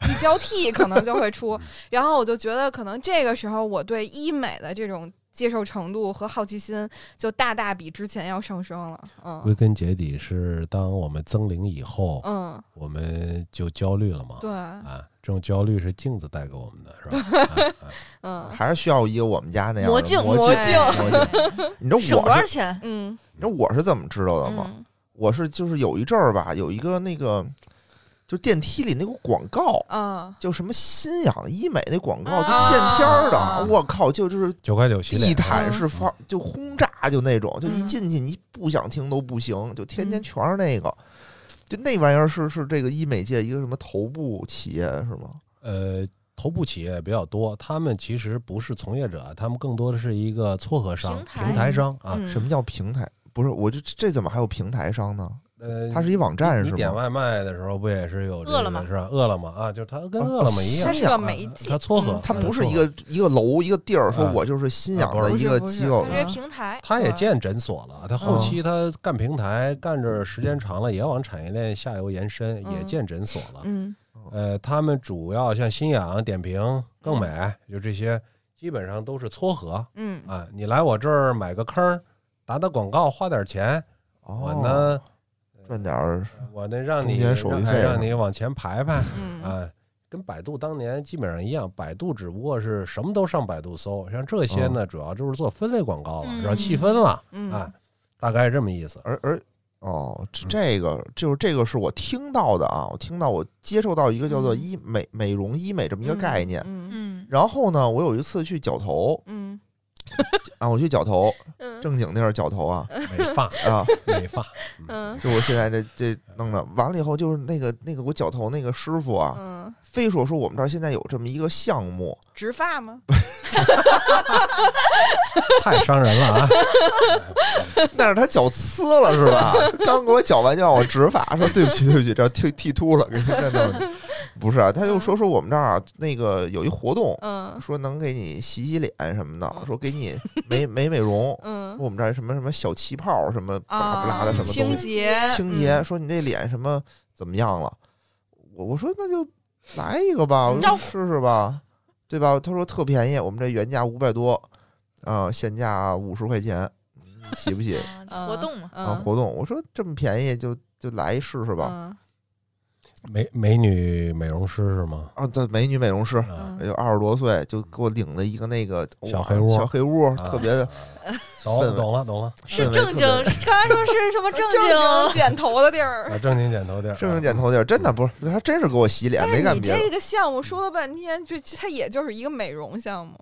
Speaker 4: 一交 替可能就会出。然后我就觉得，可能这个时候我对医美的这种接受程度和好奇心就大大比之前要上升了。
Speaker 2: 归
Speaker 4: 嗯
Speaker 2: 根结底是，当我们增龄以后，
Speaker 4: 嗯，
Speaker 2: 我们就焦虑了嘛。
Speaker 4: 对，嗯
Speaker 2: 啊，这种焦虑是镜子带给我们的，是 吧？啊啊
Speaker 4: 嗯
Speaker 1: 还是需要一个我们家那样的
Speaker 3: 魔镜
Speaker 1: 魔
Speaker 3: 魔
Speaker 1: 镜。
Speaker 3: 镜
Speaker 1: 你知道
Speaker 3: 省多
Speaker 1: 我
Speaker 3: 少
Speaker 1: 是
Speaker 3: 钱？
Speaker 4: 嗯
Speaker 1: 你知道我是怎么知道的吗？
Speaker 4: 嗯
Speaker 1: 我是就是有一阵儿吧，有一个那个就电梯里那个广告，
Speaker 4: 嗯
Speaker 1: 就什么新氧医美那广告，
Speaker 3: 啊
Speaker 1: 就见天儿
Speaker 4: 啊
Speaker 1: 的，我靠，就就是
Speaker 2: 九块九洗
Speaker 1: 地
Speaker 2: 脸，
Speaker 1: 毯式发就轰炸就那种，就一
Speaker 4: 嗯
Speaker 1: 进去你不想听都不行，就天天
Speaker 4: 嗯
Speaker 1: 全是那个。就那玩意儿是是这个医美界一个什么头部企业是吗？
Speaker 2: 呃，头部企业比较多，他们其实不是从业者，他们更多的是一个撮合商、
Speaker 3: 平台
Speaker 2: 平台商啊。
Speaker 4: 嗯
Speaker 1: 什么叫平台？不是，我就这怎么还有平台商呢？
Speaker 2: 呃，
Speaker 1: 它是一网站
Speaker 2: 你
Speaker 1: 是
Speaker 2: 你点
Speaker 1: 吗？
Speaker 2: 外卖的时候不也是有这
Speaker 3: 嗯饿了
Speaker 2: 个
Speaker 3: 么
Speaker 2: 是吧？饿了么啊，就是它跟
Speaker 1: 啊
Speaker 2: 饿了么一样
Speaker 4: 它
Speaker 1: 啊，
Speaker 4: 是
Speaker 1: 新
Speaker 4: 个
Speaker 1: 氧
Speaker 4: 媒介
Speaker 2: 它，撮合
Speaker 4: 嗯，
Speaker 1: 它
Speaker 2: 嗯
Speaker 1: 不是
Speaker 2: 撮
Speaker 1: 一
Speaker 2: 合
Speaker 1: 个一个楼一个地儿，说
Speaker 2: 啊
Speaker 1: 我就是新
Speaker 2: 啊
Speaker 1: 养
Speaker 2: 不
Speaker 1: 的
Speaker 2: 是
Speaker 1: 一个
Speaker 4: 不是
Speaker 1: 机构
Speaker 3: 它
Speaker 4: 不
Speaker 3: 是
Speaker 1: 的
Speaker 3: 个平台，
Speaker 2: 他也
Speaker 4: 对
Speaker 2: 建诊所了，他后
Speaker 1: 嗯
Speaker 2: 期他干平台干着时间长了，也往产业链下游延伸，也
Speaker 4: 嗯
Speaker 2: 建诊所了。
Speaker 4: 嗯
Speaker 2: 呃，他们主要像新氧、点评、更美，就这些，基本上都是撮合
Speaker 4: 嗯
Speaker 2: 啊。你来我这儿买个坑儿，打打广告，花点钱，我
Speaker 1: 哦，
Speaker 2: 呢，呃
Speaker 1: 赚点儿
Speaker 2: 我呢让
Speaker 1: 中
Speaker 2: 你
Speaker 1: 间手续
Speaker 2: 让哎
Speaker 1: 费
Speaker 2: 让
Speaker 1: 是吧
Speaker 2: 你往前排排
Speaker 4: 嗯
Speaker 2: 啊。跟百度当年基本上一样，百度只不过是什么都上百度搜，像这
Speaker 1: 嗯
Speaker 2: 些呢，主要就是做分类广告了，
Speaker 3: 嗯
Speaker 2: 然后细分了，啊
Speaker 4: 嗯，
Speaker 2: 大概是这么意思。
Speaker 1: 而而哦，这
Speaker 2: 嗯
Speaker 1: 这个就是这个是我听到的啊，我听到我接受到一个叫做
Speaker 4: 嗯
Speaker 1: 医美美容医美这么一个概念。
Speaker 4: 嗯
Speaker 3: 嗯，
Speaker 1: 然后呢，我有一次去绞头
Speaker 4: 嗯
Speaker 1: 啊，我去绞头，
Speaker 4: 嗯
Speaker 1: 正经地儿绞头啊
Speaker 2: 美发，
Speaker 1: 啊，
Speaker 2: 美发，
Speaker 4: 嗯
Speaker 1: 就我现在这这弄着，完了以后就是那个那个我绞头那个师傅啊，
Speaker 4: 嗯
Speaker 1: 非说说我们这儿现在有这么一个项目，
Speaker 4: 植发吗？
Speaker 2: 太伤人了 啊！
Speaker 1: 但是他脚呲了是吧？刚给我脚完就让我植发，说对不起对不起，这剃剃秃了，给您再弄一个。不是啊，他就说说我们这儿啊，那个有一活动，
Speaker 4: 嗯
Speaker 1: 说能给你洗洗脸什么的，
Speaker 4: 嗯
Speaker 1: 说给你美美美容。
Speaker 4: 嗯，哦
Speaker 1: 说我们这儿什么什么小气泡什么巴拉
Speaker 3: 啊
Speaker 1: 不拉的什么
Speaker 4: 清
Speaker 1: 东西，
Speaker 4: 洁嗯
Speaker 1: 清洁。说你这脸什么怎么样了？我我说那就来一个吧，
Speaker 4: 嗯
Speaker 1: 我
Speaker 3: 照
Speaker 1: 说
Speaker 3: 顾
Speaker 1: 试试吧，对吧？他说特便宜，我们这原价五百多，啊、现价五十块钱，你洗不洗？
Speaker 3: 啊就活动嘛，
Speaker 1: 啊
Speaker 4: 嗯
Speaker 1: 活动。我说这么便宜就就来一试试吧。
Speaker 4: 嗯
Speaker 2: 美美女美容师是吗？
Speaker 4: 嗯
Speaker 1: 啊，对，美女美容师，
Speaker 2: 啊，
Speaker 1: 也就二十多岁，就给我领了一个那个
Speaker 2: 小
Speaker 1: 哇
Speaker 2: 黑屋
Speaker 1: 小黑屋
Speaker 2: 啊
Speaker 1: 特别 的
Speaker 2: 懂
Speaker 1: 氛围
Speaker 2: 懂了 懂了，
Speaker 3: 是
Speaker 1: 氛围
Speaker 3: 正
Speaker 1: 特
Speaker 3: 经
Speaker 1: 别。，
Speaker 3: 刚才说是什么正
Speaker 4: 正经
Speaker 3: 经？嗯
Speaker 4: 剪头的地儿。
Speaker 2: 啊，正经剪头地儿，
Speaker 1: 正经剪头地儿，真的不是，他真是给我洗脸，
Speaker 4: 但
Speaker 1: 没
Speaker 4: 是
Speaker 1: 干
Speaker 4: 你
Speaker 1: 别的
Speaker 4: 这。个项目说了半天，就它也就是一个美容项目，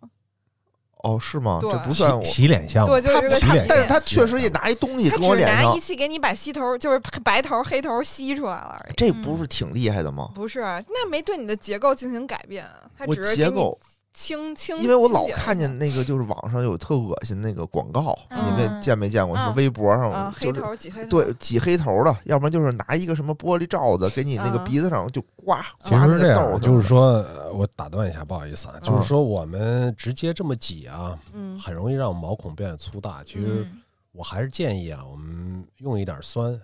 Speaker 1: 哦，是吗？
Speaker 4: 对
Speaker 1: 这不
Speaker 2: 洗
Speaker 1: 算我。
Speaker 2: 洗脸项目
Speaker 4: 对，，就是
Speaker 1: 哦他
Speaker 4: 这个
Speaker 2: 洗
Speaker 4: 洗
Speaker 2: 脸
Speaker 1: 但是
Speaker 4: 脸。
Speaker 1: 他确实也拿一东西
Speaker 4: 他
Speaker 1: 跟我
Speaker 4: 只
Speaker 1: 脸
Speaker 4: 拿
Speaker 1: 上
Speaker 4: 仪，器给你把稀头，就是白头、黑头吸出来了而已。
Speaker 1: 这不是挺厉害的吗？
Speaker 4: 不是，啊那没对你的结构进行改变啊，它
Speaker 1: 我
Speaker 4: 只是
Speaker 1: 结
Speaker 4: 给你
Speaker 1: 构，
Speaker 4: 清清。
Speaker 1: 因为我老
Speaker 4: 清洁了
Speaker 1: 看见那个就是网上有特恶心那个广告，你
Speaker 3: 嗯
Speaker 1: 们见没见过？什么
Speaker 3: 嗯
Speaker 1: 微博
Speaker 4: 啊
Speaker 1: 上，
Speaker 4: 黑
Speaker 1: 就是
Speaker 4: 头挤黑头，
Speaker 1: 对，挤黑头的，要不然就是拿一个什么玻璃罩子给你那个
Speaker 4: 嗯
Speaker 1: 鼻子上就刮
Speaker 2: 其
Speaker 1: 刮那
Speaker 2: 实是这
Speaker 1: 个痘，
Speaker 2: 样，就是，说，呃我打断一下，不好意思啊，就是
Speaker 1: 嗯
Speaker 2: 说我们直接这么挤啊，
Speaker 4: 嗯
Speaker 2: 很容易让毛孔变得粗大。其实
Speaker 3: 嗯
Speaker 2: 我还是建议啊，我们用一点酸，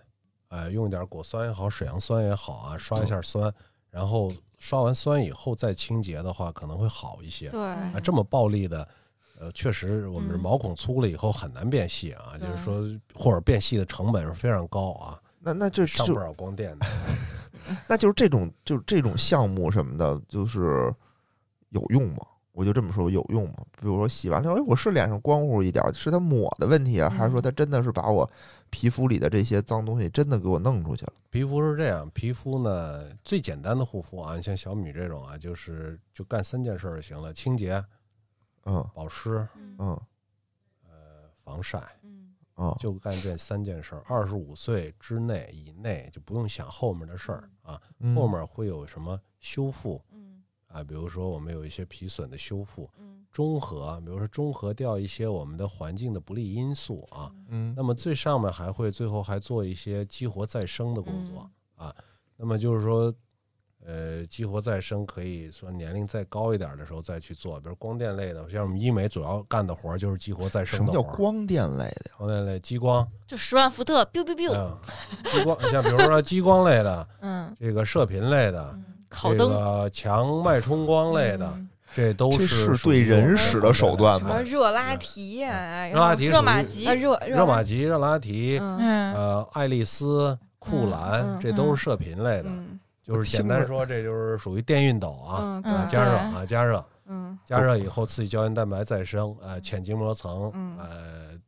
Speaker 2: 呃，用一点果酸也好，水杨酸也好啊，刷一下酸，然后刷完酸以后再清洁的话，可能会好一些。
Speaker 3: 对，
Speaker 2: 啊，这么暴力的，呃，确实我们这
Speaker 4: 嗯
Speaker 2: 毛孔粗了以后很难变细啊，就是
Speaker 4: 对
Speaker 2: 说或者变细的成本是非常高啊，
Speaker 1: 那那这
Speaker 2: 上
Speaker 1: 就
Speaker 2: 不了光电的。
Speaker 1: 那就是这种就是这种项目什么的，就是有用吗？我就这么说，有用吗？比如说洗完了，哎，我是脸上光乎一点儿，是它抹的问题啊，还是说它真的是把我皮肤里的这些脏东西真的给我弄出去了？
Speaker 2: 皮肤是这样，皮肤呢最简单的护肤啊，你像小米这种啊，就是就干三件事儿就行了：清洁、
Speaker 1: 嗯
Speaker 2: 保湿、
Speaker 4: 嗯
Speaker 1: 嗯
Speaker 2: 防晒，
Speaker 4: 嗯
Speaker 1: 嗯，
Speaker 2: 就干这三件事儿。二十五岁之内以内就不用想后面的事儿啊，
Speaker 1: 嗯
Speaker 2: 后面会有什么修复
Speaker 4: 嗯
Speaker 2: 啊？比如说我们有一些皮损的修复，
Speaker 4: 嗯
Speaker 2: 中和，啊比如说中和掉一些我们的环境的不利因素啊。
Speaker 1: 嗯
Speaker 2: 那么最上面还会最后还做一些激活再生的工作、啊。那么就是说，呃，激活再生可以说年龄再高一点的时候再去做，比如光电类的，像我们医美主要干的活儿就是激活再
Speaker 1: 什
Speaker 2: 生
Speaker 1: 么
Speaker 2: 的
Speaker 1: 叫
Speaker 2: 活儿。
Speaker 1: 光电类的呀？
Speaker 2: 光电类激光，
Speaker 3: 就十万伏特，biu biu biu，
Speaker 2: 嗯，激光，像比如说激光类的，
Speaker 4: 嗯
Speaker 2: 这个射频类的，
Speaker 4: 嗯，
Speaker 3: 烤
Speaker 2: 这
Speaker 3: 灯，
Speaker 2: 个强脉冲光类的，
Speaker 4: 嗯
Speaker 2: 这都
Speaker 1: 这
Speaker 2: 是
Speaker 1: 是
Speaker 2: 属
Speaker 1: 对
Speaker 2: 于我
Speaker 1: 人
Speaker 2: 们
Speaker 1: 使
Speaker 2: 光
Speaker 1: 的
Speaker 2: 电
Speaker 1: 手
Speaker 2: 类
Speaker 1: 段
Speaker 4: 什么
Speaker 1: 吗？
Speaker 4: 热拉提
Speaker 1: 嗯
Speaker 4: 呀，
Speaker 2: 热拉
Speaker 4: 提
Speaker 2: 提
Speaker 3: 热
Speaker 2: 属
Speaker 3: 玛
Speaker 2: 于
Speaker 3: 吉
Speaker 4: 啊，热
Speaker 2: 热玛
Speaker 4: 吉，
Speaker 2: 吉、热拉提，
Speaker 4: 嗯
Speaker 3: 嗯，
Speaker 2: 呃，爱丽丝、酷
Speaker 4: 嗯
Speaker 2: 兰，
Speaker 4: 嗯
Speaker 2: 这都是射频类的，
Speaker 4: 嗯
Speaker 2: 就是简
Speaker 1: 听
Speaker 2: 单
Speaker 1: 着
Speaker 2: 说，这就是属于电熨斗啊，
Speaker 4: 嗯
Speaker 2: 啊
Speaker 4: 对，
Speaker 2: 加热啊，加热，
Speaker 4: 嗯
Speaker 2: 加
Speaker 1: 哦
Speaker 2: 热以后刺激胶原蛋白再生，呃，浅筋膜层，
Speaker 4: 嗯
Speaker 2: 呃，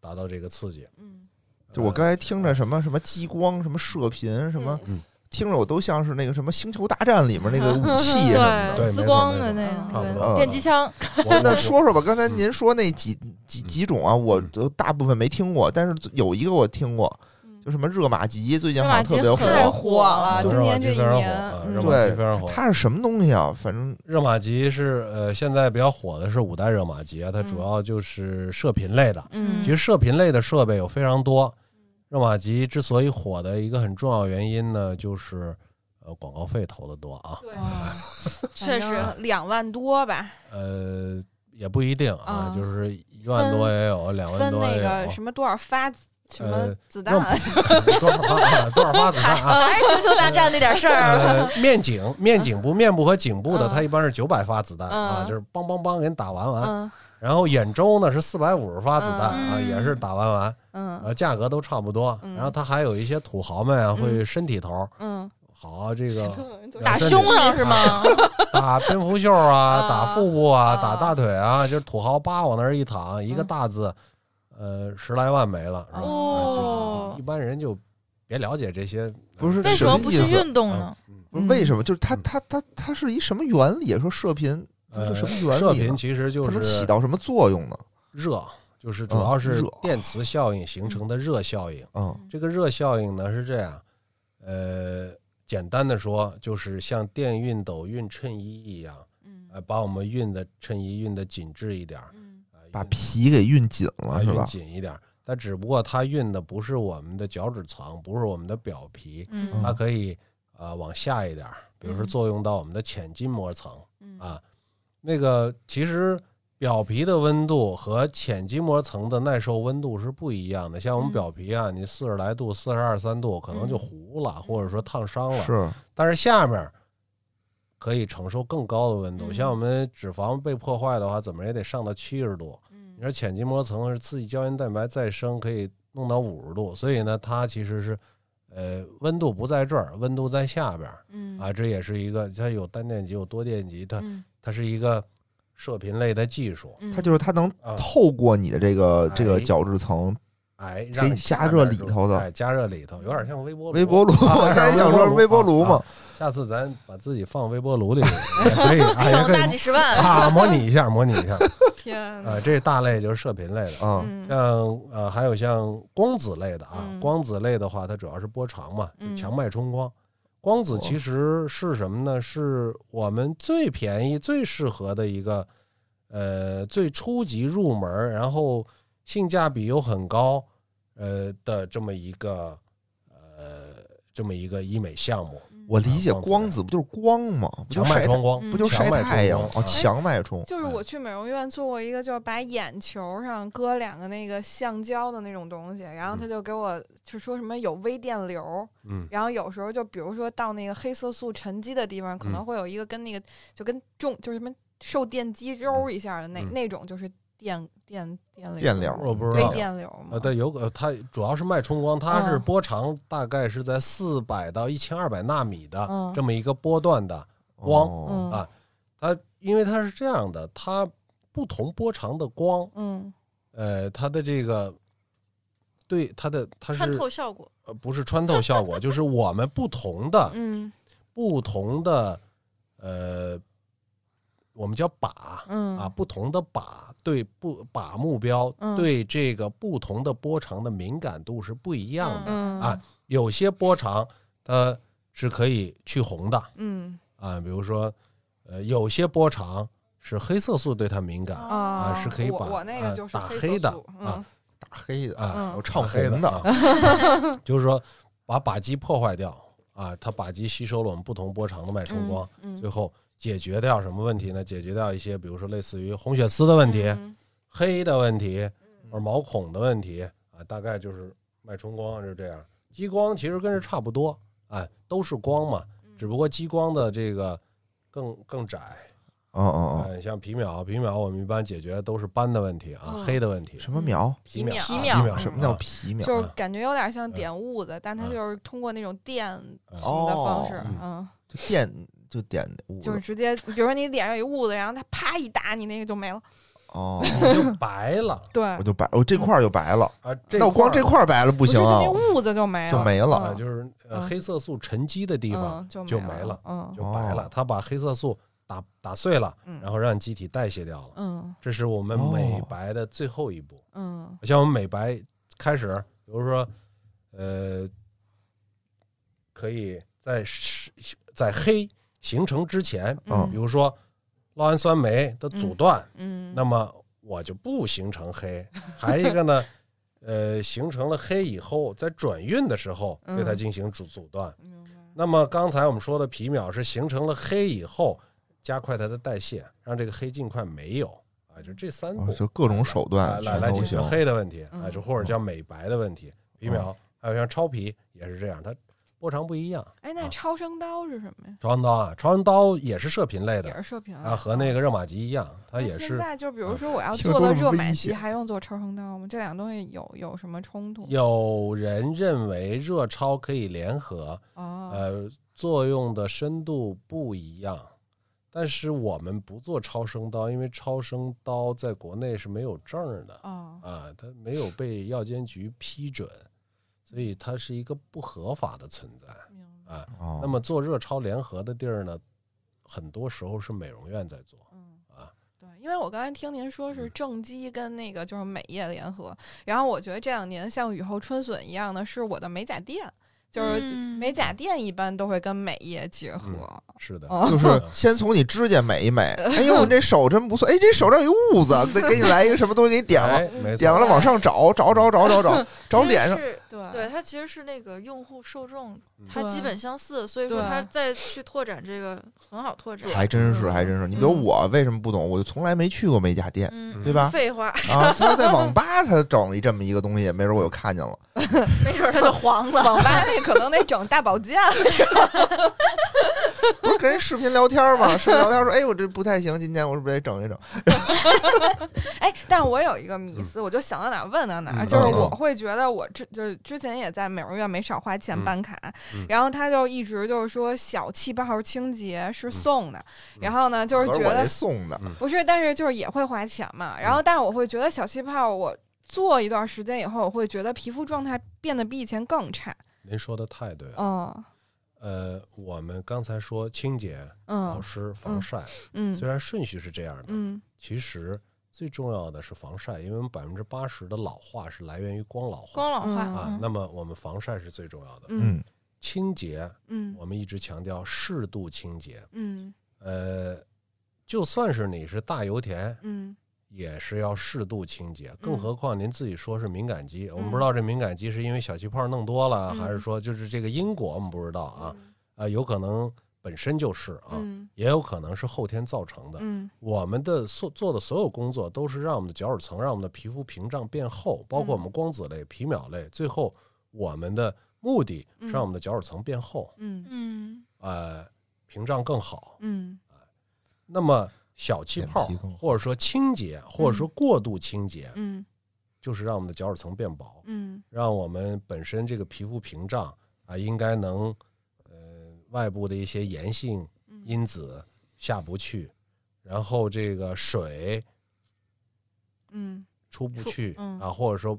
Speaker 2: 达到这个刺激。
Speaker 4: 嗯
Speaker 1: 就我
Speaker 2: 呃
Speaker 1: 刚才听着什么什么激光、什么射频、什么，
Speaker 2: 嗯
Speaker 1: 听着我都像是那个什么《星球大战》里面那 个武器什么的。
Speaker 2: 对没
Speaker 3: 滋
Speaker 2: 错
Speaker 3: 光
Speaker 2: 没
Speaker 3: 的
Speaker 2: 错
Speaker 3: 那
Speaker 4: 嗯
Speaker 2: 差
Speaker 3: 种，
Speaker 2: 不
Speaker 1: 嗯
Speaker 2: 多。
Speaker 3: 对，电击枪，
Speaker 2: 我，我
Speaker 1: 那
Speaker 2: 我
Speaker 1: 说说吧，刚才
Speaker 2: 嗯
Speaker 1: 您说那几几几种啊，我都大部分没听过，但是有一个我听过，
Speaker 4: 嗯
Speaker 1: 就什么热玛吉，最近
Speaker 3: 热
Speaker 1: 好
Speaker 3: 玛
Speaker 1: 像
Speaker 3: 吉
Speaker 1: 特别火。
Speaker 4: 太火了，
Speaker 2: 就
Speaker 4: 今
Speaker 2: 热玛
Speaker 4: 年
Speaker 2: 吉
Speaker 4: 这一
Speaker 2: 非常火
Speaker 4: 年
Speaker 2: 啊，
Speaker 4: 嗯
Speaker 2: 热玛吉
Speaker 1: 对
Speaker 2: 非常火，
Speaker 1: 它是什么东西啊？反正
Speaker 2: 热玛吉是呃现在比较火的是五代热玛吉啊，它主
Speaker 4: 嗯
Speaker 2: 要就是射频类的，
Speaker 4: 嗯，
Speaker 2: 其实射频类的设备有非常多，热玛吉之所以火的一个很重要原因呢，就是呃广告费投的多啊，
Speaker 4: 对
Speaker 3: 确实，
Speaker 4: 两万多吧，
Speaker 2: 呃也不一定啊，
Speaker 4: 啊
Speaker 2: 就是一万多也有，两万
Speaker 4: 分
Speaker 2: 多
Speaker 4: 那
Speaker 2: 也
Speaker 4: 个
Speaker 2: 有。
Speaker 4: 什么多少发什么
Speaker 2: 呃
Speaker 4: 子弹
Speaker 2: 热，玛 多少发啊多少发子弹 啊？
Speaker 3: 还是星球大战那点事儿，啊
Speaker 2: 呃，面警、面警部、面部和颈部的，
Speaker 4: 嗯
Speaker 2: 它一般是九百发子弹啊，
Speaker 4: 嗯
Speaker 2: 就是梆梆梆给你打完完。
Speaker 4: 嗯
Speaker 2: 然后眼周呢是四百五十发子弹啊，
Speaker 3: 嗯
Speaker 2: 也是打完完，然
Speaker 4: 嗯
Speaker 2: 后价格都差不多。
Speaker 4: 嗯
Speaker 2: 然后它还有一些土豪们啊，会伸体头，
Speaker 4: 嗯，
Speaker 2: 好啊这个
Speaker 3: 打胸上是吗？
Speaker 2: 打蝙蝠袖啊，
Speaker 4: 啊
Speaker 2: 打腹部啊，
Speaker 4: 啊
Speaker 2: 打大腿啊，就是土豪吧往那儿一
Speaker 3: 嗯
Speaker 2: 躺，一个大字，呃，十来万没了，
Speaker 1: 呃
Speaker 2: 是吧？啊就是
Speaker 3: 哦
Speaker 2: 一，般人就别了解这些，呃
Speaker 1: 不是
Speaker 3: 为什么不去
Speaker 1: 什么意思
Speaker 3: 运动呢？
Speaker 1: 不是
Speaker 4: 嗯
Speaker 1: 为什么？就是它
Speaker 2: 嗯
Speaker 1: 它它它是一什么原理？啊说射频，它
Speaker 2: 呃
Speaker 1: 是什么原
Speaker 2: 射
Speaker 1: 理
Speaker 2: 频
Speaker 1: 呢？
Speaker 2: 其实就
Speaker 1: 它能起
Speaker 2: 是
Speaker 1: 到什么作用呢？
Speaker 2: 热，就是主要
Speaker 1: 嗯
Speaker 2: 是
Speaker 1: 热
Speaker 2: 电磁效应形成的热效应。
Speaker 1: 嗯
Speaker 2: 这个热效应呢是这样，呃，简单的说，就是像电熨斗熨衬衣一样，
Speaker 4: 嗯
Speaker 2: 呃，把我们熨的衬衣熨的紧致一点儿，
Speaker 4: 嗯
Speaker 2: 啊
Speaker 1: 把
Speaker 2: 熨
Speaker 1: 皮给熨紧
Speaker 2: 啊
Speaker 1: 了是
Speaker 2: 熨
Speaker 1: 吧？
Speaker 2: 紧一点儿。但只不过它熨的不是我们的脚趾层，不是我们的表皮，
Speaker 3: 嗯
Speaker 2: 它可以呃往下一点儿，比如说
Speaker 4: 嗯
Speaker 2: 作用到我们的浅筋膜层。
Speaker 4: 嗯
Speaker 2: 啊，那个其实表皮的温度和浅筋膜层的耐受温度是不一样的。像我们
Speaker 4: 嗯
Speaker 2: 表皮啊，你四十来度、四十二三度可能就糊了，或者说烫伤了。
Speaker 1: 是，
Speaker 2: 但是下面儿可以承受更高的温度。
Speaker 4: 嗯
Speaker 2: 像我们脂肪被破坏的话，怎么也得上到七十度。
Speaker 4: 嗯
Speaker 2: 你说浅筋膜层是刺激胶原蛋白再生，可以弄到五十度，所以呢，它其实是。呃，温度不在这儿，温度在下边儿
Speaker 4: 嗯
Speaker 2: 啊，这也是一个它有单电极，有多电极，它
Speaker 4: 嗯
Speaker 2: 它是一个射频类的技术，
Speaker 4: 嗯
Speaker 1: 它就是它能
Speaker 2: 啊
Speaker 1: 透过你的这个这个
Speaker 2: 哎
Speaker 1: 角质层，
Speaker 2: 哎，
Speaker 1: 给
Speaker 2: 让
Speaker 1: 你
Speaker 2: 下
Speaker 1: 加
Speaker 2: 边
Speaker 1: 热
Speaker 2: 儿
Speaker 1: 里
Speaker 2: 就
Speaker 1: 头的
Speaker 2: 哎，加热里头，有点像微波
Speaker 1: 微波炉。
Speaker 2: 啊
Speaker 1: 我
Speaker 2: 有点
Speaker 1: 刚才
Speaker 2: 像
Speaker 1: 想说微波
Speaker 2: 炉
Speaker 1: 炉嘛，
Speaker 2: 啊下次咱把自己放微波炉里也可以，
Speaker 1: 嗯哎
Speaker 2: 啊，也
Speaker 3: 省
Speaker 2: 可
Speaker 3: 大几
Speaker 2: 以
Speaker 3: 十万。
Speaker 2: 啊，模拟一下，模拟一下，
Speaker 4: 天呐，
Speaker 2: 啊，这是大类就是射频类的。
Speaker 1: 啊，
Speaker 4: 嗯
Speaker 2: 像呃，还有像光子类的啊，
Speaker 4: 嗯
Speaker 2: 光子类的话，它主要是波长嘛，
Speaker 4: 嗯
Speaker 2: 强脉冲光。光
Speaker 1: 哦
Speaker 2: 子其实是什么呢？是我们最便宜、最适合的一个，呃，最初级入门，然后性价比又很高，呃的这么一个，呃，这么一个医美项目。
Speaker 1: 我理解
Speaker 2: 光
Speaker 1: 光
Speaker 2: 子
Speaker 1: 子不就是光吗？不就
Speaker 2: 啊强
Speaker 1: 是
Speaker 2: 脉
Speaker 1: 晒
Speaker 2: 冲
Speaker 1: 太
Speaker 2: 光
Speaker 4: 嗯
Speaker 1: 不就晒
Speaker 2: 强脉冲
Speaker 1: 太阳
Speaker 2: 光
Speaker 1: 吗？哦，
Speaker 2: 哎
Speaker 1: 强脉冲，
Speaker 4: 就是我去美容院做过一个，就是把眼球上搁两个那个橡胶的那种东西，然后他
Speaker 2: 嗯
Speaker 4: 就给我就说什么有微电流，
Speaker 2: 嗯，
Speaker 4: 然后有时候就比如说到那个黑色素沉积的地方，可能
Speaker 2: 嗯
Speaker 4: 会有一个跟那个就跟重就是什么受电击揉一下的那、
Speaker 2: 嗯
Speaker 4: 那种，就是电电电流
Speaker 1: 电流
Speaker 2: 我不知
Speaker 4: 微
Speaker 2: 道。
Speaker 4: 电流嘛。
Speaker 2: 呃，对，有呃，它主要是脉冲光，它是
Speaker 4: 嗯
Speaker 2: 波长大概是在四百到一千二百纳米的
Speaker 4: 嗯
Speaker 2: 啊这么一个波段的。光
Speaker 1: 哦，
Speaker 4: 嗯
Speaker 2: 啊它因为它是这样的，它不同波长的光，
Speaker 4: 嗯
Speaker 2: 呃，它的这个对它的它
Speaker 3: 看
Speaker 2: 是
Speaker 3: 透效果，
Speaker 2: 呃不是穿透效果，就是我们不同的
Speaker 4: 嗯
Speaker 2: 不同的呃，我们叫靶
Speaker 4: 嗯
Speaker 2: 啊，不同的靶对不靶目标
Speaker 4: 嗯
Speaker 2: 对这个不同的波长的敏感度是不一样的。
Speaker 4: 嗯
Speaker 2: 啊有些波长它是可以去红的
Speaker 4: 嗯
Speaker 2: 啊，比如说呃，有些波长是黑色素对它敏感
Speaker 3: 哦
Speaker 4: 啊
Speaker 2: 是可以
Speaker 4: 我
Speaker 2: 把
Speaker 4: 我那
Speaker 2: 啊
Speaker 4: 个就是
Speaker 2: 打
Speaker 4: 黑
Speaker 2: 黑
Speaker 4: 色
Speaker 2: 的
Speaker 4: 素
Speaker 2: 啊
Speaker 1: 打黑的，
Speaker 2: 啊，
Speaker 4: 嗯
Speaker 1: 有唱
Speaker 2: 黑
Speaker 1: 红
Speaker 2: 的，啊 就是说把靶机破坏掉啊，它靶机吸收了我们不同波长的脉冲光，，
Speaker 4: 嗯
Speaker 2: 最后解决掉什么问题呢？解决掉一些比如说类似于红血丝的问题、
Speaker 4: 嗯
Speaker 2: 黑的问题或者毛孔的问题啊，大概就是脉冲光就这样。激光其实跟这差不多，哎，都是光嘛，
Speaker 4: 嗯
Speaker 2: 只不过激光的这个更更窄。
Speaker 1: 哦哦哦，
Speaker 2: 嗯，像皮秒，皮秒我们一般解决都是斑的问题啊，
Speaker 4: 嗯
Speaker 2: 黑的问题。
Speaker 1: 什么苗？
Speaker 2: 皮
Speaker 4: 皮秒
Speaker 2: 皮
Speaker 3: 皮
Speaker 2: 秒
Speaker 3: 秒
Speaker 2: 啊，
Speaker 1: 什么叫皮秒？
Speaker 4: 嗯就是
Speaker 2: 啊
Speaker 4: 感觉有点像
Speaker 2: 嗯
Speaker 4: 点痦子，但它
Speaker 2: 嗯
Speaker 4: 就是通过那种电什么的方
Speaker 1: 哦
Speaker 4: 式，嗯，
Speaker 1: 就电就点捂
Speaker 4: 就是
Speaker 1: 着
Speaker 4: 直接，比如说你脸上有一痦子，然后它啪一打，你那个就没了。嗯
Speaker 1: 哦，
Speaker 2: 你就白了
Speaker 4: 对，
Speaker 1: 我就白，我这块儿就白了。
Speaker 2: 啊。这
Speaker 1: 那我光这
Speaker 2: 块
Speaker 1: 块儿白了不
Speaker 4: 不
Speaker 1: 行
Speaker 4: 是就
Speaker 1: 啊
Speaker 4: 那，痦子就没了，
Speaker 1: 就没
Speaker 2: 儿
Speaker 1: 了。
Speaker 2: 啊，
Speaker 4: 嗯
Speaker 2: 就是呃
Speaker 4: 嗯
Speaker 2: 黑色素沉积的地方
Speaker 4: 嗯就
Speaker 2: 就没
Speaker 4: 没
Speaker 2: 了，
Speaker 4: 嗯
Speaker 2: 就白了
Speaker 1: 哦，
Speaker 2: 它把黑色素打打碎了，
Speaker 4: 嗯，
Speaker 2: 然后让机体代谢掉了。
Speaker 4: 嗯
Speaker 2: 这是我们
Speaker 1: 哦
Speaker 2: 美白的最后一步。
Speaker 4: 嗯
Speaker 2: 像我们美白开始，比如说呃，可以在是在黑形成之前，
Speaker 1: 嗯
Speaker 2: 比如说酪氨酸酶的阻断，
Speaker 4: 嗯，
Speaker 2: 那么我就不形成黑。还一个呢，呃，形成了黑以后，在转运的时候对它
Speaker 4: 嗯
Speaker 2: 进行阻阻断。
Speaker 4: 明白
Speaker 2: 那么刚才我们说的皮秒是形成了黑以后，加快它的代谢，让这个黑尽快没有啊，就这三步
Speaker 1: 哦，就各种手
Speaker 2: 啊
Speaker 1: 段
Speaker 2: 来
Speaker 1: 全
Speaker 2: 来
Speaker 1: 都
Speaker 2: 解决
Speaker 1: 行。嗯
Speaker 2: 黑的问题啊，
Speaker 4: 嗯
Speaker 2: 就或者叫美白的问题。皮秒还有像超皮也是这样，它波长不一样。
Speaker 4: 哎，
Speaker 2: 啊
Speaker 4: 那超声刀是什么呀？
Speaker 2: 超声刀啊，超声刀也是射频类
Speaker 4: 也
Speaker 2: 的
Speaker 4: 是射频哦
Speaker 2: 啊，和那个热玛吉一样，它
Speaker 4: 那
Speaker 2: 也
Speaker 4: 现
Speaker 2: 是
Speaker 4: 在就比如
Speaker 2: 啊
Speaker 4: 说我要
Speaker 1: 听着
Speaker 4: 做
Speaker 1: 都
Speaker 4: 了
Speaker 1: 是
Speaker 4: 热
Speaker 1: 危
Speaker 4: 玛吉，
Speaker 1: 险
Speaker 4: 还用做超声刀吗？这两个东西有有什么冲突？
Speaker 2: 有人认为热超可以联合，
Speaker 4: 哦，
Speaker 2: 呃，作用的深度不一样，但是我们不做超声刀，因为超声刀在国内是没有证儿的
Speaker 4: 哦，
Speaker 2: 啊，它没有被药监局批准，所以它是一个不合法的存在
Speaker 4: 明白，
Speaker 2: 啊。
Speaker 1: 哦
Speaker 2: 那么做热超联合的地儿呢，很多时候是美容院在做
Speaker 4: 嗯。
Speaker 2: 啊，
Speaker 4: 对，因为我刚才听您说是
Speaker 2: 嗯
Speaker 4: 正畸跟那个就是美业联合，然后我觉得这两年像雨后春笋一样的是我的美甲店，就是
Speaker 3: 嗯
Speaker 4: 美甲店一般都会跟美业结合。
Speaker 2: 是的，啊
Speaker 4: 哦
Speaker 1: 就是先从你指甲美一 美，哎呦，你这手真不错，哎，这手上有一痦子，再给你来一个什么东西给你点了，
Speaker 2: 哎，没
Speaker 1: 点
Speaker 2: 错，
Speaker 1: 完了往上找，找找找找 找，找脸上啊
Speaker 3: 其，实是
Speaker 4: 对
Speaker 3: 对它其实是那个用户受众，
Speaker 2: 嗯
Speaker 3: 它基本相似，所以说
Speaker 4: 对
Speaker 3: 它再去拓展这个很好拓展。
Speaker 1: 还真是还真是。你比如
Speaker 4: 嗯
Speaker 1: 我为什么不懂，我就从来没去过美甲 店
Speaker 3: 嗯，
Speaker 1: 对吧
Speaker 3: 废话，
Speaker 1: 啊，他在网吧他整了这么一个东西，没准我就看见了。
Speaker 3: 没准儿它就黄了。
Speaker 4: 网吧那可能得整大保健，
Speaker 1: 不是跟人视频聊天嘛？视频聊天说，哎，我这不太行，今天我是不是得整一整？
Speaker 4: 哎，但我有一个迷思，我就想到哪儿问到哪儿，
Speaker 2: 嗯
Speaker 4: 就是
Speaker 1: 嗯
Speaker 4: 我
Speaker 1: 嗯
Speaker 4: 会觉得我之就是之前也在美容院没少花钱
Speaker 2: 嗯
Speaker 4: 办卡，
Speaker 2: 嗯
Speaker 4: 然后他就一直就是说小气八号清洁是送的，
Speaker 2: 嗯
Speaker 4: 然后呢就是
Speaker 1: 可
Speaker 4: 觉
Speaker 1: 是我
Speaker 4: 得
Speaker 1: 这送的，
Speaker 4: 不是，但是就是也会花钱嘛，然
Speaker 2: 嗯
Speaker 4: 后但是我会觉得小气泡我。做一段时间以后，我会觉得皮肤状态变得比以前更差。
Speaker 2: 您说的太对了。
Speaker 4: 嗯
Speaker 2: 呃，我们刚才说清洁、保
Speaker 4: 嗯
Speaker 2: 湿、防晒，
Speaker 4: 嗯
Speaker 2: 虽然顺序是这样的，
Speaker 4: 嗯
Speaker 2: 其实最重要的是防晒，因为我们百分之八十的老化是来源于光老化
Speaker 3: 光老化，
Speaker 4: 嗯
Speaker 2: 啊。
Speaker 3: 嗯
Speaker 2: 那么我们防晒是最重要的，
Speaker 4: 嗯
Speaker 1: 嗯，
Speaker 2: 清洁
Speaker 4: 嗯
Speaker 2: 我们一直强调适度清洁。
Speaker 4: 嗯
Speaker 2: 呃，就算是你是大油田，
Speaker 4: 嗯
Speaker 2: 也是要适度清洁，更
Speaker 4: 嗯
Speaker 2: 何况您自己说是敏感肌，我们
Speaker 4: 嗯
Speaker 2: 不知道这敏感肌是因为小气泡弄多了，还是
Speaker 4: 嗯
Speaker 2: 说就是这个因果我们不知道啊，啊、有可能本身就是啊，
Speaker 4: 嗯
Speaker 2: 也有可能是后天造成的。
Speaker 4: 嗯
Speaker 2: 我们的所做的所有工作都是让我们的角质层，让我们的皮肤屏障变厚，包
Speaker 4: 嗯
Speaker 2: 括我们光子类、皮秒类，最后我们的目的是让我们的角质层变厚，
Speaker 4: 嗯
Speaker 3: 嗯，
Speaker 2: 呃，屏障更好。
Speaker 4: 嗯
Speaker 2: 那么小气
Speaker 1: 眼
Speaker 2: 泡
Speaker 1: 皮更好
Speaker 2: 或者说清洁，或者说过度清洁，
Speaker 4: 嗯
Speaker 2: 就是让我们的角质层变薄，
Speaker 4: 嗯
Speaker 2: 让我们本身这个皮肤屏障啊，应该能呃外部的一些炎性因子下不去，然后这个水
Speaker 4: 嗯
Speaker 2: 出不去
Speaker 4: 嗯
Speaker 2: 啊，或者说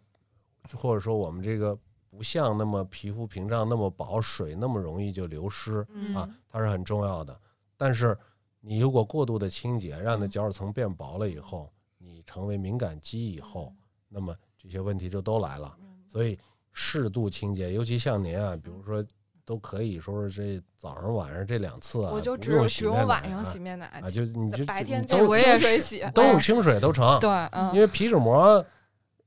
Speaker 2: 或者说我们这个不像那么皮肤屏障那么薄，水那么容易就流失
Speaker 4: 嗯
Speaker 2: 啊，它是很重要的。但是你如果过度的清洁，让你的
Speaker 4: 嗯
Speaker 2: 角质层变薄了以后，你成为敏感肌以
Speaker 4: 嗯
Speaker 2: 后，那么这些问题就都来了。所以适度清洁，尤其像您啊，比
Speaker 4: 嗯
Speaker 2: 如说都可以说是这早上晚上这两次啊，
Speaker 4: 嗯我就
Speaker 2: 不
Speaker 4: 只
Speaker 2: 用
Speaker 4: 有
Speaker 2: 洗
Speaker 4: 只有
Speaker 2: 面奶
Speaker 4: 晚上
Speaker 2: 啊
Speaker 4: 洗面奶
Speaker 2: 啊，，就你就
Speaker 4: 白
Speaker 2: 就
Speaker 4: 天
Speaker 2: 你
Speaker 4: 就
Speaker 2: 都
Speaker 3: 我
Speaker 4: 是
Speaker 3: 也
Speaker 4: 清水
Speaker 3: 是
Speaker 4: 洗，
Speaker 2: 都
Speaker 4: 我
Speaker 2: 是清水都成，
Speaker 4: 对，嗯
Speaker 2: 因为皮脂膜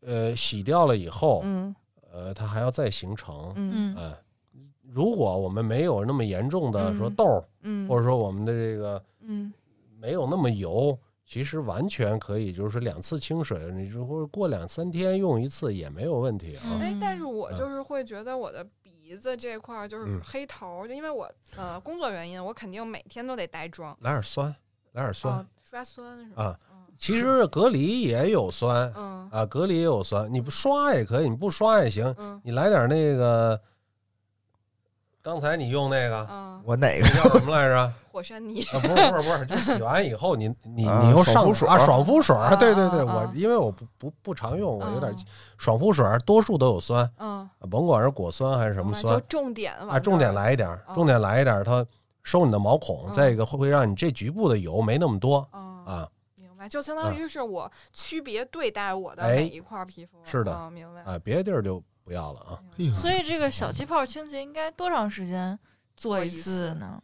Speaker 2: 呃洗掉了以后，
Speaker 4: 嗯
Speaker 2: 呃它还要再形成，
Speaker 4: 嗯
Speaker 3: 嗯
Speaker 2: 呃，如果我们没有那么严重的
Speaker 4: 嗯
Speaker 2: 说痘儿，
Speaker 4: 嗯，
Speaker 2: 或者说我们的这个
Speaker 4: 嗯
Speaker 2: 没有那么油，其实完全可以，就是说两次清水，你如果过两三天用一次也没有问题啊。
Speaker 4: 哎，但
Speaker 3: 嗯
Speaker 4: 是我
Speaker 2: 嗯
Speaker 4: 就是会觉得我的鼻子这块儿就是
Speaker 2: 嗯
Speaker 4: 黑头儿，就因为我呃工作原因，我肯定每天都得带妆，
Speaker 2: 来点酸，来点酸、
Speaker 4: 哦刷酸是吧？
Speaker 2: 啊。其实隔离也有酸
Speaker 4: 嗯
Speaker 2: 啊，隔离也有酸，你不刷也可以，你不刷也行，
Speaker 4: 嗯
Speaker 2: 你来点那个，刚才你用那个。
Speaker 4: 嗯，
Speaker 1: 我哪个？
Speaker 2: 叫什么来着？啊，
Speaker 4: 火山泥，
Speaker 2: 不是不是不是，就洗完以后你你
Speaker 1: 啊
Speaker 2: 你又上
Speaker 1: 爽肤水
Speaker 2: 啊，爽肤水，
Speaker 4: 啊
Speaker 2: 对对对，
Speaker 4: 啊啊
Speaker 2: 我因为我不不不常用，我有点
Speaker 4: 嗯
Speaker 2: 爽肤水，多数都有酸，
Speaker 4: 嗯，
Speaker 2: 啊甭管是果酸还是什么
Speaker 4: 明白就
Speaker 2: 酸
Speaker 4: 重点往
Speaker 2: 啊，重
Speaker 4: 这
Speaker 2: 点
Speaker 4: 儿，
Speaker 2: 来一点儿，
Speaker 4: 啊
Speaker 2: 重点来一点儿，它收你的毛孔，
Speaker 4: 嗯
Speaker 2: 再一个会不会让你这局部的油没那么多
Speaker 4: 嗯，
Speaker 2: 啊？
Speaker 4: 明白，就相当于是我区别对待我的
Speaker 2: 哎
Speaker 4: 每一块儿皮肤，
Speaker 2: 是的
Speaker 4: 嗯明白
Speaker 2: 啊，别的地儿就不要了啊，
Speaker 1: 哎呦
Speaker 4: 明白
Speaker 3: 所以这个小气泡清洁应该多长时间做
Speaker 4: 做
Speaker 3: 一
Speaker 4: 一次
Speaker 3: 次呢？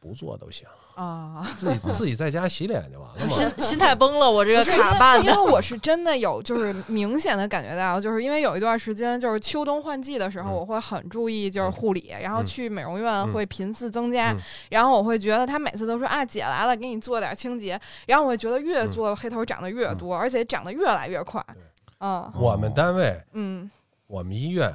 Speaker 2: 不做都 行，
Speaker 4: 啊，
Speaker 2: 自己自己在家洗脸就完了嘛。
Speaker 3: 心心态崩了，我这个
Speaker 4: 不是因为
Speaker 3: 卡办
Speaker 4: 因
Speaker 3: 的。
Speaker 4: 为我是真的有，就是明显的感觉到，就是因为有一段时间，就是秋冬换季的时候，
Speaker 2: 嗯
Speaker 4: 我会很注意就是护理，然后
Speaker 2: 嗯
Speaker 4: 去美容院会频次增加，
Speaker 2: 嗯
Speaker 4: 然后我会觉得他每次都说啊姐来了，给你做点清洁，然后我觉得越做黑头长得越多，而且长得越来越快
Speaker 2: 嗯对，
Speaker 4: 嗯
Speaker 2: 我们单位、
Speaker 4: 嗯
Speaker 2: 我们医院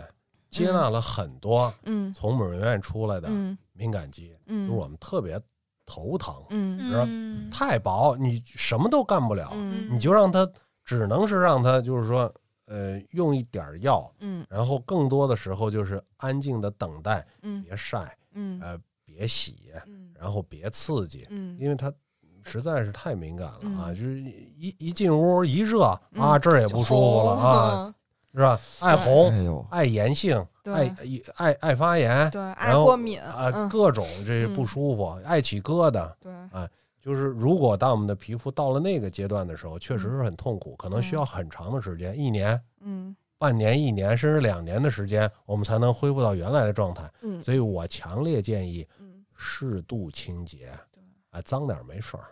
Speaker 2: 接纳了很多
Speaker 4: 嗯
Speaker 2: 从美容院出来的
Speaker 4: 嗯
Speaker 2: 敏感肌，就是
Speaker 4: 嗯
Speaker 2: 我们特别头疼，
Speaker 4: 嗯
Speaker 3: 嗯，
Speaker 2: 太薄，你什么都干不了，
Speaker 4: 嗯
Speaker 2: 你就让他只能是让他就是说，呃，用一点儿药，
Speaker 4: 嗯
Speaker 2: 然后更多的时候就是安静的等待，
Speaker 4: 嗯
Speaker 2: 别晒，
Speaker 4: 嗯
Speaker 2: 呃，别洗，
Speaker 4: 嗯
Speaker 2: 然后别刺激，
Speaker 4: 嗯
Speaker 2: 因为他实在是太敏感了啊！
Speaker 4: 嗯
Speaker 2: 就是一一进屋一热
Speaker 4: 嗯
Speaker 2: 啊，这儿也不舒服了啊，，是吧？爱红，
Speaker 1: 哎呦，
Speaker 2: 爱炎性，
Speaker 4: 对
Speaker 2: 爱爱爱发炎
Speaker 4: 就红了，对，爱
Speaker 2: 哎然后
Speaker 4: 过敏，
Speaker 2: 啊，
Speaker 4: 嗯
Speaker 2: 各种这不
Speaker 4: 嗯
Speaker 2: 舒服，爱起疙瘩。
Speaker 4: 对，
Speaker 2: 就是如果当我们的
Speaker 4: 嗯
Speaker 2: 皮肤到了那个阶段的时候，确实是很痛苦，可能需要很长的时间，一年
Speaker 4: 嗯
Speaker 2: 半年、一年甚至两年的时间，我们才能恢复到原来的状态。
Speaker 4: 嗯
Speaker 2: 所以我强烈建议
Speaker 4: 嗯，
Speaker 2: 适度清洁
Speaker 4: 对，
Speaker 2: 啊，脏点儿没事儿。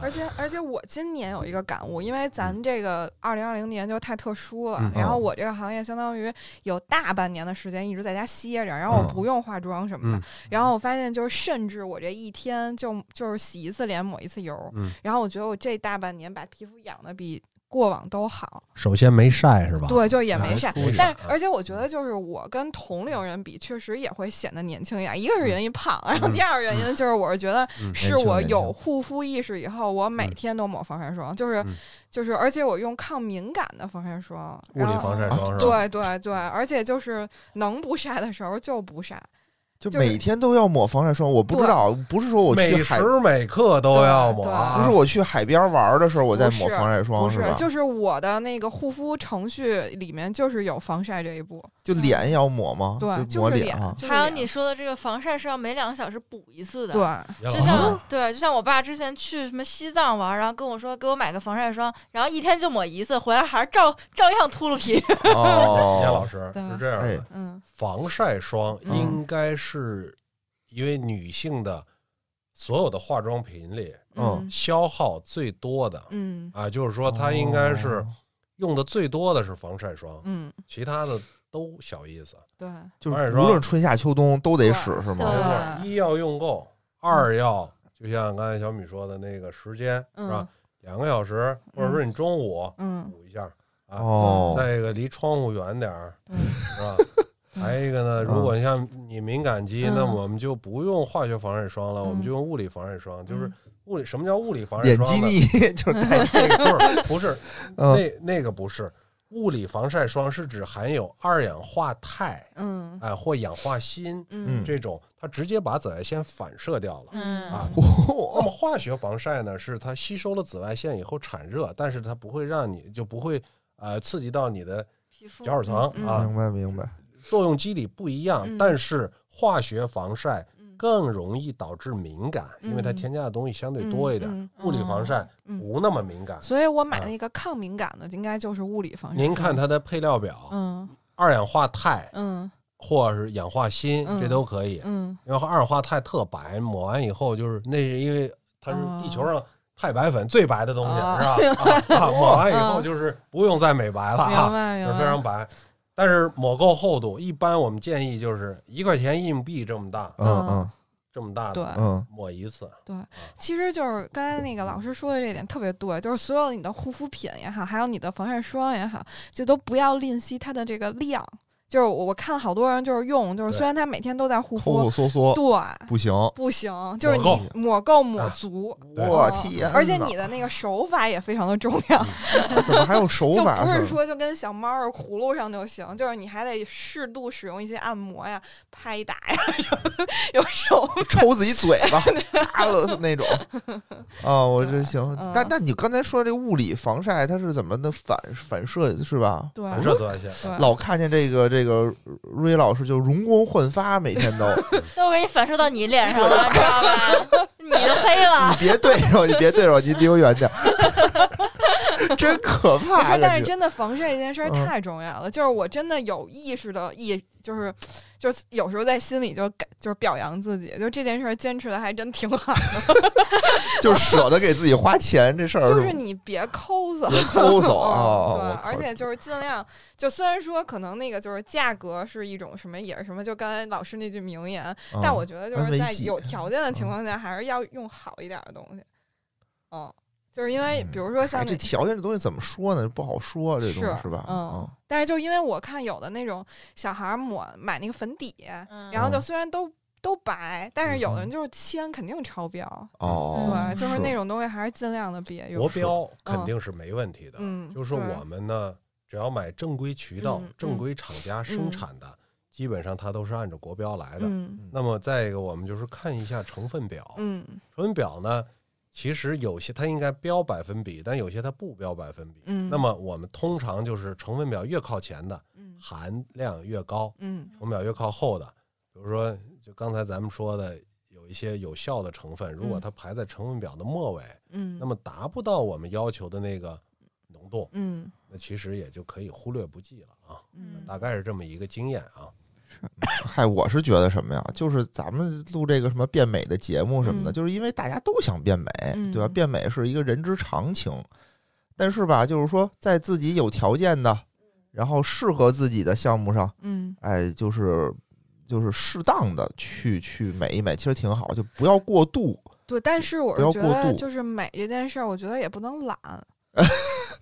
Speaker 4: 而且而且我今年有一个感悟，因为咱这个二零二零年就太特殊了，
Speaker 2: 嗯
Speaker 4: 然后
Speaker 1: 哦
Speaker 4: 我这个行业相当于有大半年的时间一直在家歇着，然后我
Speaker 2: 嗯
Speaker 4: 不用化妆什么的，
Speaker 2: 嗯
Speaker 4: 然后我发现就是甚至我这一天就就是洗一次脸抹一次油，
Speaker 2: 嗯，
Speaker 4: 然后我觉得我这大半年把皮肤养的比过往都好，
Speaker 2: 首先没晒哦是吧？
Speaker 4: 对，就也没
Speaker 2: 没
Speaker 4: 晒。
Speaker 2: 出去
Speaker 4: 但
Speaker 2: 啊
Speaker 4: 而且我觉得，就是我跟同龄人比，确实也会显得年轻一点。一个是原因胖，然后第二个原因就是，我是觉得
Speaker 2: 嗯
Speaker 4: 是我有护肤意识以后，我每天都抹防晒霜，就是
Speaker 2: 嗯
Speaker 4: 就是，而且我用抗敏感的防晒霜，
Speaker 2: 物理
Speaker 4: 然后
Speaker 2: 防晒
Speaker 1: 啊
Speaker 2: 霜是吧？
Speaker 4: 对对对，而且就是能不晒的时候就不晒，
Speaker 1: 就
Speaker 4: 就是
Speaker 1: 每天都要抹防晒霜。我不知道，不是说我
Speaker 2: 每
Speaker 1: 去海，
Speaker 2: 时每刻都要抹
Speaker 4: 对
Speaker 2: 啊，
Speaker 1: 不是我去海边玩的时候我在
Speaker 4: 不
Speaker 1: 抹
Speaker 4: 是
Speaker 1: 防晒霜，
Speaker 4: 不是
Speaker 1: 吧？，
Speaker 4: 就是我的那个护肤程序里面就是有防晒这一步，
Speaker 2: 啊
Speaker 1: 就脸也要抹吗？
Speaker 4: 对，
Speaker 1: 就
Speaker 4: 就
Speaker 1: 抹
Speaker 4: 是
Speaker 1: 脸
Speaker 4: 脸
Speaker 1: 啊，。
Speaker 4: 就是
Speaker 3: 还有
Speaker 4: 脸
Speaker 3: 你说的这个防晒是要每两个小时补一次的，
Speaker 4: 对，哦
Speaker 2: 要
Speaker 3: 就
Speaker 2: 啊
Speaker 3: 像对，就像我爸之前去什么西藏玩，然后跟我说给我买个防晒霜，然后一天就抹一次，回来还是照照样秃噜皮。
Speaker 2: 叶
Speaker 1: 哦
Speaker 2: 老，师
Speaker 4: 对
Speaker 2: 是这样
Speaker 1: 哎
Speaker 2: 的，
Speaker 4: 嗯
Speaker 2: 防晒霜
Speaker 1: 嗯
Speaker 2: 应该是因为女性的所有的化妆品里
Speaker 1: 嗯
Speaker 2: 消耗最多的
Speaker 4: 嗯
Speaker 2: 啊，就是说它应该
Speaker 1: 哦
Speaker 2: 是用的最多的是防晒霜，
Speaker 4: 嗯，
Speaker 2: 其他的都小意思。
Speaker 4: 对，嗯
Speaker 1: 就是
Speaker 2: 防晒
Speaker 1: 无
Speaker 2: 霜
Speaker 1: 论春夏秋冬都得
Speaker 4: 对
Speaker 1: 使是
Speaker 3: 对
Speaker 1: 吗？
Speaker 2: 没
Speaker 4: 嗯
Speaker 2: 错一要用够，二要就像刚才小米说的那个时间是吧
Speaker 4: 嗯？
Speaker 2: 两个小时，或者说你中午
Speaker 4: 嗯
Speaker 2: 补一下，啊
Speaker 1: 哦，
Speaker 2: 再一个离窗户远点儿，
Speaker 4: 对
Speaker 2: 是吧？
Speaker 4: 嗯
Speaker 2: 还有一个呢，如果像你敏感肌，
Speaker 4: 嗯
Speaker 2: 那我们就不用化学防晒霜了，
Speaker 4: 嗯
Speaker 2: 我们就用物理防晒霜。就是
Speaker 4: 嗯
Speaker 2: 物理什么叫物理防晒
Speaker 1: 脸
Speaker 2: 霜
Speaker 1: 基
Speaker 2: 呢？
Speaker 1: 尼就是带那个，
Speaker 2: 不是不是
Speaker 1: 嗯
Speaker 2: 那那个不是物理防晒霜，是指含有二氧化钛
Speaker 4: 嗯
Speaker 2: 哎或氧化锌
Speaker 1: 嗯
Speaker 4: 嗯
Speaker 2: 这种，它直接把紫外线反射掉
Speaker 4: 哦
Speaker 2: 了。
Speaker 3: 嗯
Speaker 2: 啊，那
Speaker 1: 哦
Speaker 2: 么化学防晒呢，是它吸收了紫外线以后产热，但是它不会让你就不会呃刺激到你的
Speaker 3: 皮肤
Speaker 2: 角质层
Speaker 4: 嗯嗯
Speaker 2: 啊，
Speaker 1: 明白明白，
Speaker 2: 作用机理不一样，
Speaker 4: 嗯
Speaker 2: 但是化学防晒
Speaker 4: 嗯
Speaker 2: 更容易导致敏感，
Speaker 4: 嗯
Speaker 2: 因为它添加的东西相对多一点。
Speaker 4: 嗯
Speaker 2: 物理防晒
Speaker 4: 嗯
Speaker 2: 不那么敏感。
Speaker 4: 所以我买
Speaker 2: 啊
Speaker 4: 那个抗敏感的，应该就是物理防晒。
Speaker 2: 您看，它的配料表，
Speaker 4: 嗯
Speaker 2: 二氧化钛
Speaker 4: 嗯
Speaker 2: 或者是氧化锌，
Speaker 4: 嗯
Speaker 2: 这都可以。
Speaker 4: 嗯
Speaker 2: 然后二氧化钛特白，抹完以后就是那是因为它是地球上太白粉最白的东西，
Speaker 4: 哦
Speaker 2: 是吧？啊，啊抹完以后
Speaker 4: 嗯
Speaker 2: 就是不用再美白了啊
Speaker 4: 明，白 明
Speaker 2: 就是
Speaker 4: 白，
Speaker 2: 非常白。但是抹够厚度，一般我们建议就是一块钱硬币这么大，
Speaker 1: 嗯
Speaker 2: 这么大
Speaker 4: 对
Speaker 2: 的。
Speaker 1: 嗯嗯，
Speaker 2: 抹一次，
Speaker 4: 其实就是刚才那个老师说的这点特别对，就是所有你的护肤品也好，还有你的防晒霜也好，就都不要吝惜它的这个量。就是我我看好多人就是用，就是
Speaker 2: 对
Speaker 4: 虽然他每天都在护
Speaker 1: 抠抠
Speaker 4: 肤，
Speaker 1: 缩缩
Speaker 4: 对，
Speaker 1: 不行，
Speaker 4: 不行，就是
Speaker 2: 抹
Speaker 4: 你抹够抹
Speaker 2: 啊
Speaker 4: 足。
Speaker 2: 对
Speaker 1: 我
Speaker 4: 嗯
Speaker 1: 天
Speaker 4: 而且
Speaker 1: 呐
Speaker 4: 你的那个手法也非常的重要，
Speaker 1: 怎么还有手
Speaker 4: 就
Speaker 1: 法
Speaker 4: 不是
Speaker 1: 是吧？
Speaker 4: 说就跟小猫儿葫芦上就行，就是你还得适度使用一些按摩呀、拍打呀，有手
Speaker 1: 抽自己嘴 巴，啪的那种。啊，我这
Speaker 4: 对
Speaker 1: 行
Speaker 4: 嗯。
Speaker 1: 那那你刚才说这物理防晒，它是怎么的反反射是吧？
Speaker 4: 对
Speaker 2: 反射紫外线。
Speaker 4: 对
Speaker 1: 老看见这个这个瑞老师就容光焕发，每天 都。
Speaker 3: 都给你反射到你脸上了，知道吧？ 你就黑
Speaker 1: 你
Speaker 3: 了。
Speaker 1: 别对着我，你别对着我，你离我远点儿。 真可
Speaker 4: 不
Speaker 1: 怕！
Speaker 4: 是，但
Speaker 1: 感
Speaker 4: 是
Speaker 1: 觉
Speaker 4: 真的防晒这件事儿
Speaker 1: 嗯
Speaker 4: 太重要了，就是我真的有意识的意，就是就是有时候在心里就感就是表扬自己，就这件事儿坚持的还真挺好的，
Speaker 1: 就舍得给自己花钱这事儿，
Speaker 4: 就是你别抠搜。
Speaker 1: 抠搜
Speaker 4: 嗯
Speaker 1: 啊！
Speaker 4: 对，而且就是尽量，就虽然说可能那个就是价格是一种什么，也是什么，就刚才老师那句名言，
Speaker 1: 嗯
Speaker 4: 但我觉得就
Speaker 1: 安
Speaker 4: 是
Speaker 1: 慰
Speaker 4: 在
Speaker 1: 剂
Speaker 4: 有条件的情况下，还是要用好一点的东西。嗯，就是因为比如说像
Speaker 1: 哎，这
Speaker 4: 那
Speaker 1: 条件这东西怎么说呢？不好说，啊这东西
Speaker 4: 是
Speaker 1: 是吧？
Speaker 4: 嗯，但是就因为我看有的那种小孩儿抹买那个粉底，
Speaker 3: 嗯
Speaker 4: 然后就
Speaker 1: 嗯
Speaker 4: 虽然都都白，但是有
Speaker 1: 嗯
Speaker 4: 的人就是铅肯定超标，
Speaker 1: 哦，
Speaker 4: 嗯对，就是
Speaker 1: 是
Speaker 4: 那种东西还是尽量的别用
Speaker 2: 国。标肯定是没问题的，
Speaker 4: 嗯
Speaker 2: 就是说
Speaker 4: 对
Speaker 2: 我们呢，只要买正规渠道、
Speaker 4: 嗯
Speaker 2: 正规厂家生产的，基本上它都是按照国标来的。
Speaker 4: 嗯
Speaker 2: 那么再一个，我们就是看一下成分表，
Speaker 4: 嗯
Speaker 2: 成分表呢，其实有些它应该标百分比，但有些它不标百分比。
Speaker 4: 嗯，
Speaker 2: 那么我们通常就是成分表越靠前的
Speaker 4: 嗯
Speaker 2: 含量越高，
Speaker 4: 嗯
Speaker 2: 成分表越靠后的，比如说就刚才咱们说的有一些有效的成分，如果
Speaker 4: 嗯
Speaker 2: 它排在成分表的末尾，
Speaker 4: 嗯，
Speaker 2: 那么达不到我们要求的那个脓洞，
Speaker 4: 嗯
Speaker 2: 那其实也就可以忽略不计了啊。
Speaker 4: 嗯
Speaker 2: 大概是这么一个经验啊。
Speaker 1: 嗨，我是觉得什么呀？就是咱们录这个什么变美的节目什么的，
Speaker 4: 嗯
Speaker 1: 就是因为大家都想变美，对吧？
Speaker 4: 嗯
Speaker 1: 变美是一个人之常情，但是吧，就是说在自己有条件的，然后适合自己的项目上，
Speaker 4: 嗯
Speaker 1: 哎，就是就是适当的去去美一美，其实挺好，就不要过度。
Speaker 4: 对，但是我
Speaker 1: 不要
Speaker 4: 是觉
Speaker 1: 过
Speaker 4: 得，
Speaker 1: 度
Speaker 4: 就是美这件事儿，我觉得也不 能懒。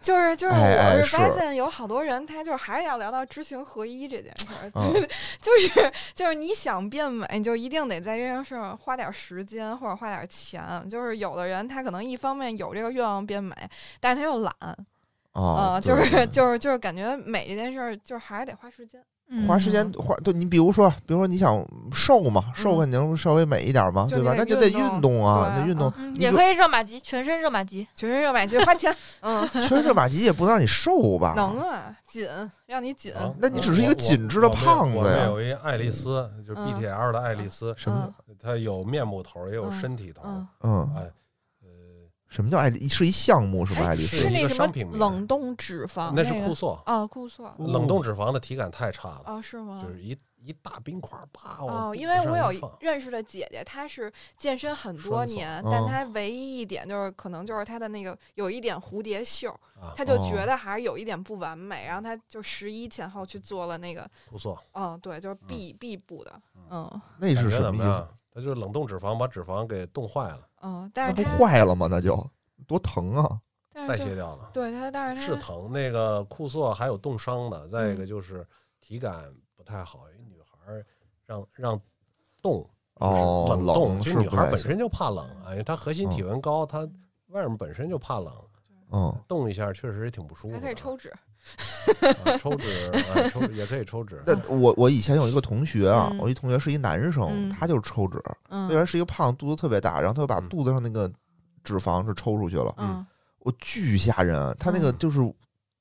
Speaker 4: 就是就是，
Speaker 1: 哎哎
Speaker 4: 我是发
Speaker 1: 是
Speaker 4: 现有好多人，他就是还是要聊到知行合一这件事儿，
Speaker 1: 嗯
Speaker 4: 就是就是你想变美，你就一定得在这件事儿上花点时间或者花点钱。就是有的人他可能一方面有这个愿望变美，但是他又懒，
Speaker 1: 啊，
Speaker 4: 嗯，就是
Speaker 1: 对
Speaker 4: 就是就是感觉美这件事儿，就是还是得花时间。
Speaker 1: 花时间花对你，比如说，比如说你想瘦嘛，瘦
Speaker 4: 嗯
Speaker 1: 肯定稍微美一点嘛，
Speaker 4: 就
Speaker 1: 对吧？
Speaker 4: 得
Speaker 1: 那就得
Speaker 4: 运动
Speaker 1: 运动啊，
Speaker 4: 对
Speaker 1: 那运动
Speaker 4: 啊
Speaker 3: 嗯，
Speaker 1: 你
Speaker 3: 也
Speaker 1: 就
Speaker 3: 可以热玛吉，全身热玛吉。
Speaker 4: 全身热买就 花钱，嗯，
Speaker 1: 全身马吉也不能让你瘦吧？
Speaker 4: 能啊，紧让你紧
Speaker 2: 啊，
Speaker 1: 呃那你只是一个
Speaker 2: 我
Speaker 1: 紧致的胖子
Speaker 2: 我们我们
Speaker 1: 呀
Speaker 2: 有一爱丽丝，就是
Speaker 4: 嗯
Speaker 2: BTL 的爱丽丝，
Speaker 1: 什么？
Speaker 2: 她有面部头，也有
Speaker 4: 嗯
Speaker 2: 身体头。
Speaker 4: 嗯。
Speaker 1: 嗯，
Speaker 2: 哎，呃，
Speaker 1: 什么叫爱丽？是一项目是吧？
Speaker 4: 哎
Speaker 1: 爱丽丝
Speaker 2: 是一
Speaker 4: 那
Speaker 2: 个
Speaker 4: 什
Speaker 2: 商品
Speaker 4: 么
Speaker 2: 名
Speaker 4: 冷冻脂肪，
Speaker 2: 那
Speaker 4: 那
Speaker 2: 是
Speaker 4: 个
Speaker 2: 酷塑，
Speaker 4: 啊，酷塑
Speaker 1: 哦
Speaker 2: 冷冻脂肪的体感太差了，
Speaker 4: 啊，是吗？
Speaker 2: 就是一一大冰块儿，啪！
Speaker 4: 哦，
Speaker 2: 往
Speaker 4: 因为
Speaker 2: 肚子
Speaker 4: 我
Speaker 2: 上
Speaker 4: 有
Speaker 2: 一
Speaker 4: 一
Speaker 2: 放
Speaker 4: 认识的姐姐，她是健身很多
Speaker 2: 栓塞
Speaker 4: 年，但
Speaker 1: 嗯
Speaker 4: 她唯一一点就是可能就是她的那个有一点蝴蝶袖，
Speaker 2: 啊，
Speaker 4: 她就
Speaker 1: 哦
Speaker 4: 觉得还是有一点不完美，然后她就十一前后去做了那个，
Speaker 2: 酷塑，
Speaker 4: 嗯，对，就是 B B 部的，嗯
Speaker 1: 那
Speaker 2: 感
Speaker 1: 是
Speaker 2: 觉
Speaker 1: 什
Speaker 2: 怎
Speaker 1: 么意
Speaker 2: 么
Speaker 1: 思？
Speaker 2: 样？它就是冷冻脂肪把脂肪给冻坏了，
Speaker 4: 嗯，但
Speaker 1: 那
Speaker 4: 是
Speaker 1: 不
Speaker 4: 她
Speaker 1: 坏了吗？那就多疼啊！
Speaker 4: 但
Speaker 2: 代
Speaker 4: 是
Speaker 2: 谢
Speaker 4: 就
Speaker 2: 掉了，
Speaker 4: 对她，但是
Speaker 2: 是
Speaker 4: 她
Speaker 2: 疼。那个酷塑还有冻伤的，再一个
Speaker 4: 嗯
Speaker 2: 就是体感不太好，因为女孩儿让让冻
Speaker 1: 哦，
Speaker 2: 就是冷冻，
Speaker 1: 冷
Speaker 2: 其
Speaker 1: 是
Speaker 2: 实女
Speaker 1: 不
Speaker 2: 孩
Speaker 1: 太
Speaker 2: 本
Speaker 1: 行。
Speaker 2: 身就怕冷啊，因为她核心体温高，她外面本身就怕冷，
Speaker 1: 嗯，
Speaker 2: 冻一下确实也挺不舒服的。
Speaker 4: 还可以抽脂，
Speaker 2: 啊抽 脂，啊抽也可以抽脂。
Speaker 1: 那我我以前有一个同学啊，
Speaker 4: 嗯
Speaker 1: 我一同学是一男生，
Speaker 4: 嗯
Speaker 1: 他就是抽脂，虽
Speaker 4: 嗯
Speaker 1: 然是一个胖，肚子特别大，然后他就把
Speaker 2: 嗯
Speaker 1: 肚子上那个脂肪是抽出去了，
Speaker 4: 嗯
Speaker 1: 我巨吓人，啊他那个就是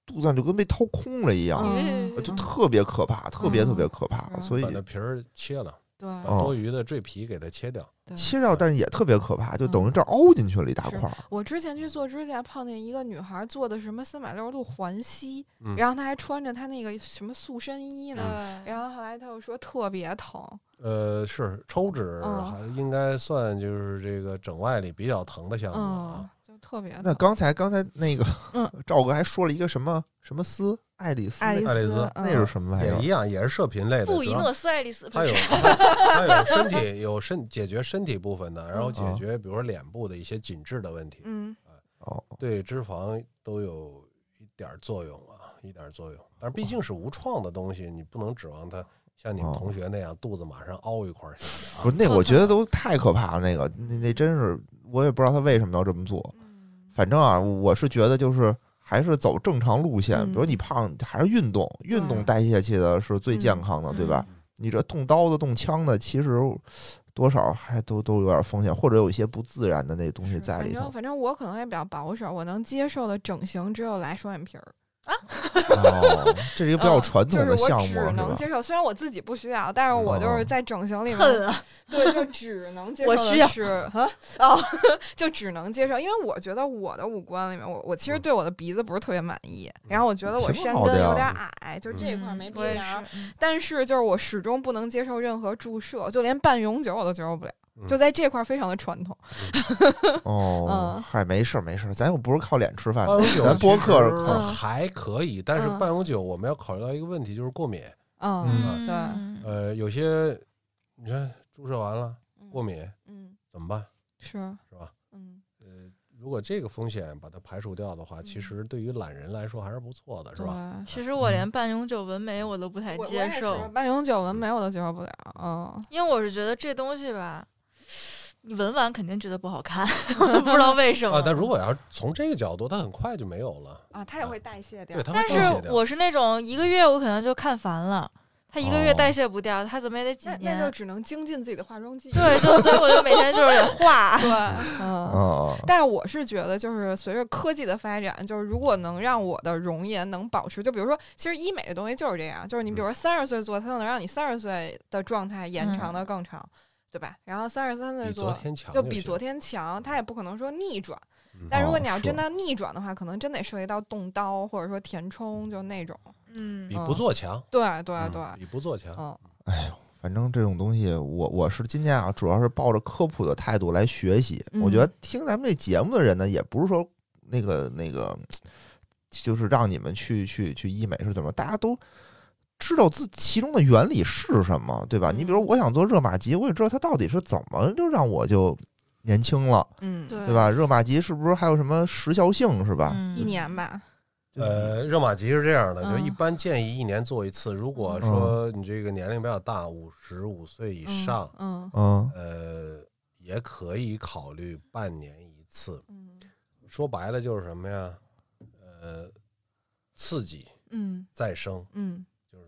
Speaker 1: 肚子上就跟被掏空了一样，
Speaker 4: 嗯
Speaker 1: 啊就特别可怕，特别特别可怕，
Speaker 4: 嗯
Speaker 1: 所以
Speaker 2: 把那皮儿切了，
Speaker 4: 对
Speaker 2: 把
Speaker 1: 哦
Speaker 2: 多余的赘皮给它切掉。
Speaker 4: 对。
Speaker 1: 切掉，但是也特别可怕，就等于这儿凹进去了一大
Speaker 4: 嗯是
Speaker 1: 块儿。
Speaker 4: 我之前去做指甲，碰见一个女孩做的什么三百六十度环膝，
Speaker 2: 嗯
Speaker 4: 然后她还穿着她那个什么塑身衣呢。
Speaker 1: 嗯
Speaker 3: 对，
Speaker 4: 嗯然后后来她又说特别疼，
Speaker 2: 呃，是抽脂
Speaker 4: 嗯
Speaker 2: 还应该算就是这个整外里比较疼的
Speaker 1: 哎
Speaker 2: 项目了
Speaker 4: 嗯
Speaker 2: 啊。，
Speaker 4: 就特别疼。
Speaker 1: 那刚才刚才那个
Speaker 4: 嗯
Speaker 1: 赵哥还说了一个什么什么丝，爱丽丝
Speaker 4: 爱丽
Speaker 1: 那，
Speaker 2: 爱丽
Speaker 4: 丝
Speaker 2: 丝，
Speaker 1: 那是
Speaker 4: 嗯
Speaker 1: 什么玩意
Speaker 2: 也
Speaker 1: 儿
Speaker 2: 一？样，也是射频类的，
Speaker 3: 布
Speaker 2: 主
Speaker 3: 宜
Speaker 2: 要
Speaker 3: 诺斯艾利斯不
Speaker 2: 它有
Speaker 3: 是？
Speaker 2: 它它有身体有身解决身体部分的，然后
Speaker 4: 嗯
Speaker 2: 解
Speaker 1: 啊
Speaker 2: 决比如说脸部的一些紧致的问题，
Speaker 4: 嗯，
Speaker 1: 哦，
Speaker 2: 对脂肪都有一点儿作用啊，一点儿作用。但是毕竟是无创的东西，你不能指望它像你们
Speaker 1: 哦
Speaker 2: 同学那样肚子马上凹一块儿下
Speaker 1: 不是
Speaker 2: 来啊。
Speaker 1: 那
Speaker 3: 特
Speaker 1: 我觉得
Speaker 3: 可
Speaker 1: 都太可怕了，那个那那真是我也不知道他为什么要这么做。
Speaker 4: 嗯
Speaker 1: 反正啊，我是觉得就是还是走正常路线，比如
Speaker 4: 嗯
Speaker 1: 你胖还是运动，运动
Speaker 4: 对
Speaker 1: 代谢起的是最
Speaker 4: 嗯
Speaker 1: 健康的，对吧？你这动刀子动枪的，其实多少还都都有点风险，或者有一些不自然的那东西
Speaker 4: 是
Speaker 1: 在
Speaker 4: 反
Speaker 1: 里
Speaker 4: 正
Speaker 1: 头。
Speaker 4: 反正我可能也比较保守，我能接受的整形只有拉双眼皮儿，
Speaker 1: 哦，这是一个比较
Speaker 4: 嗯
Speaker 1: 传统的项目，
Speaker 4: 就是我只能
Speaker 1: 吧？哦
Speaker 4: 接受，虽然我自己不需要，但是我就是在整形 里面，
Speaker 3: 恨啊！
Speaker 4: 对，就只能接受
Speaker 3: 我
Speaker 4: 的
Speaker 3: 需要
Speaker 4: 是啊哦， 就只能接受，因为我觉得我的五官里面，我我其实对我的鼻子不是特别满意，然后我觉得我
Speaker 1: 挺
Speaker 4: 山
Speaker 1: 好的
Speaker 4: 根有
Speaker 1: 呀
Speaker 4: 点矮，就是这一块没鼻
Speaker 3: 我也
Speaker 4: 梁，
Speaker 3: 是嗯
Speaker 4: 但是就是我始终不能接受任何注射，就连半永久我都接受不了，
Speaker 2: 嗯
Speaker 4: 就在这块非常的传统。
Speaker 1: 哦
Speaker 4: 嗯，
Speaker 1: 嗨，没事儿没事儿，咱又不是靠脸吃饭
Speaker 2: 半
Speaker 1: 的，
Speaker 2: 永久
Speaker 1: 咱播客
Speaker 2: 啊其实
Speaker 4: 嗯
Speaker 2: 还可以，但是
Speaker 4: 嗯
Speaker 2: 半永久我们要考虑到一个问题，就是过敏。
Speaker 4: 嗯，
Speaker 1: 嗯
Speaker 4: 对
Speaker 3: 对，
Speaker 2: 呃，有些你看注射完了过
Speaker 4: 敏，
Speaker 2: 敏
Speaker 4: 嗯，
Speaker 2: 怎么办？
Speaker 4: 是
Speaker 2: 是吧？
Speaker 4: 嗯
Speaker 2: 呃，如果这个风险把它排除掉的话，其
Speaker 4: 嗯
Speaker 2: 实对于懒人来说还是不错的，是
Speaker 4: 对。
Speaker 2: 吧？
Speaker 3: 其实我连半永久纹眉我都不太
Speaker 4: 我我
Speaker 3: 接
Speaker 4: 也是
Speaker 3: 受，
Speaker 4: 半永久纹眉我都接受不了，嗯，
Speaker 3: 因为我是觉得这东西吧，你纹完肯定觉得不好看，我都不知道为什么
Speaker 2: 啊，。但如果要是从这个角度，它很快就没有了，
Speaker 4: 啊，它也会代谢掉
Speaker 2: 对，，它会
Speaker 3: 但
Speaker 2: 代谢
Speaker 3: 是
Speaker 2: 掉。
Speaker 3: 我是那种一个月我可能就看烦了，它一个月
Speaker 1: 哦
Speaker 3: 代谢不掉，它怎么也得几
Speaker 4: 那那就
Speaker 3: 年。
Speaker 4: 只能精进自己的化妆技术，
Speaker 3: 对，就所以我就每天就是得 画。
Speaker 4: 对，
Speaker 1: 啊
Speaker 4: 嗯。
Speaker 1: 啊，
Speaker 4: 但是我是觉得，就是随着科技的发展，就是如果能让我的容颜能保持，就比如说，其实医美这东西就是这样，就是你比如说三十岁做，它就能让你三十岁的状态延长的更长，对吧？然后三十三岁
Speaker 2: 比昨
Speaker 4: 做，
Speaker 2: 天强
Speaker 4: 就比
Speaker 2: 行
Speaker 4: 昨天强，它也不可能说逆转，但如果
Speaker 2: 哦
Speaker 4: 你要
Speaker 2: 是
Speaker 4: 真的逆转的话，可能真得涉及到动刀或者说填充，就那种。
Speaker 3: 嗯
Speaker 2: 比不做强，
Speaker 4: 对对啊
Speaker 2: 嗯
Speaker 4: 对，
Speaker 2: 比不做强。
Speaker 4: 嗯
Speaker 1: 哎呦，反正这种东西，我我是今天啊，主要是抱着科普的态度来学习。
Speaker 4: 嗯
Speaker 1: 我觉得听咱们这节目的人呢，也不是说那个那个，就是让你们去去去医美是怎么，大家都知道自其中的原理是什么，对吧？你比如我想做热玛吉，我也知道它到底是怎么就让我就年轻了，
Speaker 4: 嗯，
Speaker 3: 对
Speaker 1: 对嗯吧？热玛吉是不是还有什么时效性，是吧？
Speaker 4: 一年吧，
Speaker 1: 就
Speaker 2: 呃，热玛吉是这样的，就
Speaker 3: 嗯
Speaker 2: 一般建议一年做一次。如
Speaker 1: 嗯
Speaker 2: 果说你这个年龄比较大，五十五岁以
Speaker 4: 嗯
Speaker 2: 上，
Speaker 4: 嗯
Speaker 1: 嗯
Speaker 2: 呃，也可以考虑半年一次。
Speaker 4: 嗯
Speaker 2: 说白了就是什么呀？呃，刺激
Speaker 4: 嗯
Speaker 2: 再生，
Speaker 4: 嗯
Speaker 2: 就是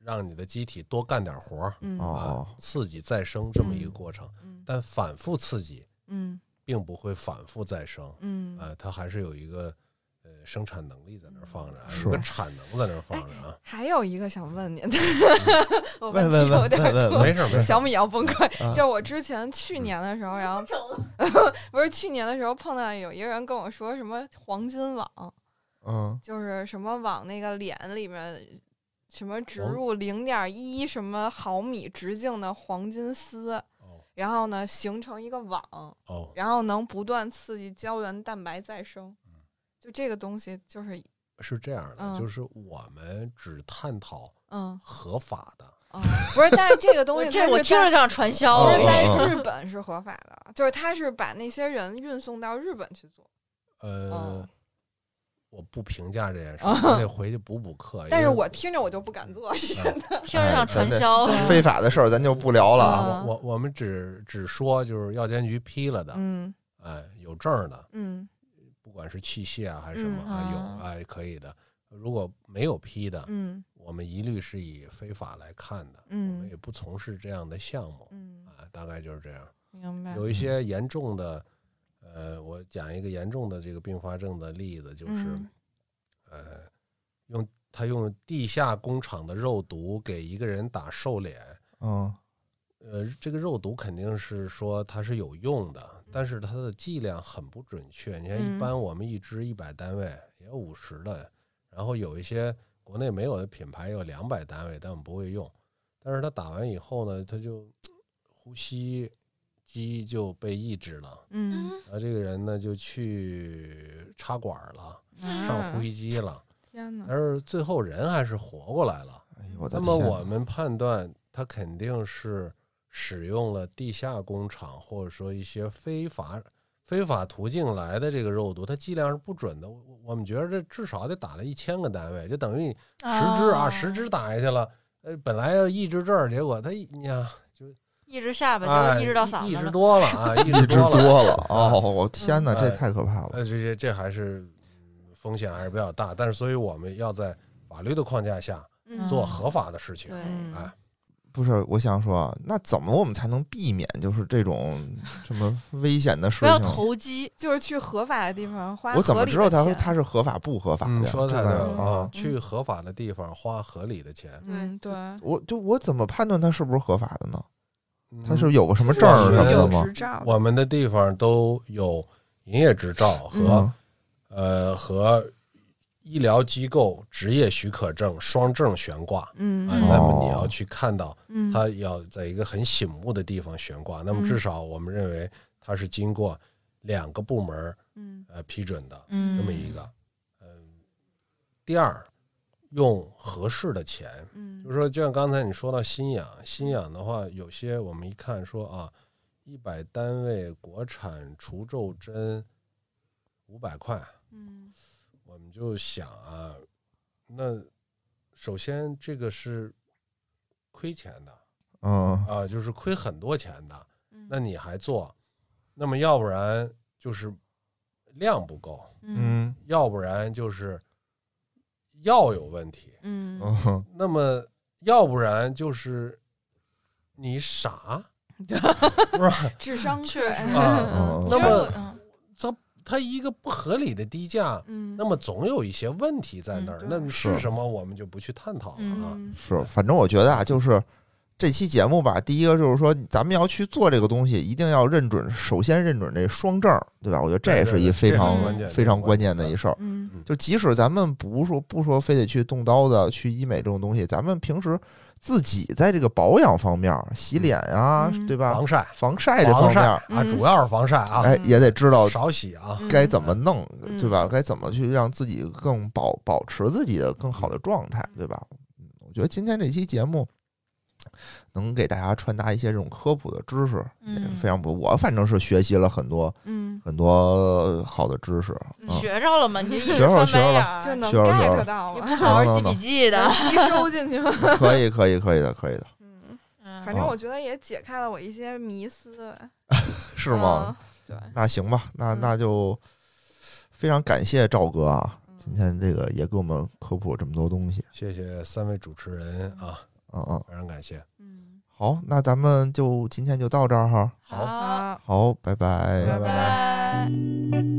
Speaker 2: 让你的机体多干点活儿
Speaker 4: 嗯
Speaker 1: 哦
Speaker 2: 啊，刺激再生这么一个过程。
Speaker 4: 嗯
Speaker 2: 但反复刺激
Speaker 4: 嗯
Speaker 2: 并不会反复再生，
Speaker 4: 嗯
Speaker 2: 呃，它还是有一个呃生产能力在那儿放着啊，
Speaker 1: 是
Speaker 2: 有个产能在那儿放着 啊。
Speaker 4: 还有一个想问您的， 我
Speaker 1: 嗯问
Speaker 4: 题
Speaker 1: 问
Speaker 4: 有
Speaker 1: 问
Speaker 4: 点
Speaker 1: 问问
Speaker 4: 多
Speaker 1: 问，
Speaker 2: 没事儿没事儿
Speaker 4: 小米要崩溃。
Speaker 1: 啊嗯
Speaker 4: 就我之前去年的时候，然后
Speaker 3: 整
Speaker 4: 不是去年的时候碰到有一个人跟我说什么黄金网，
Speaker 1: 嗯
Speaker 4: 就是什么往那个脸里面什么植
Speaker 2: 黄
Speaker 4: 入零点一什么毫米直径的黄金丝，
Speaker 2: 哦
Speaker 4: 然后呢形成一个网，
Speaker 2: 哦，
Speaker 4: 然后能不断刺激胶原蛋白再生
Speaker 2: 嗯。
Speaker 4: 就这个东西就是
Speaker 2: 是这样的，
Speaker 4: 嗯
Speaker 2: 就是我们只探讨
Speaker 4: 嗯
Speaker 2: 合法的，
Speaker 4: 嗯，不是，但是这个东
Speaker 3: 我
Speaker 4: 西它
Speaker 3: 这我
Speaker 4: 是
Speaker 3: 听
Speaker 4: 在
Speaker 3: 着像传销
Speaker 4: 不
Speaker 1: 哦
Speaker 4: 是
Speaker 1: 哦
Speaker 4: 在
Speaker 1: 哦
Speaker 4: 日本是合法的，就是他是把那些人运送到日本去做。
Speaker 2: 呃
Speaker 4: 哦，
Speaker 2: 我不评价这件 事，
Speaker 4: 哦
Speaker 2: 我得回去补补课。
Speaker 4: 但
Speaker 2: 因
Speaker 4: 是
Speaker 2: 为
Speaker 4: 我听着我就不敢做，是真的。
Speaker 3: 听着像传销。
Speaker 4: 哎
Speaker 1: 非法的事儿咱就不聊了啊。
Speaker 2: 我我我们只只说就是药监局批了的，
Speaker 4: 嗯
Speaker 2: 哎，有证儿的，
Speaker 4: 嗯
Speaker 2: 不管是器械啊还是什
Speaker 4: 嗯
Speaker 2: 么，啊，
Speaker 3: 啊
Speaker 2: 有哎可以的。如果没有批的，
Speaker 4: 嗯
Speaker 2: 我们一律是以非法来看的，啊我们
Speaker 4: 嗯
Speaker 2: 也不从事这样的项目
Speaker 4: 嗯，
Speaker 2: 啊，大概就是这样。
Speaker 4: 明白。
Speaker 2: 有一些严重的，呃，我讲一个严重的这个并发症的例子，就是、
Speaker 4: 嗯
Speaker 2: 呃，用他用地下工厂的肉毒给一个人打瘦脸，
Speaker 1: 嗯
Speaker 2: 呃，这个肉毒肯定是说它是有用的，但是它的剂量很不准确。你看，
Speaker 4: 嗯
Speaker 2: 一般我们一支一百单位，也有五十的，然后有一些国内没有的品牌有两百单位，但我们不会用。但是它打完以后呢，它就呼吸机就被抑制了，
Speaker 4: 嗯
Speaker 3: 嗯
Speaker 2: 然后这个人呢就去插管了，
Speaker 3: 嗯
Speaker 2: 上呼
Speaker 4: 一
Speaker 2: 吸机了，
Speaker 4: 天
Speaker 2: 但
Speaker 4: 哪！
Speaker 2: 是最后人还是活过来了。
Speaker 1: 哎呦我的
Speaker 2: 那么
Speaker 1: 天
Speaker 2: 我们判断他肯定是使用了地下工厂或者说一些非法非法途径来的这个肉毒，它剂量是不准的。我我我们觉得这至少得打了一千个单位，就等于你十支啊，
Speaker 3: 哦
Speaker 2: 十支打下去了。呃，本来要抑制这儿，结果他一你呀，
Speaker 3: 一直下巴，结
Speaker 2: 哎，
Speaker 3: 果一直到嗓
Speaker 2: 抑
Speaker 3: 子
Speaker 2: 制
Speaker 3: 了。
Speaker 2: 多了啊，抑
Speaker 1: 一
Speaker 2: 制
Speaker 1: 直
Speaker 2: 多了。
Speaker 1: 多了哦！我天哪，
Speaker 2: 嗯
Speaker 1: 这太可怕了。
Speaker 2: 呃，这这这还是嗯风险还是比较大，但是所以我们要在法律的框架下
Speaker 4: 嗯
Speaker 2: 做合法的事情。
Speaker 3: 对
Speaker 4: 嗯
Speaker 2: 哎
Speaker 1: 不是，我想说啊，那怎么我们才能避免就是这种什么危险的事
Speaker 3: 不要
Speaker 1: 情？
Speaker 3: 投机，
Speaker 4: 就是去合法的地方花
Speaker 1: 我怎
Speaker 4: 合
Speaker 1: 么
Speaker 4: 理
Speaker 1: 知
Speaker 4: 的
Speaker 1: 道它
Speaker 4: 钱
Speaker 1: 它是合法不合法
Speaker 2: 嗯，
Speaker 1: 的呀？
Speaker 2: 说
Speaker 1: 这
Speaker 2: 太
Speaker 1: 玩
Speaker 2: 对
Speaker 1: 意儿
Speaker 2: 了嗯
Speaker 1: 啊！
Speaker 2: 去合法的地方花合理的钱，
Speaker 4: 嗯对，
Speaker 1: 我就我怎么判断它是不是合法的呢？它是
Speaker 2: 嗯
Speaker 1: 有个什么证儿
Speaker 2: 是
Speaker 1: 什么的
Speaker 4: 有
Speaker 1: 吗
Speaker 4: 执？照的。
Speaker 2: 我们的地方都有营业执照和
Speaker 1: 嗯，
Speaker 2: 呃和医疗机构执业许可证双证悬挂啊。
Speaker 4: 嗯
Speaker 1: 哎
Speaker 2: 那么你
Speaker 1: 哦
Speaker 2: 要去看到
Speaker 4: 嗯
Speaker 2: 它要在一个很醒目的地方悬挂，那么
Speaker 4: 嗯
Speaker 2: 至少我们认为它是经过两个部门儿
Speaker 4: 嗯
Speaker 2: 呃批准的
Speaker 3: 嗯，
Speaker 2: 这么一个。嗯，第二，用合适的钱
Speaker 4: 嗯
Speaker 2: 就是说，就像刚才你说到新氧，新氧的话，有些我们一看说啊，一百单位国产除皱针五百块，
Speaker 4: 嗯
Speaker 2: 我们就想啊，那首先这个是亏钱的
Speaker 1: 嗯，
Speaker 2: 啊，就是亏很多钱的，
Speaker 4: 嗯
Speaker 2: 那你还做，那么要不然就是量不够，
Speaker 4: 嗯
Speaker 1: 嗯
Speaker 2: 要不然就是药有问题，
Speaker 4: 嗯
Speaker 1: 嗯，
Speaker 2: 那么要不然就是你傻，不是吧
Speaker 4: 智商
Speaker 3: 确
Speaker 4: 税
Speaker 3: 实，
Speaker 2: 啊
Speaker 3: 嗯
Speaker 2: 那么
Speaker 3: 嗯
Speaker 2: 它一个不合理的低价，
Speaker 4: 嗯
Speaker 2: 那么总有一些问题在那儿，
Speaker 4: 嗯对
Speaker 2: 那么是
Speaker 1: 是
Speaker 2: 什么我们就不去探讨了啊。
Speaker 4: 嗯
Speaker 1: 是，反正我觉得啊，就是这期节目吧，第一个就是说，咱们要去做这个东西，一定要认准，首先认准这双证儿，对吧？我觉得这也是一非常
Speaker 3: 对对对
Speaker 2: 这是
Speaker 1: 非常关键的一事儿。
Speaker 4: 嗯
Speaker 1: 就即使咱们不说不说非得去动刀子、去医美这种东西，咱们平时自己在这个保养方面，洗脸啊，
Speaker 4: 嗯
Speaker 1: 对吧？
Speaker 2: 防晒
Speaker 1: 防晒这方
Speaker 2: 防晒
Speaker 1: 面，
Speaker 2: 啊，
Speaker 4: 嗯
Speaker 2: 主要是防晒啊，
Speaker 1: 哎，也得知道
Speaker 2: 少洗啊。
Speaker 1: 该怎么弄，
Speaker 4: 嗯
Speaker 1: 对吧？该怎么去让自己更保保持自己的更好的状态，对吧？嗯我觉得今天这期节目能给大家传达一些这种科普的知识，也是
Speaker 3: 嗯
Speaker 1: 非常不。我反正是学习了很多
Speaker 4: 嗯，
Speaker 1: 很多好的知识，
Speaker 3: 你
Speaker 1: 嗯，
Speaker 3: 学着了吗？你这一
Speaker 1: 学着了
Speaker 3: 翻白眼儿
Speaker 4: 就能
Speaker 1: 学着学
Speaker 4: get
Speaker 1: 着
Speaker 4: 到
Speaker 3: 你
Speaker 4: 了，
Speaker 3: 不好好记
Speaker 1: 能能
Speaker 3: 笔记的
Speaker 4: 能，吸收进去了。
Speaker 1: 可以，可以，可以的，可以 的，
Speaker 4: 嗯，
Speaker 3: 嗯
Speaker 1: 哦
Speaker 4: 反正我觉得也解开了我一些迷思，嗯
Speaker 1: 是吗？？
Speaker 4: 对，
Speaker 1: 那行吧，那
Speaker 4: 嗯
Speaker 1: 那就非常感谢赵哥啊，
Speaker 4: 嗯
Speaker 1: 今天这个也给我们科普了这么多东西，
Speaker 2: 谢谢三位主持人啊，
Speaker 1: 嗯嗯，
Speaker 2: 非常感谢，
Speaker 4: 嗯，
Speaker 1: 好，那咱
Speaker 3: 呃
Speaker 1: 们就今天就到这儿哈，
Speaker 4: 啊
Speaker 2: 好
Speaker 3: 好，
Speaker 4: 好，
Speaker 1: 好，拜拜
Speaker 2: 拜拜
Speaker 3: 拜。